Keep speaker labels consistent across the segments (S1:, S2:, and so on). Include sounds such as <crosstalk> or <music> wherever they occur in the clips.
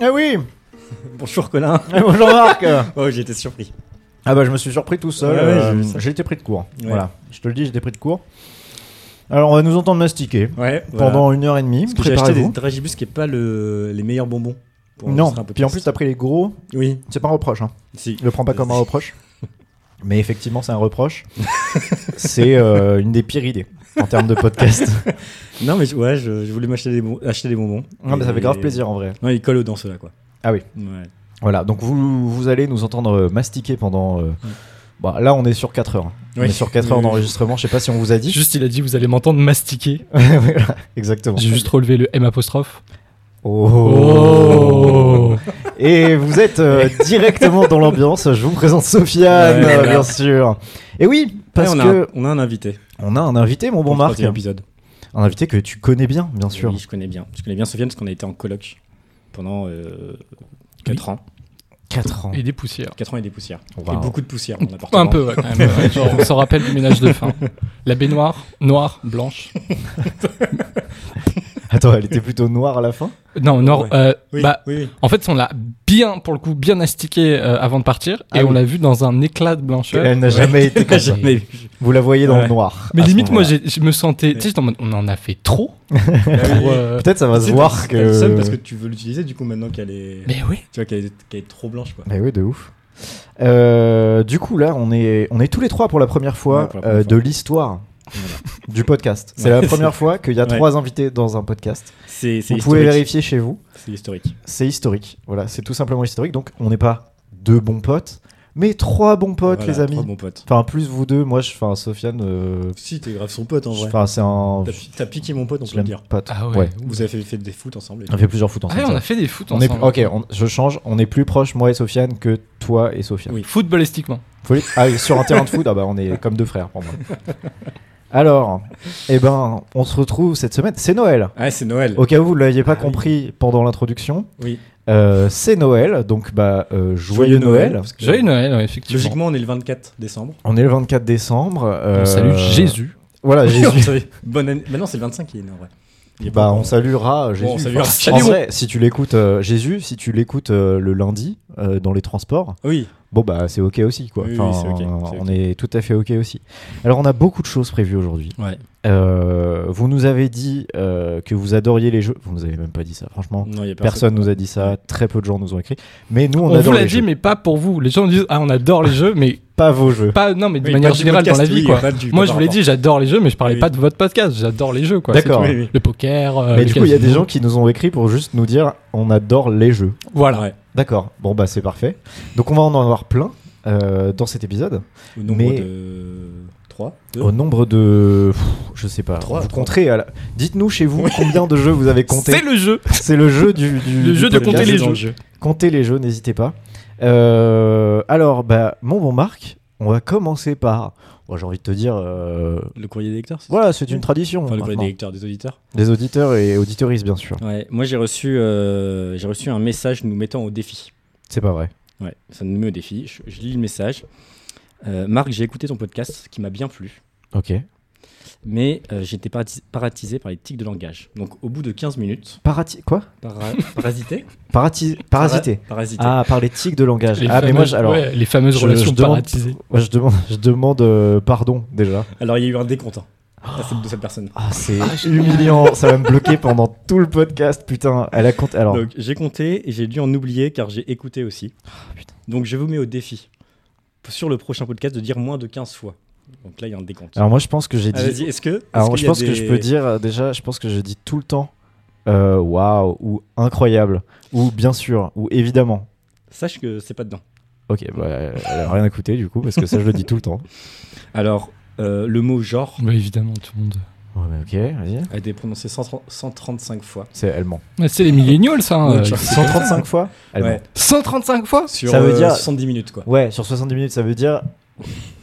S1: Eh oui
S2: Bonjour Colin.
S1: Eh, Bonjour Marc
S2: <laughs> Oh, j'étais surpris.
S1: Ah bah je me suis surpris tout seul.
S2: Ouais, ouais,
S1: euh,
S2: j'ai vu ça.
S1: j'ai été pris de court.
S2: Ouais.
S1: Voilà. Je te le dis, j'ai été pris de court. Alors on va nous entendre mastiquer
S2: Ouais.
S1: pendant une heure et demie.
S2: Parce que j'ai acheté des
S1: Préparez-vous.
S2: dragibus qui est pas le... les meilleurs bonbons. pour
S1: Non,
S2: enregistrer un
S1: puis en
S2: podcast.
S1: plus t'as pris les gros,
S2: Oui.
S1: c'est pas un reproche. Hein.
S2: Si.
S1: Je le prends pas comme un
S2: <laughs>
S1: reproche. Mais effectivement, c'est un reproche. c'est euh, une des pires idées en termes de
S2: <laughs>
S1: podcast.
S2: Non, mais je- ouais, je, je voulais m'acheter des, bon- acheter des bonbons.
S1: non, Ah, mais ça
S2: Et-
S1: fait grave plaisir en vrai.
S2: Non, ils collent aux dents ceux-là, quoi.
S1: Ah oui.
S2: Ouais.
S1: Voilà, donc vous, vous allez nous entendre euh, mastiquer pendant. euh, bah, là, on est sur 4 heures. On
S2: Oui.
S1: est sur 4 heures
S2: Oui, oui.
S1: d'enregistrement. Je sais pas si on vous a dit.
S3: Juste, il a dit, vous allez m'entendre mastiquer.
S1: <laughs> Oh. Voilà, Exactement.
S3: J'ai juste relevé le M apostrophe.
S1: Oh. Et vous êtes
S2: <laughs>
S1: euh, directement dans l'ambiance. Je vous présente Sofiane,
S2: Ouais,
S1: euh,
S2: voilà.
S1: bien sûr. Et oui, parce
S2: Ouais, on, a
S1: que
S2: un, on a un invité.
S1: on a un invité, mon bon
S2: pour le
S1: Marc.
S2: troisième épisode.
S1: Un invité que tu connais bien, bien sûr.
S2: Oui, je connais bien. Je connais bien Sofiane parce qu'on a été en coloc pendant 4 ans.
S1: 4 ans.
S3: Et des poussières.
S2: 4 ans et des poussières.
S1: Waouh.
S2: Et beaucoup de poussières dans mon appartement.
S3: Un peu, ouais, quand même. ouais. Genre, <laughs> on s'en rappelle du ménage de fin. La baignoire, noire, blanche.
S1: Attends, elle était plutôt noire à la fin.
S3: Euh, Non, noire.
S2: Ouais.
S3: euh,
S2: Oui,
S3: bah,
S2: oui, oui.
S3: en fait, on l'a bien, pour le coup, bien astiqué euh, avant de partir.
S1: Ah
S3: et
S1: oui.
S3: on l'a vu dans un éclat de blancheur.
S1: Elle n'a jamais été
S2: <laughs>
S1: comme ça.
S2: Jamais vu.
S1: <laughs> Vous la voyez dans le
S2: Ouais.
S1: noir.
S3: Mais
S1: à ce
S3: limite, moi,
S1: moment-là. Ah
S3: j'ai- je me sentais. Tu sais, j'étais en mode, on en a fait trop. pour, euh,
S1: Peut-être ça va se
S2: C'est
S1: voir que.
S2: parce que tu veux l'utiliser du coup maintenant qu'elle est.
S3: Mais oui.
S2: Tu vois qu'elle est, qu'elle est trop blanche quoi.
S1: Mais oui, de ouf. Euh, du coup, là, on est, on est tous les trois pour la première fois
S2: Ouais, pour la première
S1: euh,
S2: fois.
S1: de l'histoire
S2: Voilà.
S1: du podcast. C'est
S2: Ouais,
S1: la
S2: c'est- <laughs>
S1: première fois qu'il y a
S2: Ouais.
S1: trois invités dans un podcast.
S2: C'est c'est
S1: Vous
S2: historique.
S1: pouvez vérifier chez vous.
S2: C'est historique.
S1: C'est historique. Voilà, c'est tout simplement historique. Donc, on n'est pas deux bons potes, mais trois bons potes,
S2: Voilà,
S1: les
S2: trois
S1: amis.
S2: bons potes.
S1: Enfin, plus vous deux. Moi, je, enfin, Sofiane, euh,
S2: Si, t'es grave son pote en vrai.
S1: enfin, c'est un.
S2: T'as pi- T'as piqué mon pote, on
S1: Je
S2: peut le
S1: l'aime
S2: dire.
S1: pas.
S3: Ah ouais.
S1: Ouais.
S2: Vous avez fait, fait des foot ensemble. et
S1: On fait plusieurs foot
S3: Ah
S1: ensemble.
S3: ouais, on
S1: ça.
S3: a fait des foot
S1: On est
S3: ensemble.
S1: plus- ok, on- je change. On est plus proche, moi et Sofiane, que toi et Sofiane.
S2: Oui.
S3: Footballistiquement.
S1: Faut les- Ah, oui, sur un terrain de foot, ah bah, on
S2: <laughs>
S1: est comme deux frères pour moi. Alors, eh ben, on se retrouve cette semaine. C'est Noël.
S2: Ah, c'est Noël.
S1: Au cas où vous ne l'aviez pas
S2: Ah oui.
S1: compris pendant l'introduction,
S2: Oui.
S1: euh, c'est Noël. Donc, bah, euh, joyeux, Noël.
S2: parce que-
S3: Joyeux Noël, ouais, effectivement.
S2: Logiquement, on est le 24 décembre.
S1: On est le 24 décembre. euh,
S3: On salue Jésus. <laughs>
S1: Voilà,
S2: <laughs> On
S1: Ah, Jésus.
S2: savait. Bonne année. Bah non, c'est le 25 qui est né en vrai. Il est pas
S1: bah,
S2: encore-
S1: on saluera Jésus.
S2: on saluera.
S1: Enfin, en
S2: Salut,
S1: vrai, si tu l'écoutes, euh, Jésus, si tu l'écoutes euh, le lundi euh, dans les transports,
S2: Oui,
S1: bon, bah, c'est OK aussi, quoi.
S2: Oui, oui,
S1: Enfin, euh,
S2: c'est ok, c'est
S1: On
S2: ok.
S1: est tout à fait OK aussi. Alors, on a beaucoup de choses prévues aujourd'hui.
S2: ouais.
S1: Euh, vous nous avez dit euh, que vous adoriez les jeux. Vous nous avez même pas dit ça, franchement.
S2: Non, il y a personne.
S1: Personne nous a dit ça. Très peu de gens nous ont écrit. Mais nous, on,
S3: On, vous
S1: adore
S3: l'a
S1: les
S3: dit,
S1: jeux.
S3: mais pas pour vous. Les gens nous disent, ah, on adore les jeux, mais
S1: Pas vos jeux.
S3: pas, non, mais de
S2: Oui,
S3: manière
S2: pas du
S3: générale dans la
S2: podcast,
S3: vie,
S2: oui,
S3: quoi.
S2: pas du-
S3: Moi,
S2: pas
S3: je
S2: par
S3: vous l'ai
S2: rapport.
S3: dit, j'adore les jeux, mais je parlais
S2: Oui.
S3: pas de votre podcast. J'adore les jeux, quoi. c'est
S1: D'accord.
S3: tout.
S2: Oui, oui.
S3: Le poker. euh,
S1: Mais
S3: le
S1: du coup, il y a des
S3: casino.
S1: gens qui nous ont écrit pour juste nous dire on adore les jeux.
S3: Voilà.
S2: Ouais.
S1: D'accord. Bon, bah, c'est parfait. Donc, on va en avoir plein euh, dans cet épisode.
S2: Au nombre
S1: Mais-
S2: de 3, 2,
S1: Au nombre de. Pff, je sais pas.
S2: Trois,
S1: vous
S2: trois.
S1: compterez. à la- Dites-nous chez vous combien de jeux vous avez compté.
S3: C'est le jeu.
S1: C'est le jeu du. du-
S3: Le
S1: du
S3: jeu de
S1: podcast.
S3: compter les jeux.
S1: Comptez les jeux, n'hésitez pas. Euh, alors, bah, mon bon Marc, on va commencer par. bon, J'ai envie de te dire. euh,
S2: le courrier des lecteurs. c'est ça
S1: Voilà, c'est une tradition.
S2: Enfin, le courrier
S1: maintenant.
S2: des lecteurs des auditeurs.
S1: Des auditeurs et auditoristes, bien sûr.
S2: Ouais. Moi, j'ai reçu, euh, j'ai reçu un message nous mettant au défi.
S1: C'est pas vrai.
S2: Ouais, ça nous met au défi. Je, je lis le message. Euh, Marc, j'ai écouté ton podcast qui m'a bien plu,
S1: Ok.
S2: mais euh, j'étais parati- paratisé par les tics de langage. Donc, au bout de 15 minutes,
S1: Parati... Quoi <laughs>
S2: para- parasité
S1: Parati... Parasité.
S2: Para- Parasité.
S1: Ah, par les tics de langage.
S3: Les
S1: ah, mais moi,
S3: fameuses-
S1: je, alors,
S3: ouais, les fameuses
S1: je- je
S3: relations
S1: demande-
S3: paratisées.
S1: moi, je demande, je demande euh, pardon déjà.
S2: Alors, il y a eu un décompte hein, à cette- de cette personne.
S1: Ah, c'est humiliant. Ça va me bloquer pendant tout le podcast. Putain, elle a compté. Alors,
S2: Donc, j'ai compté et j'ai dû en oublier car j'ai écouté aussi.
S1: Ah,
S2: Donc, je vous mets au défi sur le prochain podcast de dire moins de 15 fois. Donc là, il y a un décompte.
S1: alors moi, je pense que j'ai
S2: Ah,
S1: dit.
S2: vas-y, est-ce que. est-ce
S1: Alors,
S2: qu'il
S1: je
S2: y a
S1: pense que
S2: des-
S1: je peux dire euh, déjà, je pense que je dis tout le temps euh, waouh ou incroyable ou bien sûr ou évidemment.
S2: Sache que c'est pas dedans.
S1: Ok, bah, elle a rien écouté du coup parce que ça je le dis tout le
S2: <laughs>
S1: temps.
S2: Alors, euh, le mot genre
S3: Bah, évidemment, tout le monde.
S1: Ouais, mais ok, vas-y.
S2: a été prononcé 130 135 fois.
S1: C'est elle ment.
S3: Mais c'est les millénials, ça. hein,
S2: Ouais,
S3: euh,
S2: genre,
S3: ils
S2: c'est
S3: sont-
S2: comme ça.
S1: 135 fois Elle
S2: Ouais.
S1: ment.
S3: 135 fois
S2: Sur
S1: Ça veut
S2: euh,
S1: dire-
S2: 70 minutes, quoi.
S1: Ouais, sur 70 minutes, ça veut dire.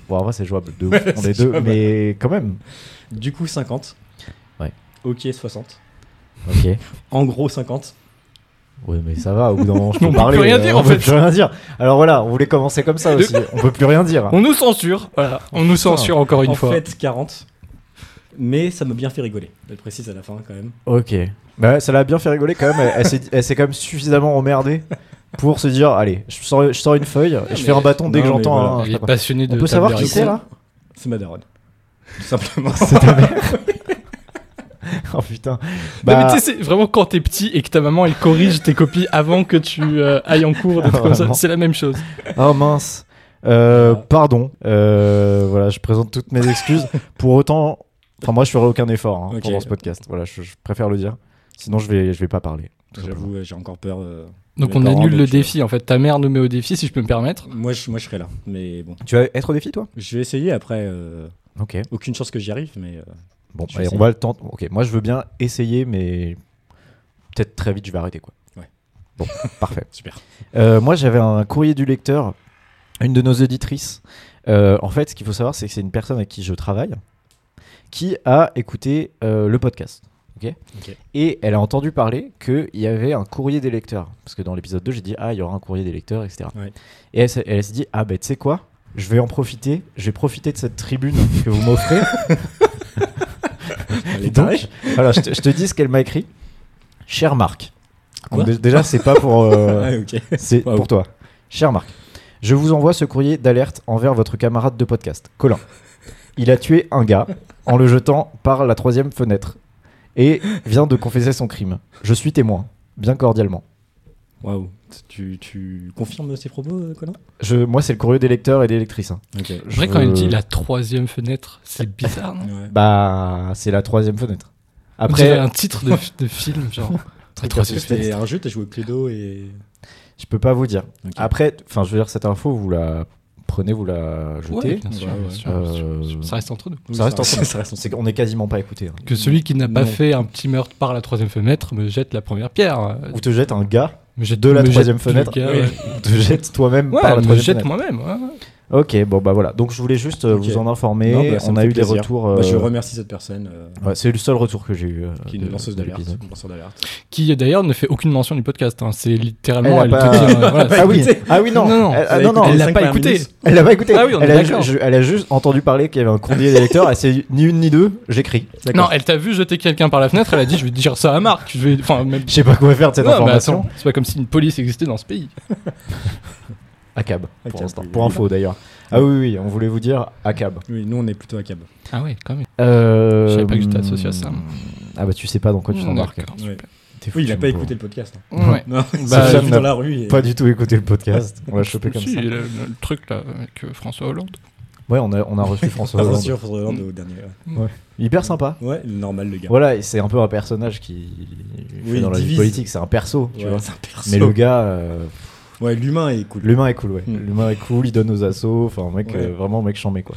S1: Bon, en vrai, c'est jouable. De ouf.
S2: Ouais,
S1: on
S2: c'est
S1: est deux,
S2: jouable.
S1: mais quand même.
S2: Du coup, 50.
S1: Ouais.
S2: Ok, 60.
S1: Ok.
S2: En gros, 50.
S1: Ouais, mais ça va, au bout d'un moment, je
S3: <laughs> On
S1: peux
S3: peut
S1: parler.
S3: plus rien
S1: euh,
S3: dire,
S1: on
S3: en
S1: peut
S3: fait.
S1: plus rien dire. Alors voilà, on voulait commencer comme
S3: <laughs>
S1: ça aussi. on peut plus rien dire.
S3: On nous censure. Voilà. On nous censure encore une
S2: en
S3: fois.
S2: fait, 40. mais ça m'a bien fait rigoler. Elle précise à la fin quand même.
S1: Ok. Bah, ouais, ça l'a bien fait rigoler quand même. Elle, elle s'est- elle s'est quand même suffisamment emmerdée pour se dire allez, je sors, je sors une feuille et je fais
S3: mais-
S1: un bâton dès que
S2: Non, mais
S1: j'entends.
S2: voilà.
S1: un- je
S3: Il
S1: sais
S3: est
S1: pas.
S3: passionné de.
S1: On peut savoir
S3: table
S1: qui
S3: des
S1: c'est <laughs>
S3: raisins.
S1: là
S2: C'est ma daronne. Tout simplement.
S1: <laughs> Oh putain.
S3: Non, mais
S1: Bah,
S3: tu sais, c'est vraiment quand t'es petit et que ta maman elle corrige tes copies avant que tu euh, ailles en cours, des trucs comme ça.
S1: Vraiment.
S3: C'est la même chose.
S1: oh mince. Euh,
S2: Voilà.
S1: pardon. Euh, voilà, je présente toutes mes <laughs> excuses. Pour autant, enfin moi, je ferai aucun effort hein,
S2: Ok.
S1: pendant ce podcast. Voilà, je, je préfère le dire. Sinon, je vais, je vais pas parler. tout simplement.
S2: J'avoue, euh, j'ai encore peur. euh,
S3: Donc
S2: mes
S3: on
S2: parents,
S3: annule le
S2: donc, euh,
S3: défi. En fait, ta mère nous met au défi, si je peux me permettre.
S2: Moi je, moi, je serai là. Mais bon,
S1: Tu vas être au défi, toi
S2: je vais essayer après. euh,
S1: Ok.
S2: aucune chance que j'y arrive, mais. euh,
S1: Bon,
S2: Je vais
S1: allez, on
S2: essayer.
S1: va le tenter. Ok, moi je veux bien essayer, mais peut-être très vite je vais arrêter quoi.
S2: Ouais.
S1: Bon, <laughs> parfait.
S2: Super.
S1: Euh, moi j'avais un courrier du lecteur, une de nos auditrices. Euh, en fait, ce qu'il faut savoir, c'est que c'est une personne avec qui je travaille, qui a écouté euh, le podcast. Ok.
S2: Ok.
S1: Et elle a entendu parler qu'il y avait un courrier des lecteurs. Parce que dans l'épisode 2, j'ai dit, ah, il y aura un courrier des lecteurs, etc.
S2: Ouais.
S1: Et elle, s'est- elle s'est dit, ah, ben, tu sais quoi Je vais en profiter. Je vais profiter de cette tribune que vous
S2: <laughs>
S1: m'offrez.
S2: Elle
S1: Et
S2: est tarée.
S1: donc, alors, je te, je te dis ce qu'elle m'a écrit. Cher Marc.
S2: Quoi
S1: Donc, dé- déjà, c'est pas pour. euh,
S2: Ah, <laughs> ok.
S1: c'est
S2: Waouh.
S1: pour toi. Cher Marc, je vous envoie ce courrier d'alerte envers votre camarade de podcast, Colin. Il a tué un gars en le jetant par la troisième fenêtre et vient de confesser son crime. Je suis témoin, bien cordialement.
S2: Waouh. Tu, tu confirmes ces propos, euh, Colin
S1: Je, moi, c'est le courrier des lecteurs et des lectrices. hein.
S2: Ok.
S3: En vrai,
S1: Je-
S3: quand elle dit la troisième fenêtre, c'est <laughs> bizarre. Non
S2: Ouais.
S1: Bah, c'est la troisième fenêtre.
S3: Après
S1: Après,
S3: un titre de, de film, <laughs> genre. La troisième
S2: Est-ce que
S3: fenêtre.
S2: C'était un jeu, t'as joué Cluedo et.
S1: je peux pas vous dire.
S2: Ok.
S1: Après, enfin, je veux dire, cette info, vous la prenez, vous la jetez.
S3: Ouais, bien sûr,
S2: Ouais, ouais.
S3: bien sûr, bien sûr.
S1: Euh,
S3: Ça reste entre nous.
S2: Oui,
S1: Ça reste en
S2: ça reste en
S1: C'est qu'on est quasiment pas écouté. hein.
S3: Que celui qui n'a pas
S2: Non.
S3: fait un petit meurtre par la troisième fenêtre me jette la première pierre. Euh,
S1: Ou te jette un gars,
S3: Me jette
S1: de la
S3: me jette
S1: troisième
S3: le
S1: fenêtre.
S3: gars,
S2: Oui.
S3: ouais.
S1: ou te jette toi-même
S3: Ouais,
S1: par la
S3: me
S1: troisième
S3: jette
S1: fenêtre.
S3: moi-même. ouais, ouais.
S1: Ok, bon bah voilà. Donc je voulais juste euh,
S2: Ok.
S1: vous en informer.
S2: Non, bah, ça
S1: On
S2: me
S1: a
S2: fait
S1: eu des
S2: plaisir.
S1: retours. <laughs>
S2: Bah, je
S1: euh,
S2: remercie cette personne euh,
S1: ouais, c'est le seul retour que j'ai eu. euh,
S2: qui est une
S1: de-
S2: lanceuse
S1: de
S2: d'alerte.
S1: l'épisode.
S2: une lanceuse d'alerte.
S3: Qui d'ailleurs ne fait aucune mention du podcast. hein. C'est
S1: Elle
S3: littéralement.
S1: a
S3: Elle
S1: pas-
S3: te dit, euh, voilà,
S1: <laughs> Ah oui,
S2: écouté.
S1: ah oui non,
S3: Non, non,
S1: elle, ah,
S2: Vous
S1: non,
S2: avez
S1: non,
S2: écouté
S1: elle,
S2: les
S3: l'a
S2: cinq
S3: pas
S2: premières
S3: écouté.
S2: minutes
S1: elle l'a pas écouté.
S3: Ah oui, on est
S1: elle, a
S3: d'accord.
S1: ju- elle a juste entendu parler qu'il y avait un courrier des lecteurs. Elle s'est dit ni une ni deux. J'écris.
S3: Non, elle t'a vu jeter quelqu'un par la fenêtre, elle a dit je vais dire ça à Marc. Je vais... Enfin, même...
S1: Je sais pas quoi faire de cette
S3: Non,
S2: bah,
S3: mais
S1: information.
S3: attends, c'est pas comme si une police existait dans ce pays.
S1: ACAB pour
S2: ACAB,
S1: l'instant.
S2: oui.
S1: Pour info d'ailleurs. Ah oui, oui, on voulait vous dire ACAB.
S2: Oui, nous on est plutôt à cab.
S3: Ah ouais, quand même.
S1: Euh...
S3: Je savais pas que tu t'associais à ça.
S1: Ah bah tu sais pas dans quoi tu t'embarques.
S2: Ouais.
S1: T'es foutu,
S2: Oui, il a
S1: mon
S2: pas
S1: pauvre.
S2: écouté le podcast. hein.
S3: Ouais.
S2: Non, il
S1: Bah,
S2: s'est
S1: je-
S2: vu dans la rue. et-
S1: Pas du tout écouté le
S2: <laughs>
S1: podcast. On l'a chopé comme
S3: Si,
S1: ça.
S3: Le, le truc là avec euh, François Hollande.
S1: Ouais, on a, on a reçu François
S2: Ah, bien
S1: Hollande.
S2: sûr, François
S1: Mm.
S2: Hollande au dernier. ouais.
S1: Hyper sympa.
S2: Ouais, normal le gars.
S1: Voilà, et c'est un peu un personnage qui fait
S2: Oui,
S1: dans la vie
S2: divise.
S1: politique, c'est un perso, tu
S2: Ouais,
S1: vois.
S2: c'est un perso.
S1: Mais le gars, euh,
S2: Ouais, l'humain est cool.
S1: l'humain est cool, ouais.
S2: Mm.
S1: L'humain est cool, il donne aux assos, enfin, mec,
S2: Ouais.
S1: euh, vraiment mec chambé, quoi.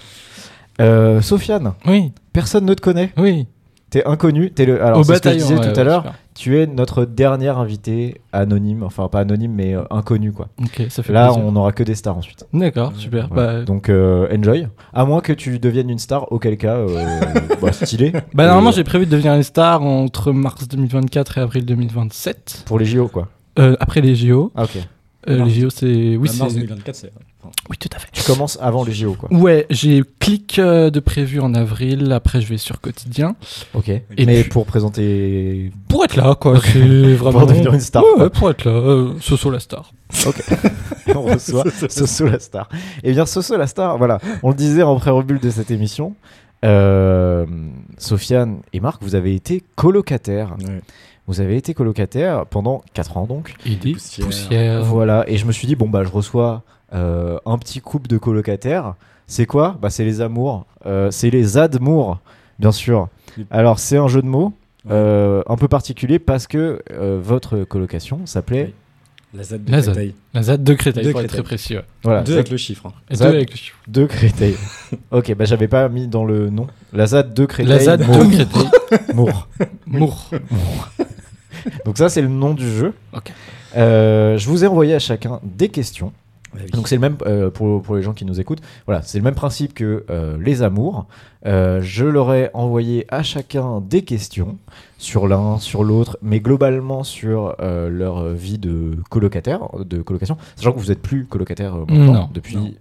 S1: Euh, Sofiane,
S3: Oui,
S1: personne ne te connaît,
S3: oui.
S1: t'es inconnu, t'es le. Alors,
S3: Au
S1: c'est ce que je
S3: bataillon.
S1: disais
S3: ouais,
S1: tout à
S3: ouais,
S1: l'heure,
S3: super.
S1: tu es notre dernière invitée anonyme, enfin, pas anonyme, mais euh, inconnue, quoi.
S3: Ok, ça fait
S1: Là,
S3: plaisir.
S1: on n'aura que des stars ensuite.
S3: D'accord, super.
S1: Voilà.
S3: Bah,
S1: Donc, euh, enjoy. À moins que tu deviennes une star, auquel cas, euh, <laughs> bah, stylé.
S3: bah, normalement,
S1: Euh,
S3: j'ai prévu de devenir une star entre mars 2024 et avril 2027.
S1: Pour les JO, quoi.
S3: Euh, après les JO.
S1: Ah, ok.
S3: Euh,
S2: Mars.
S3: les JO, c'est. Oui,
S2: Ah,
S3: c'est-
S2: mars 2024, c'est. enfin,
S3: oui, tout à fait.
S1: Tu commences avant les JO, quoi.
S3: Ouais, j'ai clic euh, de prévu en avril. Après, je vais sur quotidien.
S1: Ok.
S3: Et
S1: mais
S3: puis-
S1: pour présenter.
S3: Pour être là, quoi. C'est vraiment.
S1: Pour devenir une star.
S3: Ouais,
S1: quoi.
S3: ouais, pour être là. euh, Soso la star.
S1: <laughs> On
S3: <laughs>
S1: reçoit Soso la star. Eh bien, Soso la star, voilà. On le disait en pré-rebule de cette émission. euh, Sofiane et Marc, vous avez été colocataires.
S2: Ouais.
S1: Vous avez été colocataires pendant 4 ans, donc.
S3: Et des
S2: Poussière.
S3: poussières.
S1: Voilà. Et je me suis dit, bon, bah, je reçois euh, un petit couple de colocataires. C'est quoi Bah, c'est les amours. Euh, c'est les admours, bien sûr. Alors, c'est un jeu de mots. euh, un peu particulier parce que euh, votre colocation s'appelait
S2: Oui. La ZAD de
S3: La ZAD.
S2: Créteil.
S3: La ZAD de Créteil,
S2: De
S3: pour être
S2: Créteil.
S3: très précis. ouais.
S1: voilà
S2: Deux avec le chiffre. hein.
S3: Et
S1: ZAD.
S3: deux avec le chiffre.
S1: de Créteil.
S3: <laughs>
S1: ok, bah j'avais pas mis dans le nom. La ZAD de Créteil.
S3: La ZAD
S1: Mour.
S3: de Créteil.
S1: <laughs> Mour.
S3: Mour.
S1: Donc ça c'est le nom du jeu.
S3: Ok.
S1: Euh, je vous ai envoyé à chacun des questions.
S2: Ouais, oui.
S1: Donc c'est le même euh, pour, pour les gens qui nous écoutent. Voilà, c'est le même principe que euh, les amours. Euh, je leur ai envoyé à chacun des questions sur l'un, sur l'autre, mais globalement sur euh, leur vie de colocataire, de colocation. Sachant que vous êtes plus colocataire euh, maintenant,
S3: Non.
S1: depuis
S2: Non.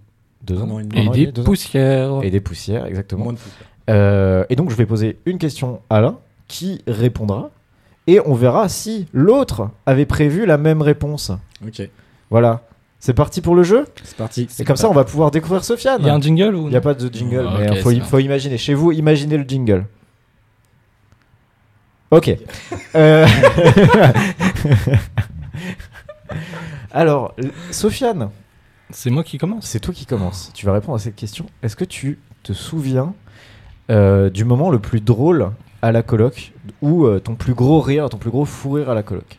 S1: deux
S2: Un
S1: ans.
S2: an et demi.
S1: Un
S3: Et
S1: an
S3: des
S1: deux ans.
S3: poussières.
S1: Et des poussières, exactement.
S2: Moins de poussière.
S1: Euh, et donc, je vais poser une question à l'un qui répondra. Et on verra si l'autre avait prévu la même réponse.
S2: Ok,
S1: Voilà. C'est parti pour le jeu.
S2: c'est parti.
S1: Et comme ça, on va pouvoir découvrir Sofiane.
S3: Il y a un jingle ou
S1: Il n'y a pas de jingle,
S3: Ah,
S1: mais
S3: ok,
S1: faut,
S3: ça
S1: im-
S3: va.
S1: faut imaginer. Chez vous, imaginez le jingle. Ok.
S3: <laughs>
S1: Euh, <laughs> Alors, l- Sofiane,
S3: C'est moi qui commence.
S1: c'est toi qui commences. Tu vas répondre à cette question. Est-ce que tu te souviens euh, du moment le plus drôle à la coloc ou euh, ton plus gros rire, ton plus gros fou rire à la coloc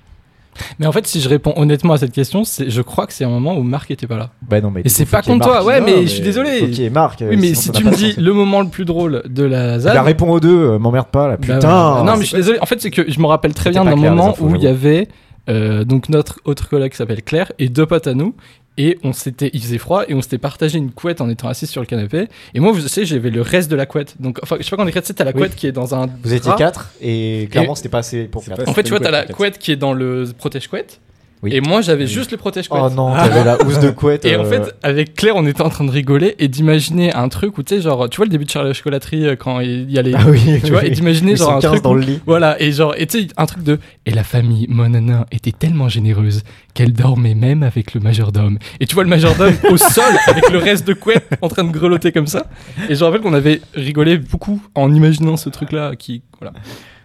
S3: Mais en fait, si je réponds honnêtement à cette question, c'est- je crois que c'est un moment où Marc était pas là.
S1: Bah non, mais
S3: Et c'est
S1: faut
S3: pas
S1: qu'il y ait
S3: contre toi,
S1: Marc.
S3: ouais,
S2: non,
S3: mais,
S2: mais-
S3: je suis désolé.
S1: Faut qu'il y ait Marc. euh,
S3: Oui, mais
S1: sinon
S3: si
S1: ça
S3: tu
S1: n'a
S3: me
S1: pas de
S3: dis
S1: sens.
S3: le moment le plus drôle de la
S1: Il a
S3: ZAD.
S1: répondu aux deux, euh, m'emmerde pas là.
S3: bah,
S1: Putain hein,
S3: ouais. Non, mais je suis désolé. En fait, c'est que je me rappelle très
S1: C'était
S3: bien
S1: pas
S3: d'un
S1: clair, les
S3: moment
S1: infos,
S3: où il y
S1: j'avoue.
S3: avait euh, donc notre autre collègue qui s'appelle Claire et deux potes à nous. Et on s'était, il faisait froid et on s'était partagé une couette en étant assis sur le canapé. Et moi, vous savez, j'avais le reste de la couette. Donc, enfin, je sais pas quand on écrit, c'est t'as la
S1: Oui.
S3: couette qui est dans un.
S1: Vous étiez
S3: drap.
S1: quatre et clairement c'était pas assez pour
S2: C'est
S1: quatre.
S2: pas-
S3: En fait, tu vois,
S2: C'était
S3: t'as
S2: une
S3: la
S2: couette,
S3: couette qui est dans le protège-couette.
S1: Oui.
S3: Et moi, j'avais
S2: Oui.
S3: juste le protège-couette.
S1: Oh non, t'avais la housse de couette.
S3: Ah. Et en
S1: euh,
S3: fait, avec Claire, on était en train de rigoler et d'imaginer un truc où, tu sais, genre, tu vois le début de Charlie et la chocolaterie euh, quand il y a
S1: <laughs>
S3: les.
S1: ah oui,
S3: tu vois, et d'imaginer genre un truc.
S1: dans
S3: où-
S1: le lit.
S3: Voilà, et genre, et tu sais, un truc de. Et la famille Monana était tellement généreuse qu'elle dormait même avec le majordome. Et tu vois le majordome <laughs> au sol avec le reste de couette en train de grelotter comme ça. Et je rappelle qu'on avait rigolé beaucoup en imaginant ce truc-là qui. Voilà.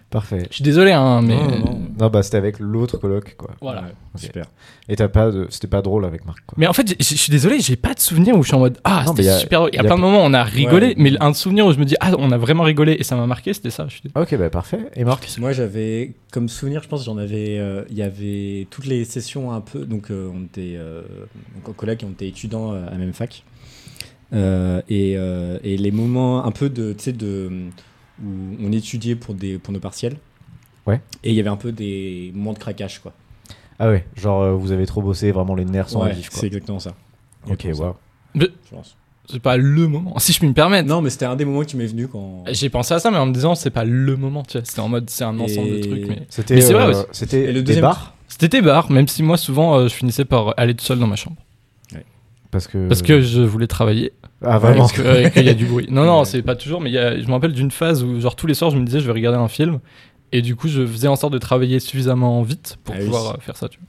S1: Parfait.
S3: Je suis désolé, hein, mais.
S2: Non, non, non.
S1: Non, bah c'était avec l'autre coloc quoi.
S3: Voilà.
S2: Ouais, Super.
S1: Et t'as pas de... c'était pas drôle avec Marc quoi.
S3: Mais en fait, j'ai- je suis désolé, j'ai pas de souvenir où je suis en mode Ah,
S1: Non, mais
S3: c'était
S1: y a-
S3: super. Il y a
S1: y a
S3: plein de moments où on a rigolé,
S2: Ouais.
S3: mais un souvenir où je me dis Ah, on a vraiment rigolé et ça m'a marqué, c'était ça. Je suis désolé.
S1: Ok, bah parfait. Et Marc
S2: Moi, j'avais, comme souvenir, je pense, j'en avais. euh, Il y avait toutes les sessions un peu. Donc, euh, on était euh, donc en collègue et on était étudiants euh, à la même fac. Euh, et, euh, et les moments un peu de, tu sais, de où on étudiait pour des pour nos partiels.
S1: Ouais.
S2: Et il y avait un peu des moments de craquage, quoi.
S1: Ah ouais, genre euh, vous avez trop bossé, vraiment les nerfs sont à
S2: Ouais,
S1: vif
S2: c'est
S1: quoi.
S2: exactement ça.
S1: Ok,
S2: Exactement ça,
S1: waouh.
S2: je pense.
S3: C'est pas le moment, si je puis me permettre.
S2: Non, mais c'était un des moments qui m'est venu quand.
S3: J'ai pensé à ça, mais en me disant C'est pas le moment, tu vois. C'était en mode C'est un ensemble de
S2: Et-
S3: trucs. Mais...
S1: C'était
S3: Mais c'est vrai
S1: euh,
S3: aussi.
S1: c'était
S2: Et le
S1: des
S2: deuxième-
S1: bars
S3: C'était des bars, même si moi, souvent, euh, je finissais par aller tout seul dans ma chambre.
S1: parce que
S3: Parce que je voulais travailler.
S1: Euh, ah vraiment.
S3: Parce que- euh, qu'il y a du bruit. Non, non,
S2: Ouais.
S3: c'est pas toujours, mais il y a- je me rappelle d'une phase où, genre, tous les soirs, je me disais Je vais regarder un film. Et du coup, je faisais en sorte de travailler suffisamment vite pour
S2: Ah oui.
S3: pouvoir euh, faire ça. tu vois.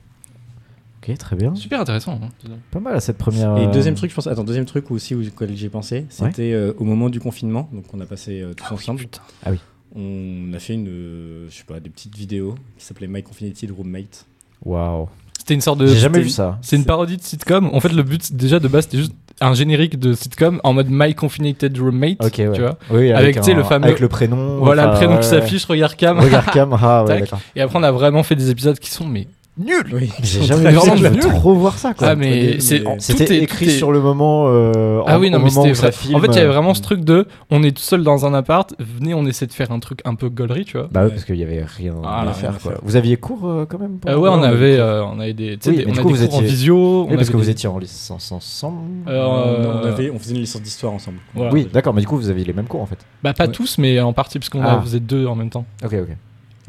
S1: Ok, très bien.
S3: Super intéressant. hein.
S1: Pas mal à cette première.
S2: Et
S1: euh,
S2: deuxième truc, je pense, attends, deuxième truc aussi où- auquel j'ai pensé, c'était euh, au moment du confinement, donc on a passé euh, tous ensemble.
S1: Ah oui.
S2: On a fait une, euh, je sais pas, des petites vidéos qui s'appelait My Confidential Roommate.
S1: Waouh.
S3: C'était une sorte de.
S1: J'ai jamais
S3: euh, c'était-
S1: vu ça.
S3: C'est une
S2: C'est-
S3: parodie de sitcom. En fait, le but déjà de base, c'était juste un générique de sitcom en mode My Confinated Roommate.
S1: Ok, ouais.
S3: Tu vois
S1: Oui,
S3: avec,
S1: un-
S3: tu sais, le fameux-
S1: avec le prénom.
S3: Voilà
S1: enfin,
S3: le prénom
S1: ouais,
S3: qui
S1: ouais.
S3: s'affiche, regarde Cam.
S1: Regarde Cam, ah ouais,
S3: Tac.
S1: d'accord.
S3: Et après, on a vraiment fait des épisodes qui sont mais nuls.
S2: <laughs> Oui.
S1: J'ai
S3: sont
S1: jamais
S3: très
S1: vu ça,
S3: nuls.
S1: je veux
S3: Nuls.
S1: trop voir ça quoi. Oh,
S3: Ah, mais
S2: mais-
S3: c'est
S2: mais-
S1: C'était écrit sur le moment. euh,
S3: Ah
S1: en-
S3: oui, non,
S1: au
S3: mais
S1: moment
S3: c'était
S1: où ça
S3: vrai.
S1: filme. euh.
S3: En fait, il y avait vraiment ce truc de on est tout seul dans un appart, venez, on essaie de faire un truc un peu gaulerie, tu vois.
S1: Bah oui,
S2: Ouais.
S1: parce qu'il y avait rien
S3: Ah,
S1: à
S3: là,
S1: faire
S2: rien à
S1: quoi.
S2: faire.
S1: Vous aviez cours euh, quand même pour-
S3: Euh, ouais, on
S1: Oui,
S3: avait, euh, on avait des, tu sais,
S1: Oui,
S3: des-
S1: mais
S3: on
S1: du
S3: a
S1: coup,
S3: des
S1: vous
S3: cours en
S1: étiez-
S3: visio. on
S1: parce
S3: avait
S1: que vous
S3: des-
S1: étiez en licence ensemble.
S3: Euh,
S2: On, on avait, on faisait une licence d'histoire ensemble.
S3: voilà.
S1: oui, d'accord, mais du coup, vous aviez les mêmes cours en fait.
S3: Bah, pas
S2: Ouais.
S3: tous, mais en partie, parce qu'on
S1: Ah.
S3: a- vous êtes deux en
S1: <laughs>
S3: même temps.
S1: Ok, ok.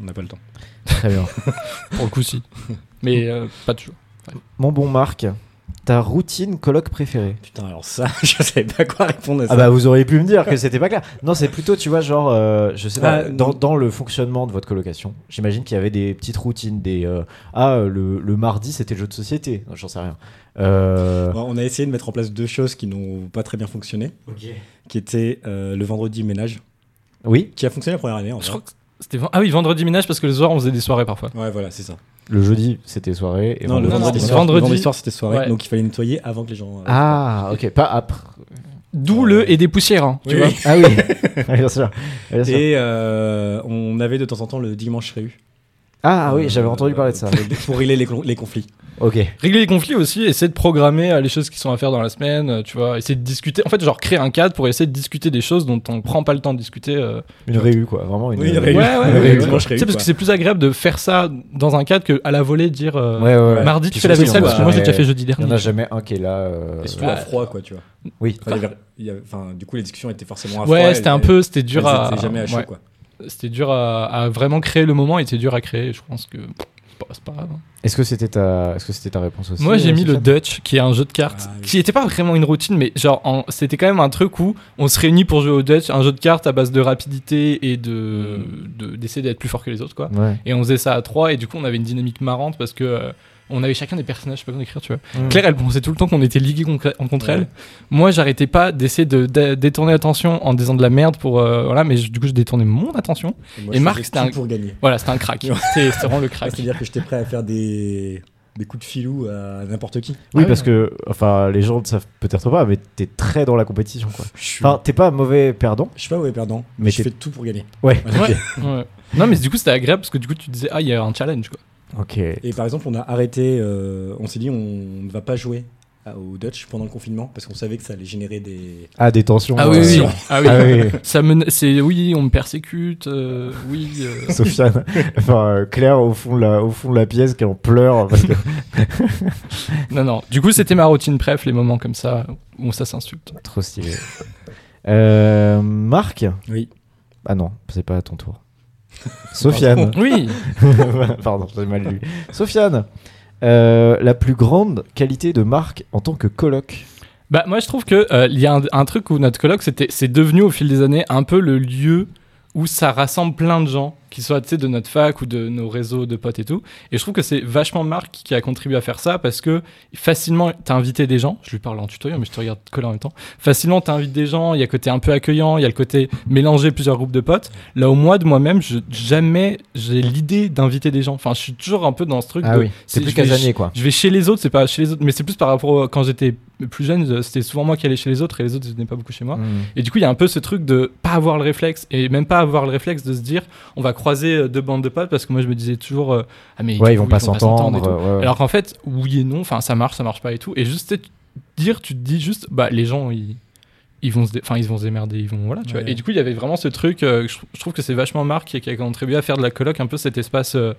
S2: On n'a pas le temps.
S1: Très bien.
S3: Pour le coup, si. Mais euh, pas toujours.
S1: <laughs> Mon bon Marc, ta routine colloque préférée
S2: Putain, alors ça, <laughs> je savais pas quoi répondre à ça.
S1: ah bah vous auriez pu me dire que c'était pas clair. Non c'est plutôt tu vois genre euh, je sais pas
S2: Ah,
S1: dans,
S2: non.
S1: dans le fonctionnement de votre colocation j'imagine qu'il y avait des petites routines des euh, ah euh, le, le mardi c'était le jeu de société Non, j'en sais rien. Euh,
S2: Bon, on a essayé de mettre en place deux choses qui n'ont pas très bien fonctionné, qui étaient euh, le vendredi ménage,
S1: Oui
S2: qui a fonctionné la première année. En
S3: Je
S2: vrai.
S3: crois que c'était. ven- Ah oui, vendredi ménage, parce que le soir, on faisait des soirées parfois.
S2: Ouais, voilà, c'est ça.
S1: le jeudi c'était soirée et
S2: non, le
S1: vendredi,
S2: vendredi,
S1: c'était
S2: soir,
S3: Vendredi-
S2: le vendredi soir, c'était soirée,
S3: Ouais.
S2: donc il fallait nettoyer avant que les gens. euh,
S1: Ah, ok, pas après.
S3: D'où le et des poussières, hein, tu
S2: Oui,
S3: vois.
S2: oui.
S1: Ah
S2: <laughs>
S1: oui, bien sûr. Bien sûr.
S2: Et euh, on avait de temps en temps le dimanche réu.
S1: Ah oui,
S2: Euh,
S1: j'avais entendu parler
S2: <laughs>
S1: de ça.
S2: Pour, pour régler les, con- les conflits.
S1: Ok.
S3: Régler les conflits aussi, essayer de programmer euh, les choses qui sont à faire dans la semaine, euh, tu vois. Essayer de discuter. En fait, genre créer un cadre pour essayer de discuter des choses dont on prend pas le temps de discuter. euh.
S1: Une réu, quoi. Vraiment une
S2: Oui, une
S1: euh,
S2: réu.
S3: Ouais, ouais,
S1: ouais, ouais.
S3: ouais.
S2: Dimanche
S3: Tu
S2: réu,
S3: sais, parce
S2: quoi.
S3: que c'est plus agréable de faire ça dans un cadre que à la volée dire. euh,
S1: Ouais, ouais, ouais.
S3: Mardi, tu
S1: Puis
S3: fais la
S1: surtout,
S3: vaisselle
S1: il y en a
S3: parce que moi j'ai
S1: jamais-
S3: déjà fait jeudi
S1: Il
S3: dernier.
S1: n'y en a jamais un qui est là. euh,
S2: Et surtout
S3: ouais.
S2: à froid, quoi, tu vois.
S1: Oui.
S2: Enfin, il y avait- il y avait- enfin, du coup, les discussions étaient forcément à froid.
S3: Ouais, c'était
S2: elles-
S3: un peu, c'était dur
S2: elles
S3: à.
S2: étaient jamais à chaud,
S3: ouais,
S2: quoi.
S3: C'était dur à, à vraiment créer le moment et c'était dur à créer. Je pense que pas, c'est pas grave. hein.
S1: Est-ce que c'était ta, est-ce que c'était ta réponse aussi
S3: Moi, j'ai
S1: euh,
S3: mis le
S1: Sofiane
S3: Dutch, qui est un jeu de cartes,
S2: Ah, oui.
S3: qui n'était pas vraiment une routine, mais genre, en- c'était quand même un truc où on se réunit pour jouer au Dutch, un jeu de cartes à base de rapidité et de
S2: Hmm.
S3: de- d'essayer d'être plus fort que les autres, quoi.
S1: Ouais.
S3: Et on faisait ça à trois, et du coup, on avait une dynamique marrante parce que euh, on avait chacun des personnages, je sais pas comment écrire, tu vois.
S1: Mm.
S3: Claire, elle pensait tout le temps qu'on était ligués concr- en contre
S2: Hmm. Ouais.
S3: elle. Moi, j'arrêtais pas d'essayer de, dé- détourner l'attention en disant de la merde pour. euh, voilà, mais je- du coup, je détournais mon attention.
S2: moi,
S3: Et
S2: je
S3: Marc,
S2: faisais
S3: c'était
S2: tout
S3: un- Ah,
S2: pour gagner.
S3: Voilà, c'était un
S2: <laughs>
S3: crack.
S2: Ouais.
S3: C'était c'était vraiment le crack.
S2: C'est-à-dire que j'étais prêt à faire des, des coups de filou à n'importe qui.
S1: Oui,
S3: Ah
S1: parce
S3: oui.
S1: que, enfin, les gens ne savent peut-être pas, mais t'es très dans la compétition, quoi.
S2: Je suis,
S1: Enfin, t'es pas un mauvais perdant.
S2: je suis pas mauvais perdant,
S1: Mais
S2: mais je
S1: t'es-
S2: fais tout pour gagner.
S1: Ouais.
S2: Voilà.
S3: Ouais. Ouais. Non, mais du coup, c'était agréable parce que du coup, tu disais, ah, il y a un challenge, quoi.
S1: Ok.
S2: Et par exemple, on a arrêté, euh, on s'est dit on ne va pas jouer à- au Dutch pendant le confinement parce qu'on savait que ça allait générer des.
S1: Ah, des tensions.
S3: Ah oui, oui,
S1: euh,
S3: ah oui.
S1: Ah oui. <laughs>
S3: Ça me, c'est oui, on me persécute, euh, oui. euh,
S1: Sofiane, enfin euh, Claire au fond de la, au fond de la pièce qui en pleure
S3: <laughs>
S1: parce que
S3: Non, non. Du coup, c'était ma routine préf, les moments comme ça où ça s'insulte.
S1: trop stylé. Euh, Marc,
S2: Oui.
S1: ah non, c'est pas à ton
S3: <laughs>
S1: tour. Sofiane,
S3: Oui.
S1: <laughs> pardon, j'ai mal lu. Sofiane, euh, la plus grande qualité de Marc en tant que coloc.
S3: Bah moi je trouve que euh, il y a un, un truc où notre colloque c'était c'est devenu au fil des années un peu le lieu où ça rassemble plein de gens qui soient tu sais, de notre fac ou de nos réseaux de potes et tout et je trouve que c'est vachement Marc qui a contribué à faire ça parce que facilement t'as invité des gens je lui parle en tutoriel mais je te regarde coller en même temps facilement t'invites des gens il y a le côté un peu accueillant il y a le côté mélanger plusieurs groupes de potes là au moi de moi-même je jamais j'ai l'idée d'inviter des gens enfin je suis toujours un peu dans ce truc de,
S1: Ah c'est
S3: si
S1: plus
S3: je vais
S1: casanier quoi.
S3: je vais chez les autres, c'est pas chez les autres, mais c'est plus par rapport au- quand j'étais plus jeune, euh, c'était souvent moi qui allais chez les autres et les autres ils venaient pas beaucoup chez moi.
S1: Mm.
S3: Et du coup, il y a un peu ce truc de pas avoir le réflexe et même pas avoir le réflexe de se dire on va croiser euh, deux bandes de potes parce que moi je me disais toujours euh, ah mais
S1: Ouais,
S3: du
S1: ils vont
S3: coup,
S1: pas
S3: et
S1: s'entendre. euh,
S3: tout.
S1: ouais, ouais.
S3: Alors qu'en fait, oui et non, enfin ça marche, ça marche pas et tout. Et juste tu sais, tu- dire, tu te dis juste bah les gens ils ils vont se dé- enfin ils vont se démerder ils vont voilà tu vois
S2: Ouais.
S3: et du coup il y avait vraiment ce truc euh, que je, je trouve que c'est vachement Marc qui, qui a contribué à faire de la coloc un peu cet espace euh,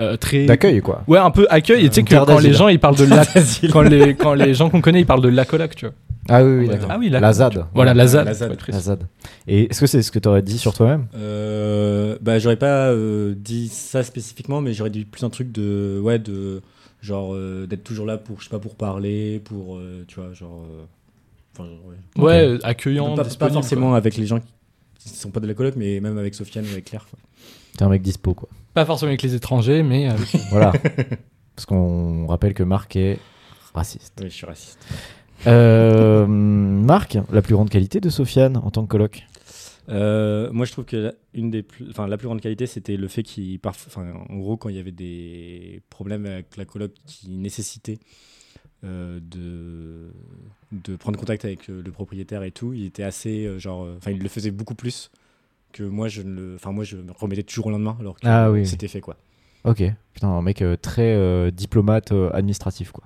S3: euh, très
S1: D'accueil quoi.
S3: Ouais, un peu accueil. Et tu sais
S1: Une
S3: que
S1: terre
S3: quand
S1: d'asile.
S3: les gens
S2: <laughs>
S3: ils parlent de la,
S2: Vas-y.
S3: quand les quand les gens qu'on connaît ils parlent de la coloc, tu vois.
S1: Ah oui, oui, d'accord.
S3: Ah oui, la,
S1: La ZAD.
S3: voilà la ZAD.
S2: La ZAD.
S3: faut être précis.
S1: La ZAD. Et est-ce que c'est ce que t'aurais dit sur toi-même
S2: Euh, bah, j'aurais pas euh, dit ça spécifiquement, mais j'aurais dit plus un truc de. Ouais, de. Genre, euh, d'être toujours là pour, je sais pas, pour parler, pour. euh, tu vois, genre. euh, Enfin, genre, ouais.
S3: Ouais, euh, accueillant,
S2: Pas, pas
S3: disponible,
S2: forcément avec les gens qui sont pas de la coloc, mais même avec Sofiane ou avec Claire. quoi.
S1: T'es un mec dispo quoi.
S3: quoi. Pas forcément avec les étrangers, mais
S2: <laughs>
S3: euh,
S1: <laughs> Voilà. Parce qu'on rappelle que Marc est raciste.
S2: Oui, je suis raciste.
S1: Euh, Marc, la plus grande qualité de Sofiane en tant que coloc
S2: Euh, moi, je trouve que la, une des plus, enfin, la plus grande qualité, c'était le fait qu'il, parf- enfin, en gros, quand il y avait des problèmes avec la coloc qui nécessitaient euh, de de prendre contact avec euh, le propriétaire et tout, il était assez, euh, genre, euh, enfin, il le faisait beaucoup plus que moi. Je ne le, enfin, moi, je me remettais toujours au lendemain, alors que
S1: Ah oui.
S2: c'était fait quoi.
S1: Ok. Putain, un mec euh, très euh, diplomate euh, administratif quoi.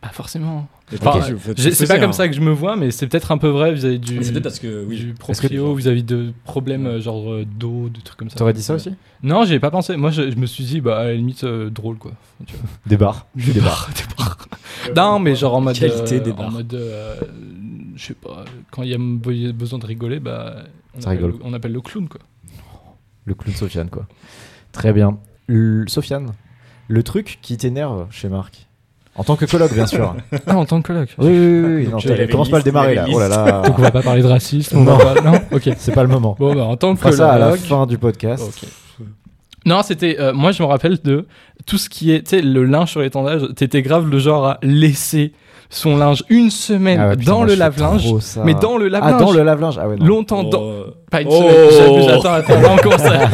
S3: pas forcément.
S2: Et
S3: Enfin,
S2: puis, je- faut-
S3: J'ai-
S2: faut
S3: C'est pas
S2: aussi,
S3: comme
S2: hein.
S3: ça que je me vois, mais c'est peut-être un peu vrai vis-à-vis du,
S2: C'est peut-être parce que oui,
S3: du
S1: Est-ce que-
S3: proprio, vis-à-vis de problèmes euh, genre euh, d'eau, de trucs comme ça.
S1: T'aurais dit ça aussi
S3: Non, j'ai pas pensé. Moi, je, je me suis dit, bah à la limite euh, drôle quoi. Tu vois.
S1: Des bars. Des bars.
S3: <laughs> Débarre, débarre. Non, mais genre en mode.
S2: Qualité
S3: euh,
S2: des
S3: En
S2: bars.
S3: mode. euh, je sais pas, quand il y a be- besoin de rigoler, bah. On,
S1: Ça
S3: appelle,
S1: rigole.
S3: le- on appelle le clown, quoi.
S1: Le clown Sofiane quoi. Très bien. L- Sofiane, le truc qui t'énerve chez Marc en tant que coloc, bien sûr.
S3: Ah, en tant que coloc.
S1: Oui, oui, oui. oui. Non,
S2: Je-
S1: t'as-
S2: il avait
S1: commence
S2: une
S1: pas à le
S2: liste,
S1: démarrer
S2: il
S1: là.
S2: avait une
S1: Oh là là.
S3: Donc on va pas parler de racisme, on
S1: Non.
S3: va pas- non Ok.
S1: C'est pas le moment.
S3: Bon, bah en tant
S1: On
S3: que
S1: fera
S3: coloc.
S1: ça à la fin du podcast.
S3: Ok. Non, c'était. euh, moi, je me rappelle de tout ce qui était le linge sur l'étendage. T'étais grave le genre à laisser son linge une semaine
S1: Ah ouais, putain,
S3: dans
S1: moi,
S3: le
S1: je fais
S3: lave-linge.
S1: trop ça.
S3: Mais dans le
S1: Ah,
S3: lave-linge.
S1: dans le lave-linge. Ah ouais, non.
S3: Longtemps dans.
S2: Oh,
S3: Pas une
S2: Oh.
S3: semaine. J'attends, J'attends, attends, là, on commence à-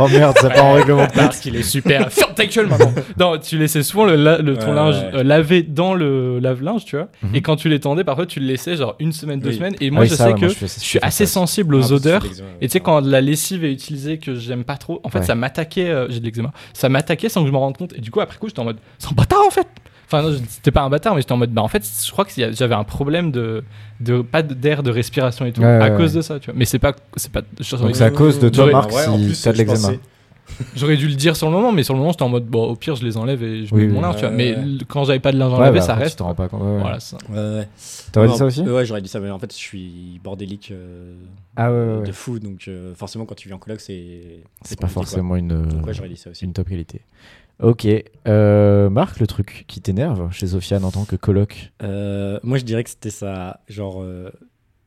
S1: Oh merde, c'est
S3: <laughs>
S1: pas en règlement.
S3: Parce qu'il
S1: <laughs>
S3: est super. Ferme ta gueule maintenant. Non, tu laissais souvent le, la- le- ton
S2: Ouais,
S3: linge
S2: ouais.
S3: euh, lavé dans le lave-linge, tu vois.
S1: Mhm.
S3: Et quand tu l'étendais, parfois tu le laissais genre une semaine, deux
S2: Oui.
S3: semaines. Et moi,
S1: Ah oui,
S3: je
S1: ça,
S3: sais
S1: ouais,
S3: que
S1: moi,
S3: je,
S1: fais- je
S3: suis
S1: fais
S3: assez
S1: ça Ah, aussi.
S3: sensible
S2: un
S3: aux
S2: peu
S3: odeurs.
S2: sur l'examen, ouais,
S3: Et tu sais,
S2: ça.
S3: quand la lessive est utilisée que j'aime pas trop, en fait,
S1: Ouais.
S3: ça m'attaquait. euh, J'ai de l'eczéma. Ça m'attaquait sans que je m'en rende compte. Et du coup, après coup, j'étais en mode, c'est un bâtard en fait. Enfin, non, je- c'était pas un bâtard, mais j'étais en mode, bah en fait, je crois que s'il y a- j'avais un problème de, de pas de- d'air, de respiration et tout,
S1: Ouais,
S3: à
S1: ouais,
S3: cause
S1: ouais.
S3: de ça, tu vois. Mais c'est pas, c'est pas,
S1: Donc, c'est à cause de toi,
S3: J'aurais-
S1: Marc,
S2: Ouais, en
S1: si
S2: plus,
S1: t'as de
S2: je
S1: l'eczéma.
S2: pensais-
S3: J'aurais dû le dire sur le moment, mais sur le moment, j'étais en mode, bon, au pire, je les enlève et je
S1: Oui,
S3: mets
S1: oui.
S3: mon linge, tu vois.
S2: Ouais,
S3: Mais
S2: ouais.
S3: l- quand j'avais pas de linge
S1: Ouais,
S3: enlevé,
S1: bah,
S3: ça
S1: après,
S3: reste.
S1: Tu t'en rends pas compte. ouais, ouais.
S3: Voilà, ça.
S2: Ouais, ouais.
S1: T'aurais
S2: Non,
S1: dit ça aussi
S2: euh, Ouais, j'aurais dit ça, mais en fait, je suis bordélique euh,
S1: Ah ouais, ouais, ouais.
S2: de fou, donc euh, forcément, quand tu vis en coloc, c'est.
S1: C'est pas
S2: compliqué, quoi.
S1: forcément une,
S2: Donc, ouais,
S1: euh,
S2: j'aurais dit ça aussi.
S1: une top qualité. Ok. Euh, Marc, le truc qui t'énerve chez Sofiane en tant que coloc
S2: Euh, moi, je dirais que c'était ça, genre, euh,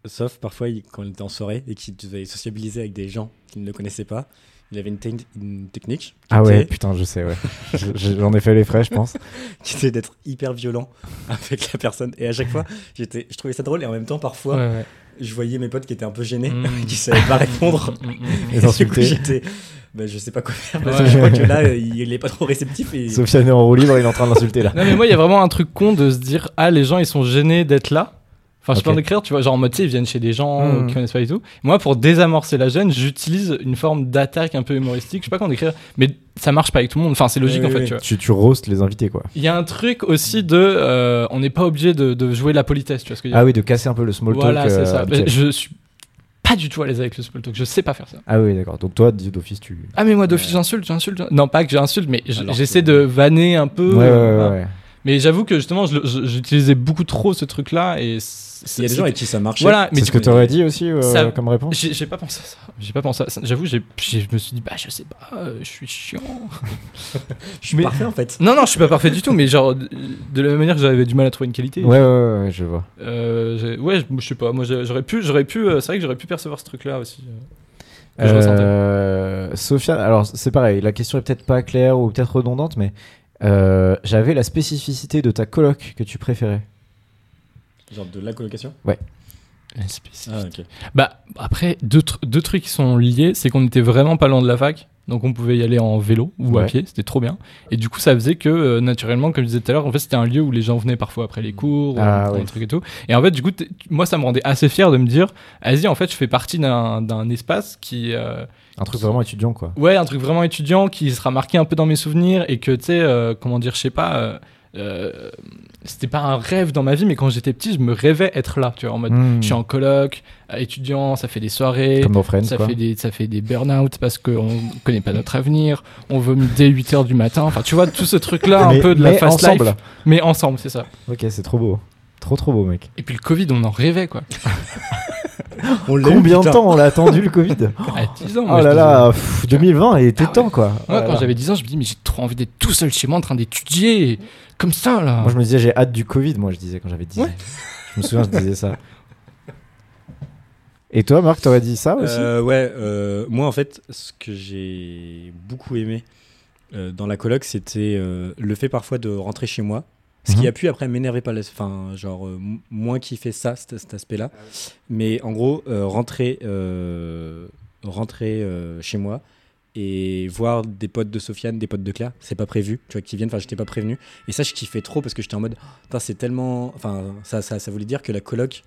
S2: sauf parfois il- quand il était en soirée et qu'il devait sociabiliser avec des gens qu'il ne connaissait pas. Il avait une, techni- une technique qui
S1: Ah ouais,
S2: était- <laughs>
S1: putain, je sais, ouais. <laughs> Je- je- J'en ai fait les frais, je pense.
S2: qui était d'être hyper violent <laughs> avec la personne. Et à chaque fois, j'étais, je trouvais ça drôle et en même temps, parfois,
S3: Ouais,
S2: je voyais mes potes qui étaient un peu gênés,
S3: Mm.
S2: <laughs> qui savaient pas répondre.
S3: ouais. Mm, mm, mm.
S1: <laughs> Les
S2: <laughs> Et du coup,
S1: insulter.
S2: j'étais, bah, je sais pas quoi faire parce
S3: Ouais.
S2: que je vois que là, euh, il est pas trop réceptif et
S1: Sofiane est en roue libre, il est en train de l'insulter là.
S3: Non, mais moi, il y a vraiment un truc con de se dire Ah, les gens, ils sont gênés d'être là. Enfin, je
S1: Ok.
S3: peux en décrire, tu vois, genre en mode, tu sais, ils viennent chez des gens
S1: Mhm.
S3: euh, qui connaissent pas du tout. Moi, pour désamorcer la gêne, j'utilise une forme d'attaque un peu humoristique. Je sais pas comment décrire, mais ça marche pas avec tout le monde. Enfin, c'est logique
S2: Oui,
S3: en
S2: oui,
S3: fait,
S2: oui.
S3: tu vois.
S1: Tu, tu roastes les invités, quoi.
S3: Il y a un truc aussi de. euh, on n'est pas obligé de, de jouer la politesse, tu vois ce que je veux
S1: Ah
S3: dire.
S1: oui, de casser un peu le small
S3: voilà,
S1: talk.
S3: c'est
S1: euh,
S3: ça.
S1: habituel.
S3: <laughs> Mais Je suis pas du tout à l'aise avec le small talk, je sais pas faire ça.
S1: Ah oui, d'accord. Donc toi, d'office, tu.
S3: Ah, mais moi, d'office, j'insulte, j'insulte. j'insulte. Non, pas que j'insulte, mais j-
S2: Alors que-
S3: j'essaie de vanner un peu.
S1: Ouais, ouais,
S3: euh,
S1: ouais.
S3: voilà.
S1: ouais.
S3: Mais j'avoue que justement, je le- je- j'utilisais beaucoup trop ce truc-là et. c-
S2: il y a des gens
S3: c'était-
S2: avec qui ça marchait.
S3: Voilà, mais
S1: C'est
S3: du
S1: ce que
S3: coup,
S1: t'aurais dit aussi euh,
S3: Ça-
S1: comme
S3: <laughs>
S1: réponse
S3: j'ai j'ai pas pensé à ça. J'ai pas pensé à ça. J'avoue, j'ai- j'ai- je me suis dit, bah, je sais pas, euh, je suis chiant.
S2: Je suis
S3: Mais-
S2: parfait en fait.
S3: Non, non, je suis pas parfait du tout, mais genre, de- de la même manière que j'avais du mal à trouver une qualité.
S1: Ouais, ouais, ouais, ouais, je vois.
S3: Euh, j'ai- ouais, je- je sais pas, moi j'ai- j'aurais pu, j'aurais pu, euh, c'est vrai que j'aurais pu percevoir ce truc-là aussi. euh, que je ressentais.
S1: Euh, Sofiane, alors c'est pareil, la question est peut-être pas claire ou peut-être redondante, mais euh, j'avais la spécificité de ta coloc que tu préférais.
S2: Genre de la colocation. Ah, ok.
S3: Bah, après, deux, tr- deux trucs qui sont liés, c'est qu'on était vraiment pas loin de la fac, donc on pouvait y aller en vélo ou à
S1: Ouais.
S3: pied, c'était trop bien. Et du coup, ça faisait que, euh, naturellement, comme je disais tout à l'heure, en fait, c'était un lieu où les gens venaient parfois après les cours, ou
S1: Ah,
S3: un
S1: ouais.
S3: truc et tout. Et en fait, du coup, t'es- moi, ça me rendait assez fier de me dire, Asie, en fait, je fais partie d'un d'un espace qui. euh,
S1: Un truc vraiment étudiant, quoi.
S3: Ouais, un truc vraiment étudiant qui sera marqué un peu dans mes souvenirs et que, tu sais, euh, comment dire, je sais pas, euh, euh, c'était pas un rêve dans ma vie, mais quand j'étais petit, je me rêvais être là, tu vois, en mode,
S1: Hmm.
S3: je suis en coloc, euh, étudiant, ça fait des soirées.
S1: Comme dans Friends,
S3: Ça
S1: quoi.
S3: fait, des, ça fait des burn-out parce qu'on connaît pas notre avenir, on vomit dès 8h du matin. Enfin, tu vois, tout ce truc-là, un
S1: Mais-
S3: peu de la
S1: mais
S3: fast
S1: ensemble.
S3: life. Mais ensemble, c'est ça.
S1: Ok, c'est trop beau. Trop, trop beau, mec.
S3: Et puis le Covid, on en rêvait, quoi.
S2: On l'a eu,
S1: Combien de
S2: putain.
S1: temps on l'a attendu le Covid
S3: <laughs> À 10 ans.
S1: Oh
S3: moi, je
S1: là
S3: disais-
S1: là, pff, 2020 il était
S3: Ah ouais.
S1: temps, quoi. Oh
S3: Moi,
S1: là
S3: quand
S1: là.
S3: j'avais 10 ans, je me dis, mais j'ai trop envie d'être tout seul chez moi en train d'étudier. Comme ça, là.
S1: Moi, je me disais, j'ai hâte du Covid, moi, je disais quand j'avais 10 ans.
S3: Ouais.
S1: Je me souviens, je disais ça. Et toi, Marc, t'aurais dit ça aussi
S2: Euh, ouais, euh, moi en fait, ce que j'ai beaucoup aimé euh, dans la coloc, c'était euh, le fait parfois de rentrer chez moi. Ce qui
S1: Mhm.
S2: a pu après m'énerver par la. Enfin, genre, euh, m- moins kiffer ça, cet, cet aspect-là. Mais en gros, euh, rentrer, euh, rentrer euh, chez moi et voir des potes de Sofiane, des potes de Claire, c'est pas prévu, tu vois, qui viennent, enfin, j'étais pas prévenu. Et ça, je kiffais trop parce que j'étais en mode, oh, putain, c'est tellement. Enfin, ça, ça, ça voulait dire que la coloc.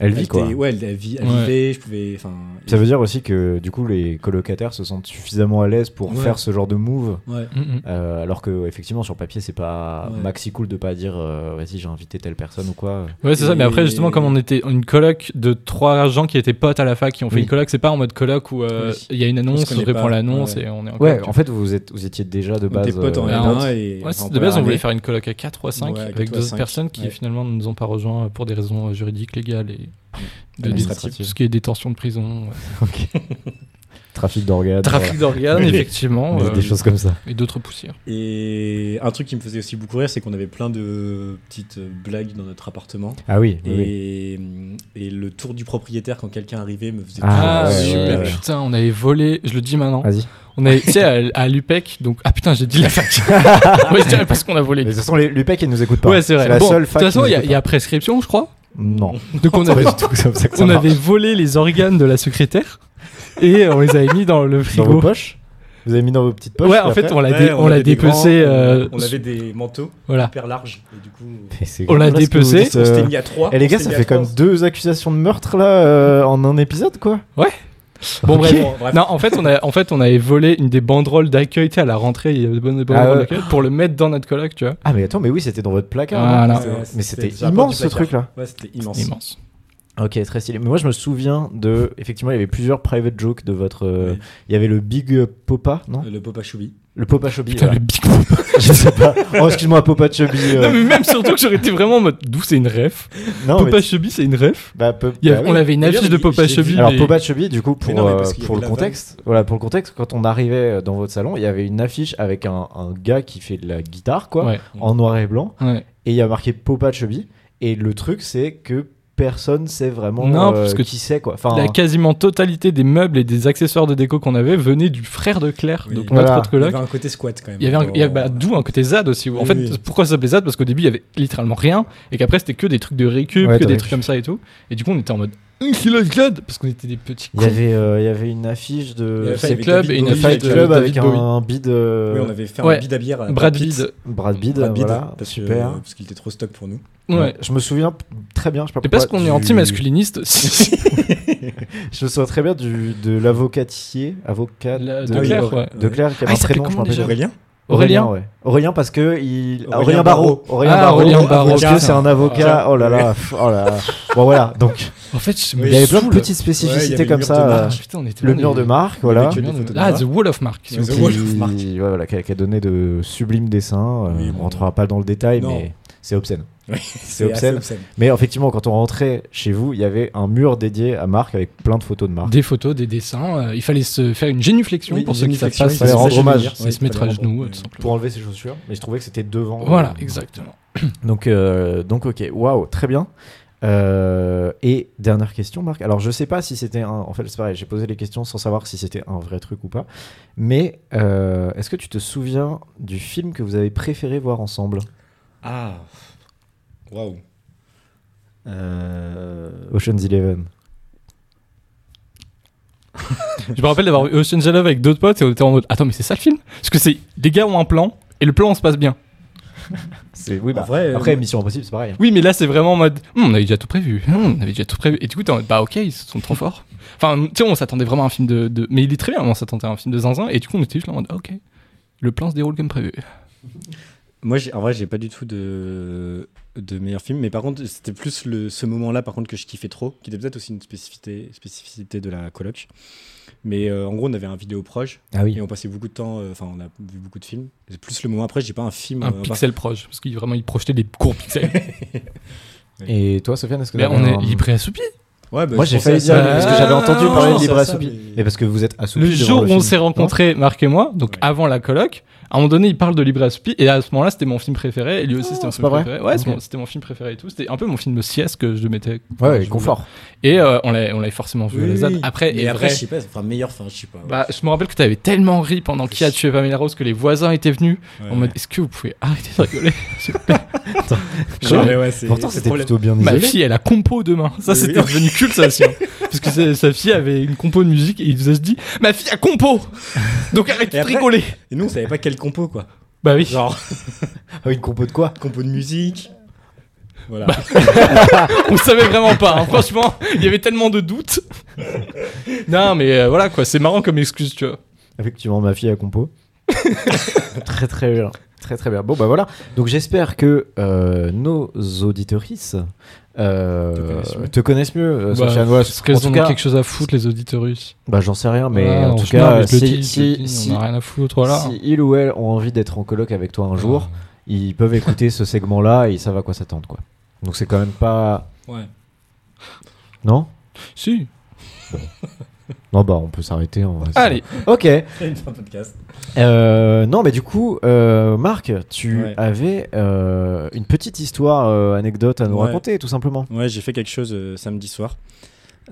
S1: Elle vit,
S2: était-
S1: quoi.
S2: Ouais, elle, elle vit- elle
S3: Ouais.
S2: vivait, je pouvais. Enfin,
S1: Ça veut dire aussi que du coup les colocataires se sentent suffisamment à l'aise pour
S2: Ouais.
S1: faire ce genre de move,
S2: ouais.
S3: Mm, mm.
S1: euh, alors que effectivement sur papier c'est pas
S2: Ouais.
S1: maxi cool de pas dire euh, vas-y j'ai invité telle personne ou quoi.
S3: Ouais, c'est ça, mais
S2: Et-
S3: après, justement, comme on était une coloc de trois gens qui étaient potes à la fac, qui ont fait
S1: Oui.
S3: une coloc, c'est pas en mode coloc où euh,
S2: Oui.
S3: il y a une
S2: On
S3: annonce,
S2: se
S3: on,
S2: connaît
S3: répond
S2: pas,
S3: l'annonce
S2: ouais.
S3: et on est en
S1: Ouais,
S3: coloc, tu
S1: en fait vous êtes vous étiez déjà de base.
S2: Tes potes en
S1: euh,
S3: N1.
S1: potes.
S2: L1 et.
S3: Ouais,
S2: enfin,
S3: de base, on
S2: première
S3: voulait
S2: année.
S3: faire une coloc à 4 ou à 5
S2: Ouais,
S3: avec
S2: quatre ou à
S3: deux autres
S2: cinq,
S3: personnes qui
S2: ouais.
S3: finalement ne nous ont pas rejoints pour des raisons euh, juridiques, légales et de
S1: Administratives.
S3: tout ce qui est détention de prison, ouais.
S1: trafic d'organes, <laughs>
S3: trafic d'organes,
S1: Des-
S3: effectivement,
S1: voilà.
S3: euh,
S1: des, des choses comme ça.
S3: et d'autres poussières.
S2: Et un truc qui me faisait aussi beaucoup rire, c'est qu'on avait plein de petites blagues dans notre appartement.
S1: Ah oui. oui, oui.
S2: Et, et le tour du propriétaire quand quelqu'un arrivait me faisait
S1: Ah,
S2: toujours
S1: ouais,
S2: super
S1: ouais, Ah.
S2: rire.
S3: putain, on avait volé, je le dis maintenant,
S1: Vas-y.
S3: on avait, tu sais, à, à l'UPEC, donc, ah putain, j'ai dit
S1: <laughs>
S3: la fac. ouais, je dirais parce qu'on a volé.
S1: Mais de toute façon les- l'UPEC ils nous écoutent pas.
S3: Ouais, c'est vrai.
S1: la
S3: Bon,
S1: seule
S3: de toute
S1: fac. qui
S3: façon,
S1: nous
S3: il y a-
S1: écoute
S3: il y a prescription, je crois.
S1: pas.
S3: <laughs>
S1: Non.
S3: Donc on
S1: C'est
S3: avait,
S1: pas du tout comme <laughs> ça que ça
S3: on
S1: marche.
S3: avait volé les organes de la secrétaire et on les avait mis dans le
S1: dans vos
S3: frigo.
S1: poches. Vous avez mis dans vos petites poches.
S3: ouais,
S1: et
S3: en fait,
S1: après-
S3: on l'a
S2: Ouais,
S3: dé- on l'a
S2: avait des
S3: dépecé.
S2: grands,
S3: euh,
S2: on avait des manteaux
S1: <laughs>
S3: voilà.
S2: hyper larges. Et du coup,
S1: Mais c'est
S3: on l'a
S1: dégueulasse que vous
S3: dépecé.
S1: dites,
S2: on
S1: euh,
S2: s'était mis à trois.
S1: Et les gars,
S2: on
S1: ça
S2: s'était
S1: fait
S2: mis
S1: comme
S2: à trois.
S1: deux accusations de meurtre là euh, en un épisode quoi.
S3: Ouais. Bon,
S1: Ok.
S3: bref.
S2: Bon, bref.
S3: Non, en fait, on a, en fait, on avait volé une des banderoles d'accueil, tu sais, à la rentrée, il y avait des bonnes banderoles
S1: Ah ouais.
S3: d'accueil pour le mettre dans notre coloc, tu vois.
S1: Ah mais attends, mais oui, c'était dans votre placard.
S3: Voilà.
S1: non
S2: Ouais, ouais,
S1: Mais c'était
S2: sur la porte
S1: immense
S2: du
S1: ce
S2: placard.
S1: truc là.
S2: Ouais, c'était immense.
S3: Immense. immense.
S1: Ok, très stylé. Mais moi je me souviens de effectivement, il y avait plusieurs private jokes de votre euh,
S2: Ouais.
S1: il y avait le Big Popa, non
S2: Euh, Le Popa Choubi.
S1: Le Popa Chobi.
S3: Putain,
S1: voilà.
S3: le Big Pop.
S1: Je sais pas. Oh, excuse-moi, Popa Chobi.
S3: Non, mais même surtout que j'aurais été vraiment en mode d'où c'est une ref
S1: euh, Non, mais-
S3: Popa Chubby, c'est une ref
S1: bah, peu-
S3: Il y a-
S1: bah oui.
S3: On avait une
S2: D'ailleurs,
S3: affiche de
S2: il- je
S3: Popa
S2: l'ai vu.
S3: Chubby.
S1: Alors,
S3: mais-
S1: Popa Chubby, du coup, pour,
S2: Mais non, mais
S1: euh,
S2: parce qu'il y
S1: pour
S2: avait
S1: le
S2: la
S1: contexte, voilà, pour le contexte, quand on arrivait euh, dans votre salon, il y avait une affiche avec un, un gars qui fait de la guitare, quoi,
S3: Ouais.
S1: en noir et blanc,
S3: Ouais.
S1: et il y a marqué Popa Chubby. Et le truc, c'est que personne sait vraiment
S3: Non,
S1: euh,
S3: parce que
S1: qui c'est, quoi. Enfin,
S3: La quasiment totalité des meubles et des accessoires de déco qu'on avait venaient du frère de Claire,
S2: Oui.
S3: donc
S1: Voilà.
S3: notre autre
S2: Il y avait
S3: coloc.
S2: un côté squat quand même. euh,
S3: Il y avait, un- il y avait- bah,
S2: Dans-
S3: d'où un côté ZAD aussi. où- en
S2: Oui,
S3: fait,
S2: oui.
S3: pourquoi ça s'appelait ZAD Parce qu'au début, il y avait littéralement rien et qu'après, c'était que des trucs de récup,
S1: Ouais,
S3: que
S1: de
S3: des
S1: récup.
S3: trucs comme ça et tout. Et du coup, on était en mode Hum, c'est le ZAD parce qu'on était des petits
S1: il y
S3: cons.
S1: avait, euh, il y avait une affiche
S2: Il y
S1: de
S2: avait
S3: C'est
S2: avec
S3: club
S2: David
S3: et une
S2: Bowie,
S3: affiche
S1: Fight
S2: avec,
S3: de
S1: Club
S3: David
S1: avec un,
S3: Bowie.
S1: un bid, euh,
S2: Oui, on avait fait
S3: Ouais.
S2: un bid à bière. à la
S3: Brad
S2: Pitt.
S3: Pitt.
S1: Brad Bid,
S2: Brad Pitt,
S1: voilà,
S2: parce que-
S1: super.
S2: Parce qu'il était trop stock pour nous.
S3: Ouais.
S1: Ouais, Je me souviens p- très bien, je sais pas
S3: Et parce
S1: pourquoi,
S3: qu'on est
S1: du- <laughs>
S3: anti-masculiniste, <laughs> si-
S1: Je me souviens très bien du, de l'avocatier, avocat
S3: La-
S1: de,
S3: de Claire,
S1: Claire,
S3: ouais.
S1: de Claire, qui avait
S3: Ah,
S1: un
S3: il s'appelait
S1: prénom, je me
S3: comment
S1: rappelle.
S3: déjà
S2: Aurélien
S3: Aurélien.
S1: ouais. Aurélien parce que il
S2: Aurélien
S1: Aurélien Barrault. Aurélien
S3: Ah, Aurélien Barrault,
S1: Parce que
S3: putain.
S1: c'est un avocat. Oh là là. pff, Oh là. là. Bon voilà. Donc
S3: En fait, je me
S1: il y avait
S3: saoule. Ah,
S1: plein de petites
S2: Ouais, il y
S1: spécificités
S2: avait
S1: comme
S2: le mur de
S1: ça. euh,
S2: marque.
S3: Putain, on était
S1: Le
S3: on
S1: mur
S3: est-
S1: de marque, voilà.
S2: avait
S3: le
S2: que
S3: mur
S2: des
S3: de-
S2: photos de
S3: Ah,
S2: marque.
S3: The Wall of Mark. s'il
S2: Ouais,
S3: vous
S2: The
S3: plaît.
S2: Wall. Wolf Mark.
S1: Qui, ouais, voilà, qui a, qui a donné de sublimes dessins. euh,
S2: Oui,
S1: on
S2: bon.
S1: rentrera pas dans le détail,
S2: Non.
S1: mais c'est obscène.
S2: C'est
S1: obscène.
S2: assez
S1: Mais effectivement, quand on rentrait chez vous, il y avait un mur dédié à Marc avec plein de photos de Marc.
S3: Des photos, des dessins. euh, il fallait se faire une génuflexion
S2: Oui,
S3: pour
S2: une
S3: ceux qui savent
S2: génuflexion,
S3: pas.
S2: il
S3: c'est-
S1: fallait rendre
S3: c'est-
S1: hommage.
S3: C'est se
S2: Oui,
S3: mettre à
S2: fallait rendre
S3: genoux, euh,
S2: hommage.
S3: tout simplement.
S1: Pour enlever ses chaussures, mais je trouvais que c'était devant. euh,
S3: Voilà, exactement.
S1: Donc, euh, donc ok, waouh, très bien. Euh, et dernière question, Marc. Alors, je sais pas si c'était un. En fait, c'est pareil, j'ai posé les questions sans savoir si c'était un vrai truc ou pas. Mais euh, est-ce que tu te souviens du film que vous avez préféré voir ensemble
S2: Ah. Waouh. Euh...
S1: Ocean's Eleven.
S3: Je me rappelle d'avoir vu Ocean's Eleven avec d'autres potes et on était en mode Attends, mais c'est ça le film Parce que c'est les gars ont un plan et le plan on se passe bien.
S1: C'est oui, bah,
S2: En vrai, euh,
S1: après Mission Impossible, c'est pareil. hein.
S3: Oui, mais là c'est vraiment en mode Hum, On avait déjà tout prévu. Hum, on avait déjà tout prévu. Et du coup, t'es en mode Bah ok, ils sont trop forts. Enfin, tu sais, on s'attendait vraiment à un film de, de- Mais il est très bien, on s'attendait à un film de zinzin et du coup, on était juste là en mode Ah, Ok, le plan se déroule comme prévu.
S2: Moi, j'ai- en vrai, j'ai pas du tout de, de meilleur film, mais par contre, c'était plus le, ce moment-là, par contre, que je kiffais trop, qui était peut-être aussi une spécificité, spécificité de la coloc. Mais euh, en gros, on avait un vidéo proche
S1: Ah
S2: et on passait beaucoup de temps, euh, enfin, on a vu beaucoup de films. C'est plus le moment après, j'ai pas un film.
S3: Un
S2: euh,
S3: pixel proche, parce qu'il vraiment il projetait des courts pixels.
S1: Et toi, Sofiane, est-ce que
S3: mais
S1: t'avais
S3: on
S1: un-
S3: est libre et assoupi.
S2: enfin- Ouais, bah,
S1: Moi,
S2: je
S1: j'ai
S2: pensais
S1: failli
S2: à
S1: dire
S2: ça,
S3: mais
S1: parce que
S3: Ah,
S1: j'avais entendu
S3: non,
S1: parler
S3: non,
S1: de Libre
S2: ça,
S1: Assoupi.
S2: mais-
S1: Mais parce que vous êtes assoupi.
S3: le
S1: devant
S3: jour où on
S1: film.
S3: s'est rencontrés, Marc et moi, donc
S2: Ouais.
S3: avant la coloc, à un moment donné, il parle de Libre Aspi, et à ce moment-là, c'était mon film préféré, et lui aussi,
S1: Ah,
S3: c'était mon
S1: c'est
S3: film
S1: pas vrai
S3: préféré. Ouais, c'est
S1: Ok.
S3: mon- c'était mon film préféré et tout. C'était un peu mon film de sieste que je mettais.
S1: Ouais,
S3: je
S1: ouais,
S3: voulais.
S1: confort.
S3: Et euh, on l'avait on l'avait forcément vu à la
S2: Oui,
S3: ZAD.
S2: oui.
S3: Après,
S2: Mais
S3: et
S2: après,
S3: vrai,
S2: je sais pas, enfin, meilleur, enfin, je sais pas.
S3: bah, je me rappelle que t'avais tellement ri pendant qui a tué Pamela Rose que les voisins étaient venus
S2: Ouais.
S3: en mode Est-ce que vous pouvez arrêter de rigoler
S2: <laughs>
S3: s'il vous plaît
S2: Genre,
S3: Genre,
S2: mais ouais, c'est-
S1: Pourtant,
S2: c'est
S1: c'était
S2: le problème.
S1: plutôt bien
S3: Ma
S1: isolé.
S3: fille, elle a compo demain. Ça,
S2: Oui,
S3: c'était
S2: oui.
S3: devenu culte, ça aussi. hein. Parce que sa- sa fille avait une compo de musique et il faisait se dit Ma fille a compo Donc arrêtez
S2: Et
S3: de
S2: après-
S3: rigoler
S2: Et nous, on savait pas quel compo, <laughs> quoi.
S3: Bah oui.
S2: Genre,
S1: Ah, Une compo de quoi
S2: compo de musique. Voilà.
S3: On savait vraiment pas, hein. franchement, il y avait tellement de doutes. non, mais euh, voilà quoi, c'est marrant comme excuse, tu vois.
S1: Effectivement, ma fille à compo. <laughs> très très bien. Très très bien. Bon bah voilà. Donc j'espère que euh, nos auditorices euh,
S2: Te connaissent mieux.
S1: te connaissent mieux. euh,
S3: Bah,
S1: Sofiane. Voilà,
S3: parce qu'elles
S1: en
S3: en
S1: tout
S3: ont
S1: cas,
S3: quelque chose à foutre, les auditorus.
S1: bah, j'en sais rien, mais
S3: Voilà,
S1: en
S3: on
S1: tout
S3: se marre,
S1: cas,
S3: mais je le
S1: si,
S3: dis, je le
S1: si,
S3: dis,
S1: si-
S3: on a rien à foutre, voilà. Ah.
S1: si ils ou elles ont envie d'être en coloc avec toi un jour, ils peuvent écouter ce segment-là et ils savent à quoi s'attendre quoi. Donc c'est quand même pas
S2: <laughs> Ouais.
S1: non
S3: Si.
S1: non bah on peut s'arrêter. en vrai, c'est-
S3: Allez,
S1: Ok.
S2: Un podcast.
S1: Euh, non, mais du coup, euh, Marc, tu
S2: Ouais.
S1: avais euh, une petite histoire, euh, anecdote à nous
S2: Ouais.
S1: raconter, tout simplement.
S2: Ouais, j'ai fait quelque chose euh, samedi soir.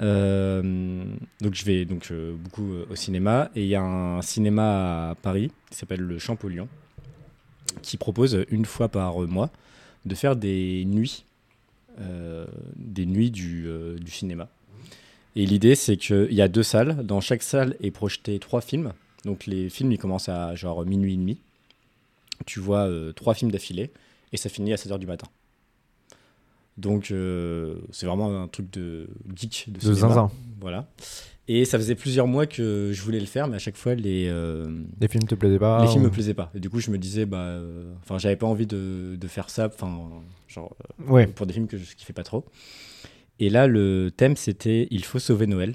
S2: Euh, donc je vais donc euh, beaucoup euh, au cinéma et il y a un cinéma à Paris qui s'appelle le Champollion qui propose euh, une fois par euh, mois de faire des nuits, euh, des nuits du, euh, du cinéma. Et l'idée c'est qu'il y a deux salles, dans chaque salle est projeté trois films. Donc les films ils commencent à genre minuit et demi. Tu vois euh, trois films d'affilée et ça finit à 7h du matin. Donc euh, c'est vraiment un truc de geek de,
S1: De
S2: cinéma.
S1: zinzin,
S2: Voilà. Et ça faisait plusieurs mois que je voulais le faire, mais à chaque fois, les, euh,
S1: les films te plaisaient pas
S2: les films
S1: ou-
S2: me plaisaient pas. Et du coup, je me disais, bah, euh, enfin, j'avais pas envie de, de faire ça, enfin, genre, euh,
S1: Ouais.
S2: pour des films que je kiffais pas trop. Et là, le thème, c'était Il faut sauver Noël.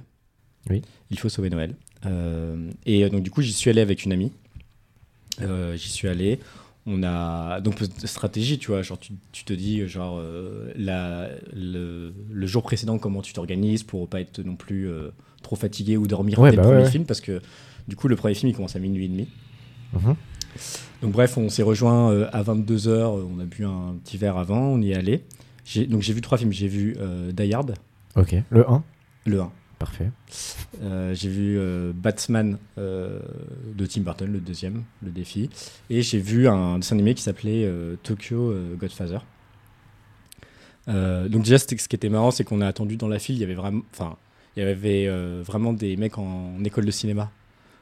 S1: Oui.
S2: Il faut sauver Noël. Euh, et euh, donc, du coup, j'y suis allé avec une amie. Euh, J'y suis allé. On a donc euh, stratégie, tu vois, genre tu, tu te dis genre euh, la, le, le jour précédent comment tu t'organises pour pas être non plus euh, trop fatigué ou dormir
S1: Ouais,
S2: dès
S1: bah
S2: le
S1: ouais,
S2: premier
S1: ouais.
S2: film parce que du coup le premier film il commence à minuit et demi.
S1: Mhm.
S2: Donc bref, on s'est rejoint euh, à 22h, on a bu un petit verre avant, on y est allé. J'ai- Donc j'ai vu trois films, j'ai vu euh, Die Hard,
S1: Ok. Le 1,
S2: le 1.
S1: parfait.
S2: Euh, j'ai vu euh, Batman euh, de Tim Burton, le deuxième, le défi. Et j'ai vu un dessin animé qui s'appelait euh, Tokyo euh, Godfather. Euh, donc déjà, c'était- ce qui était marrant, c'est qu'on a attendu dans la file, il y avait vraiment, enfin, il y avait euh, vraiment des mecs en, en école de cinéma.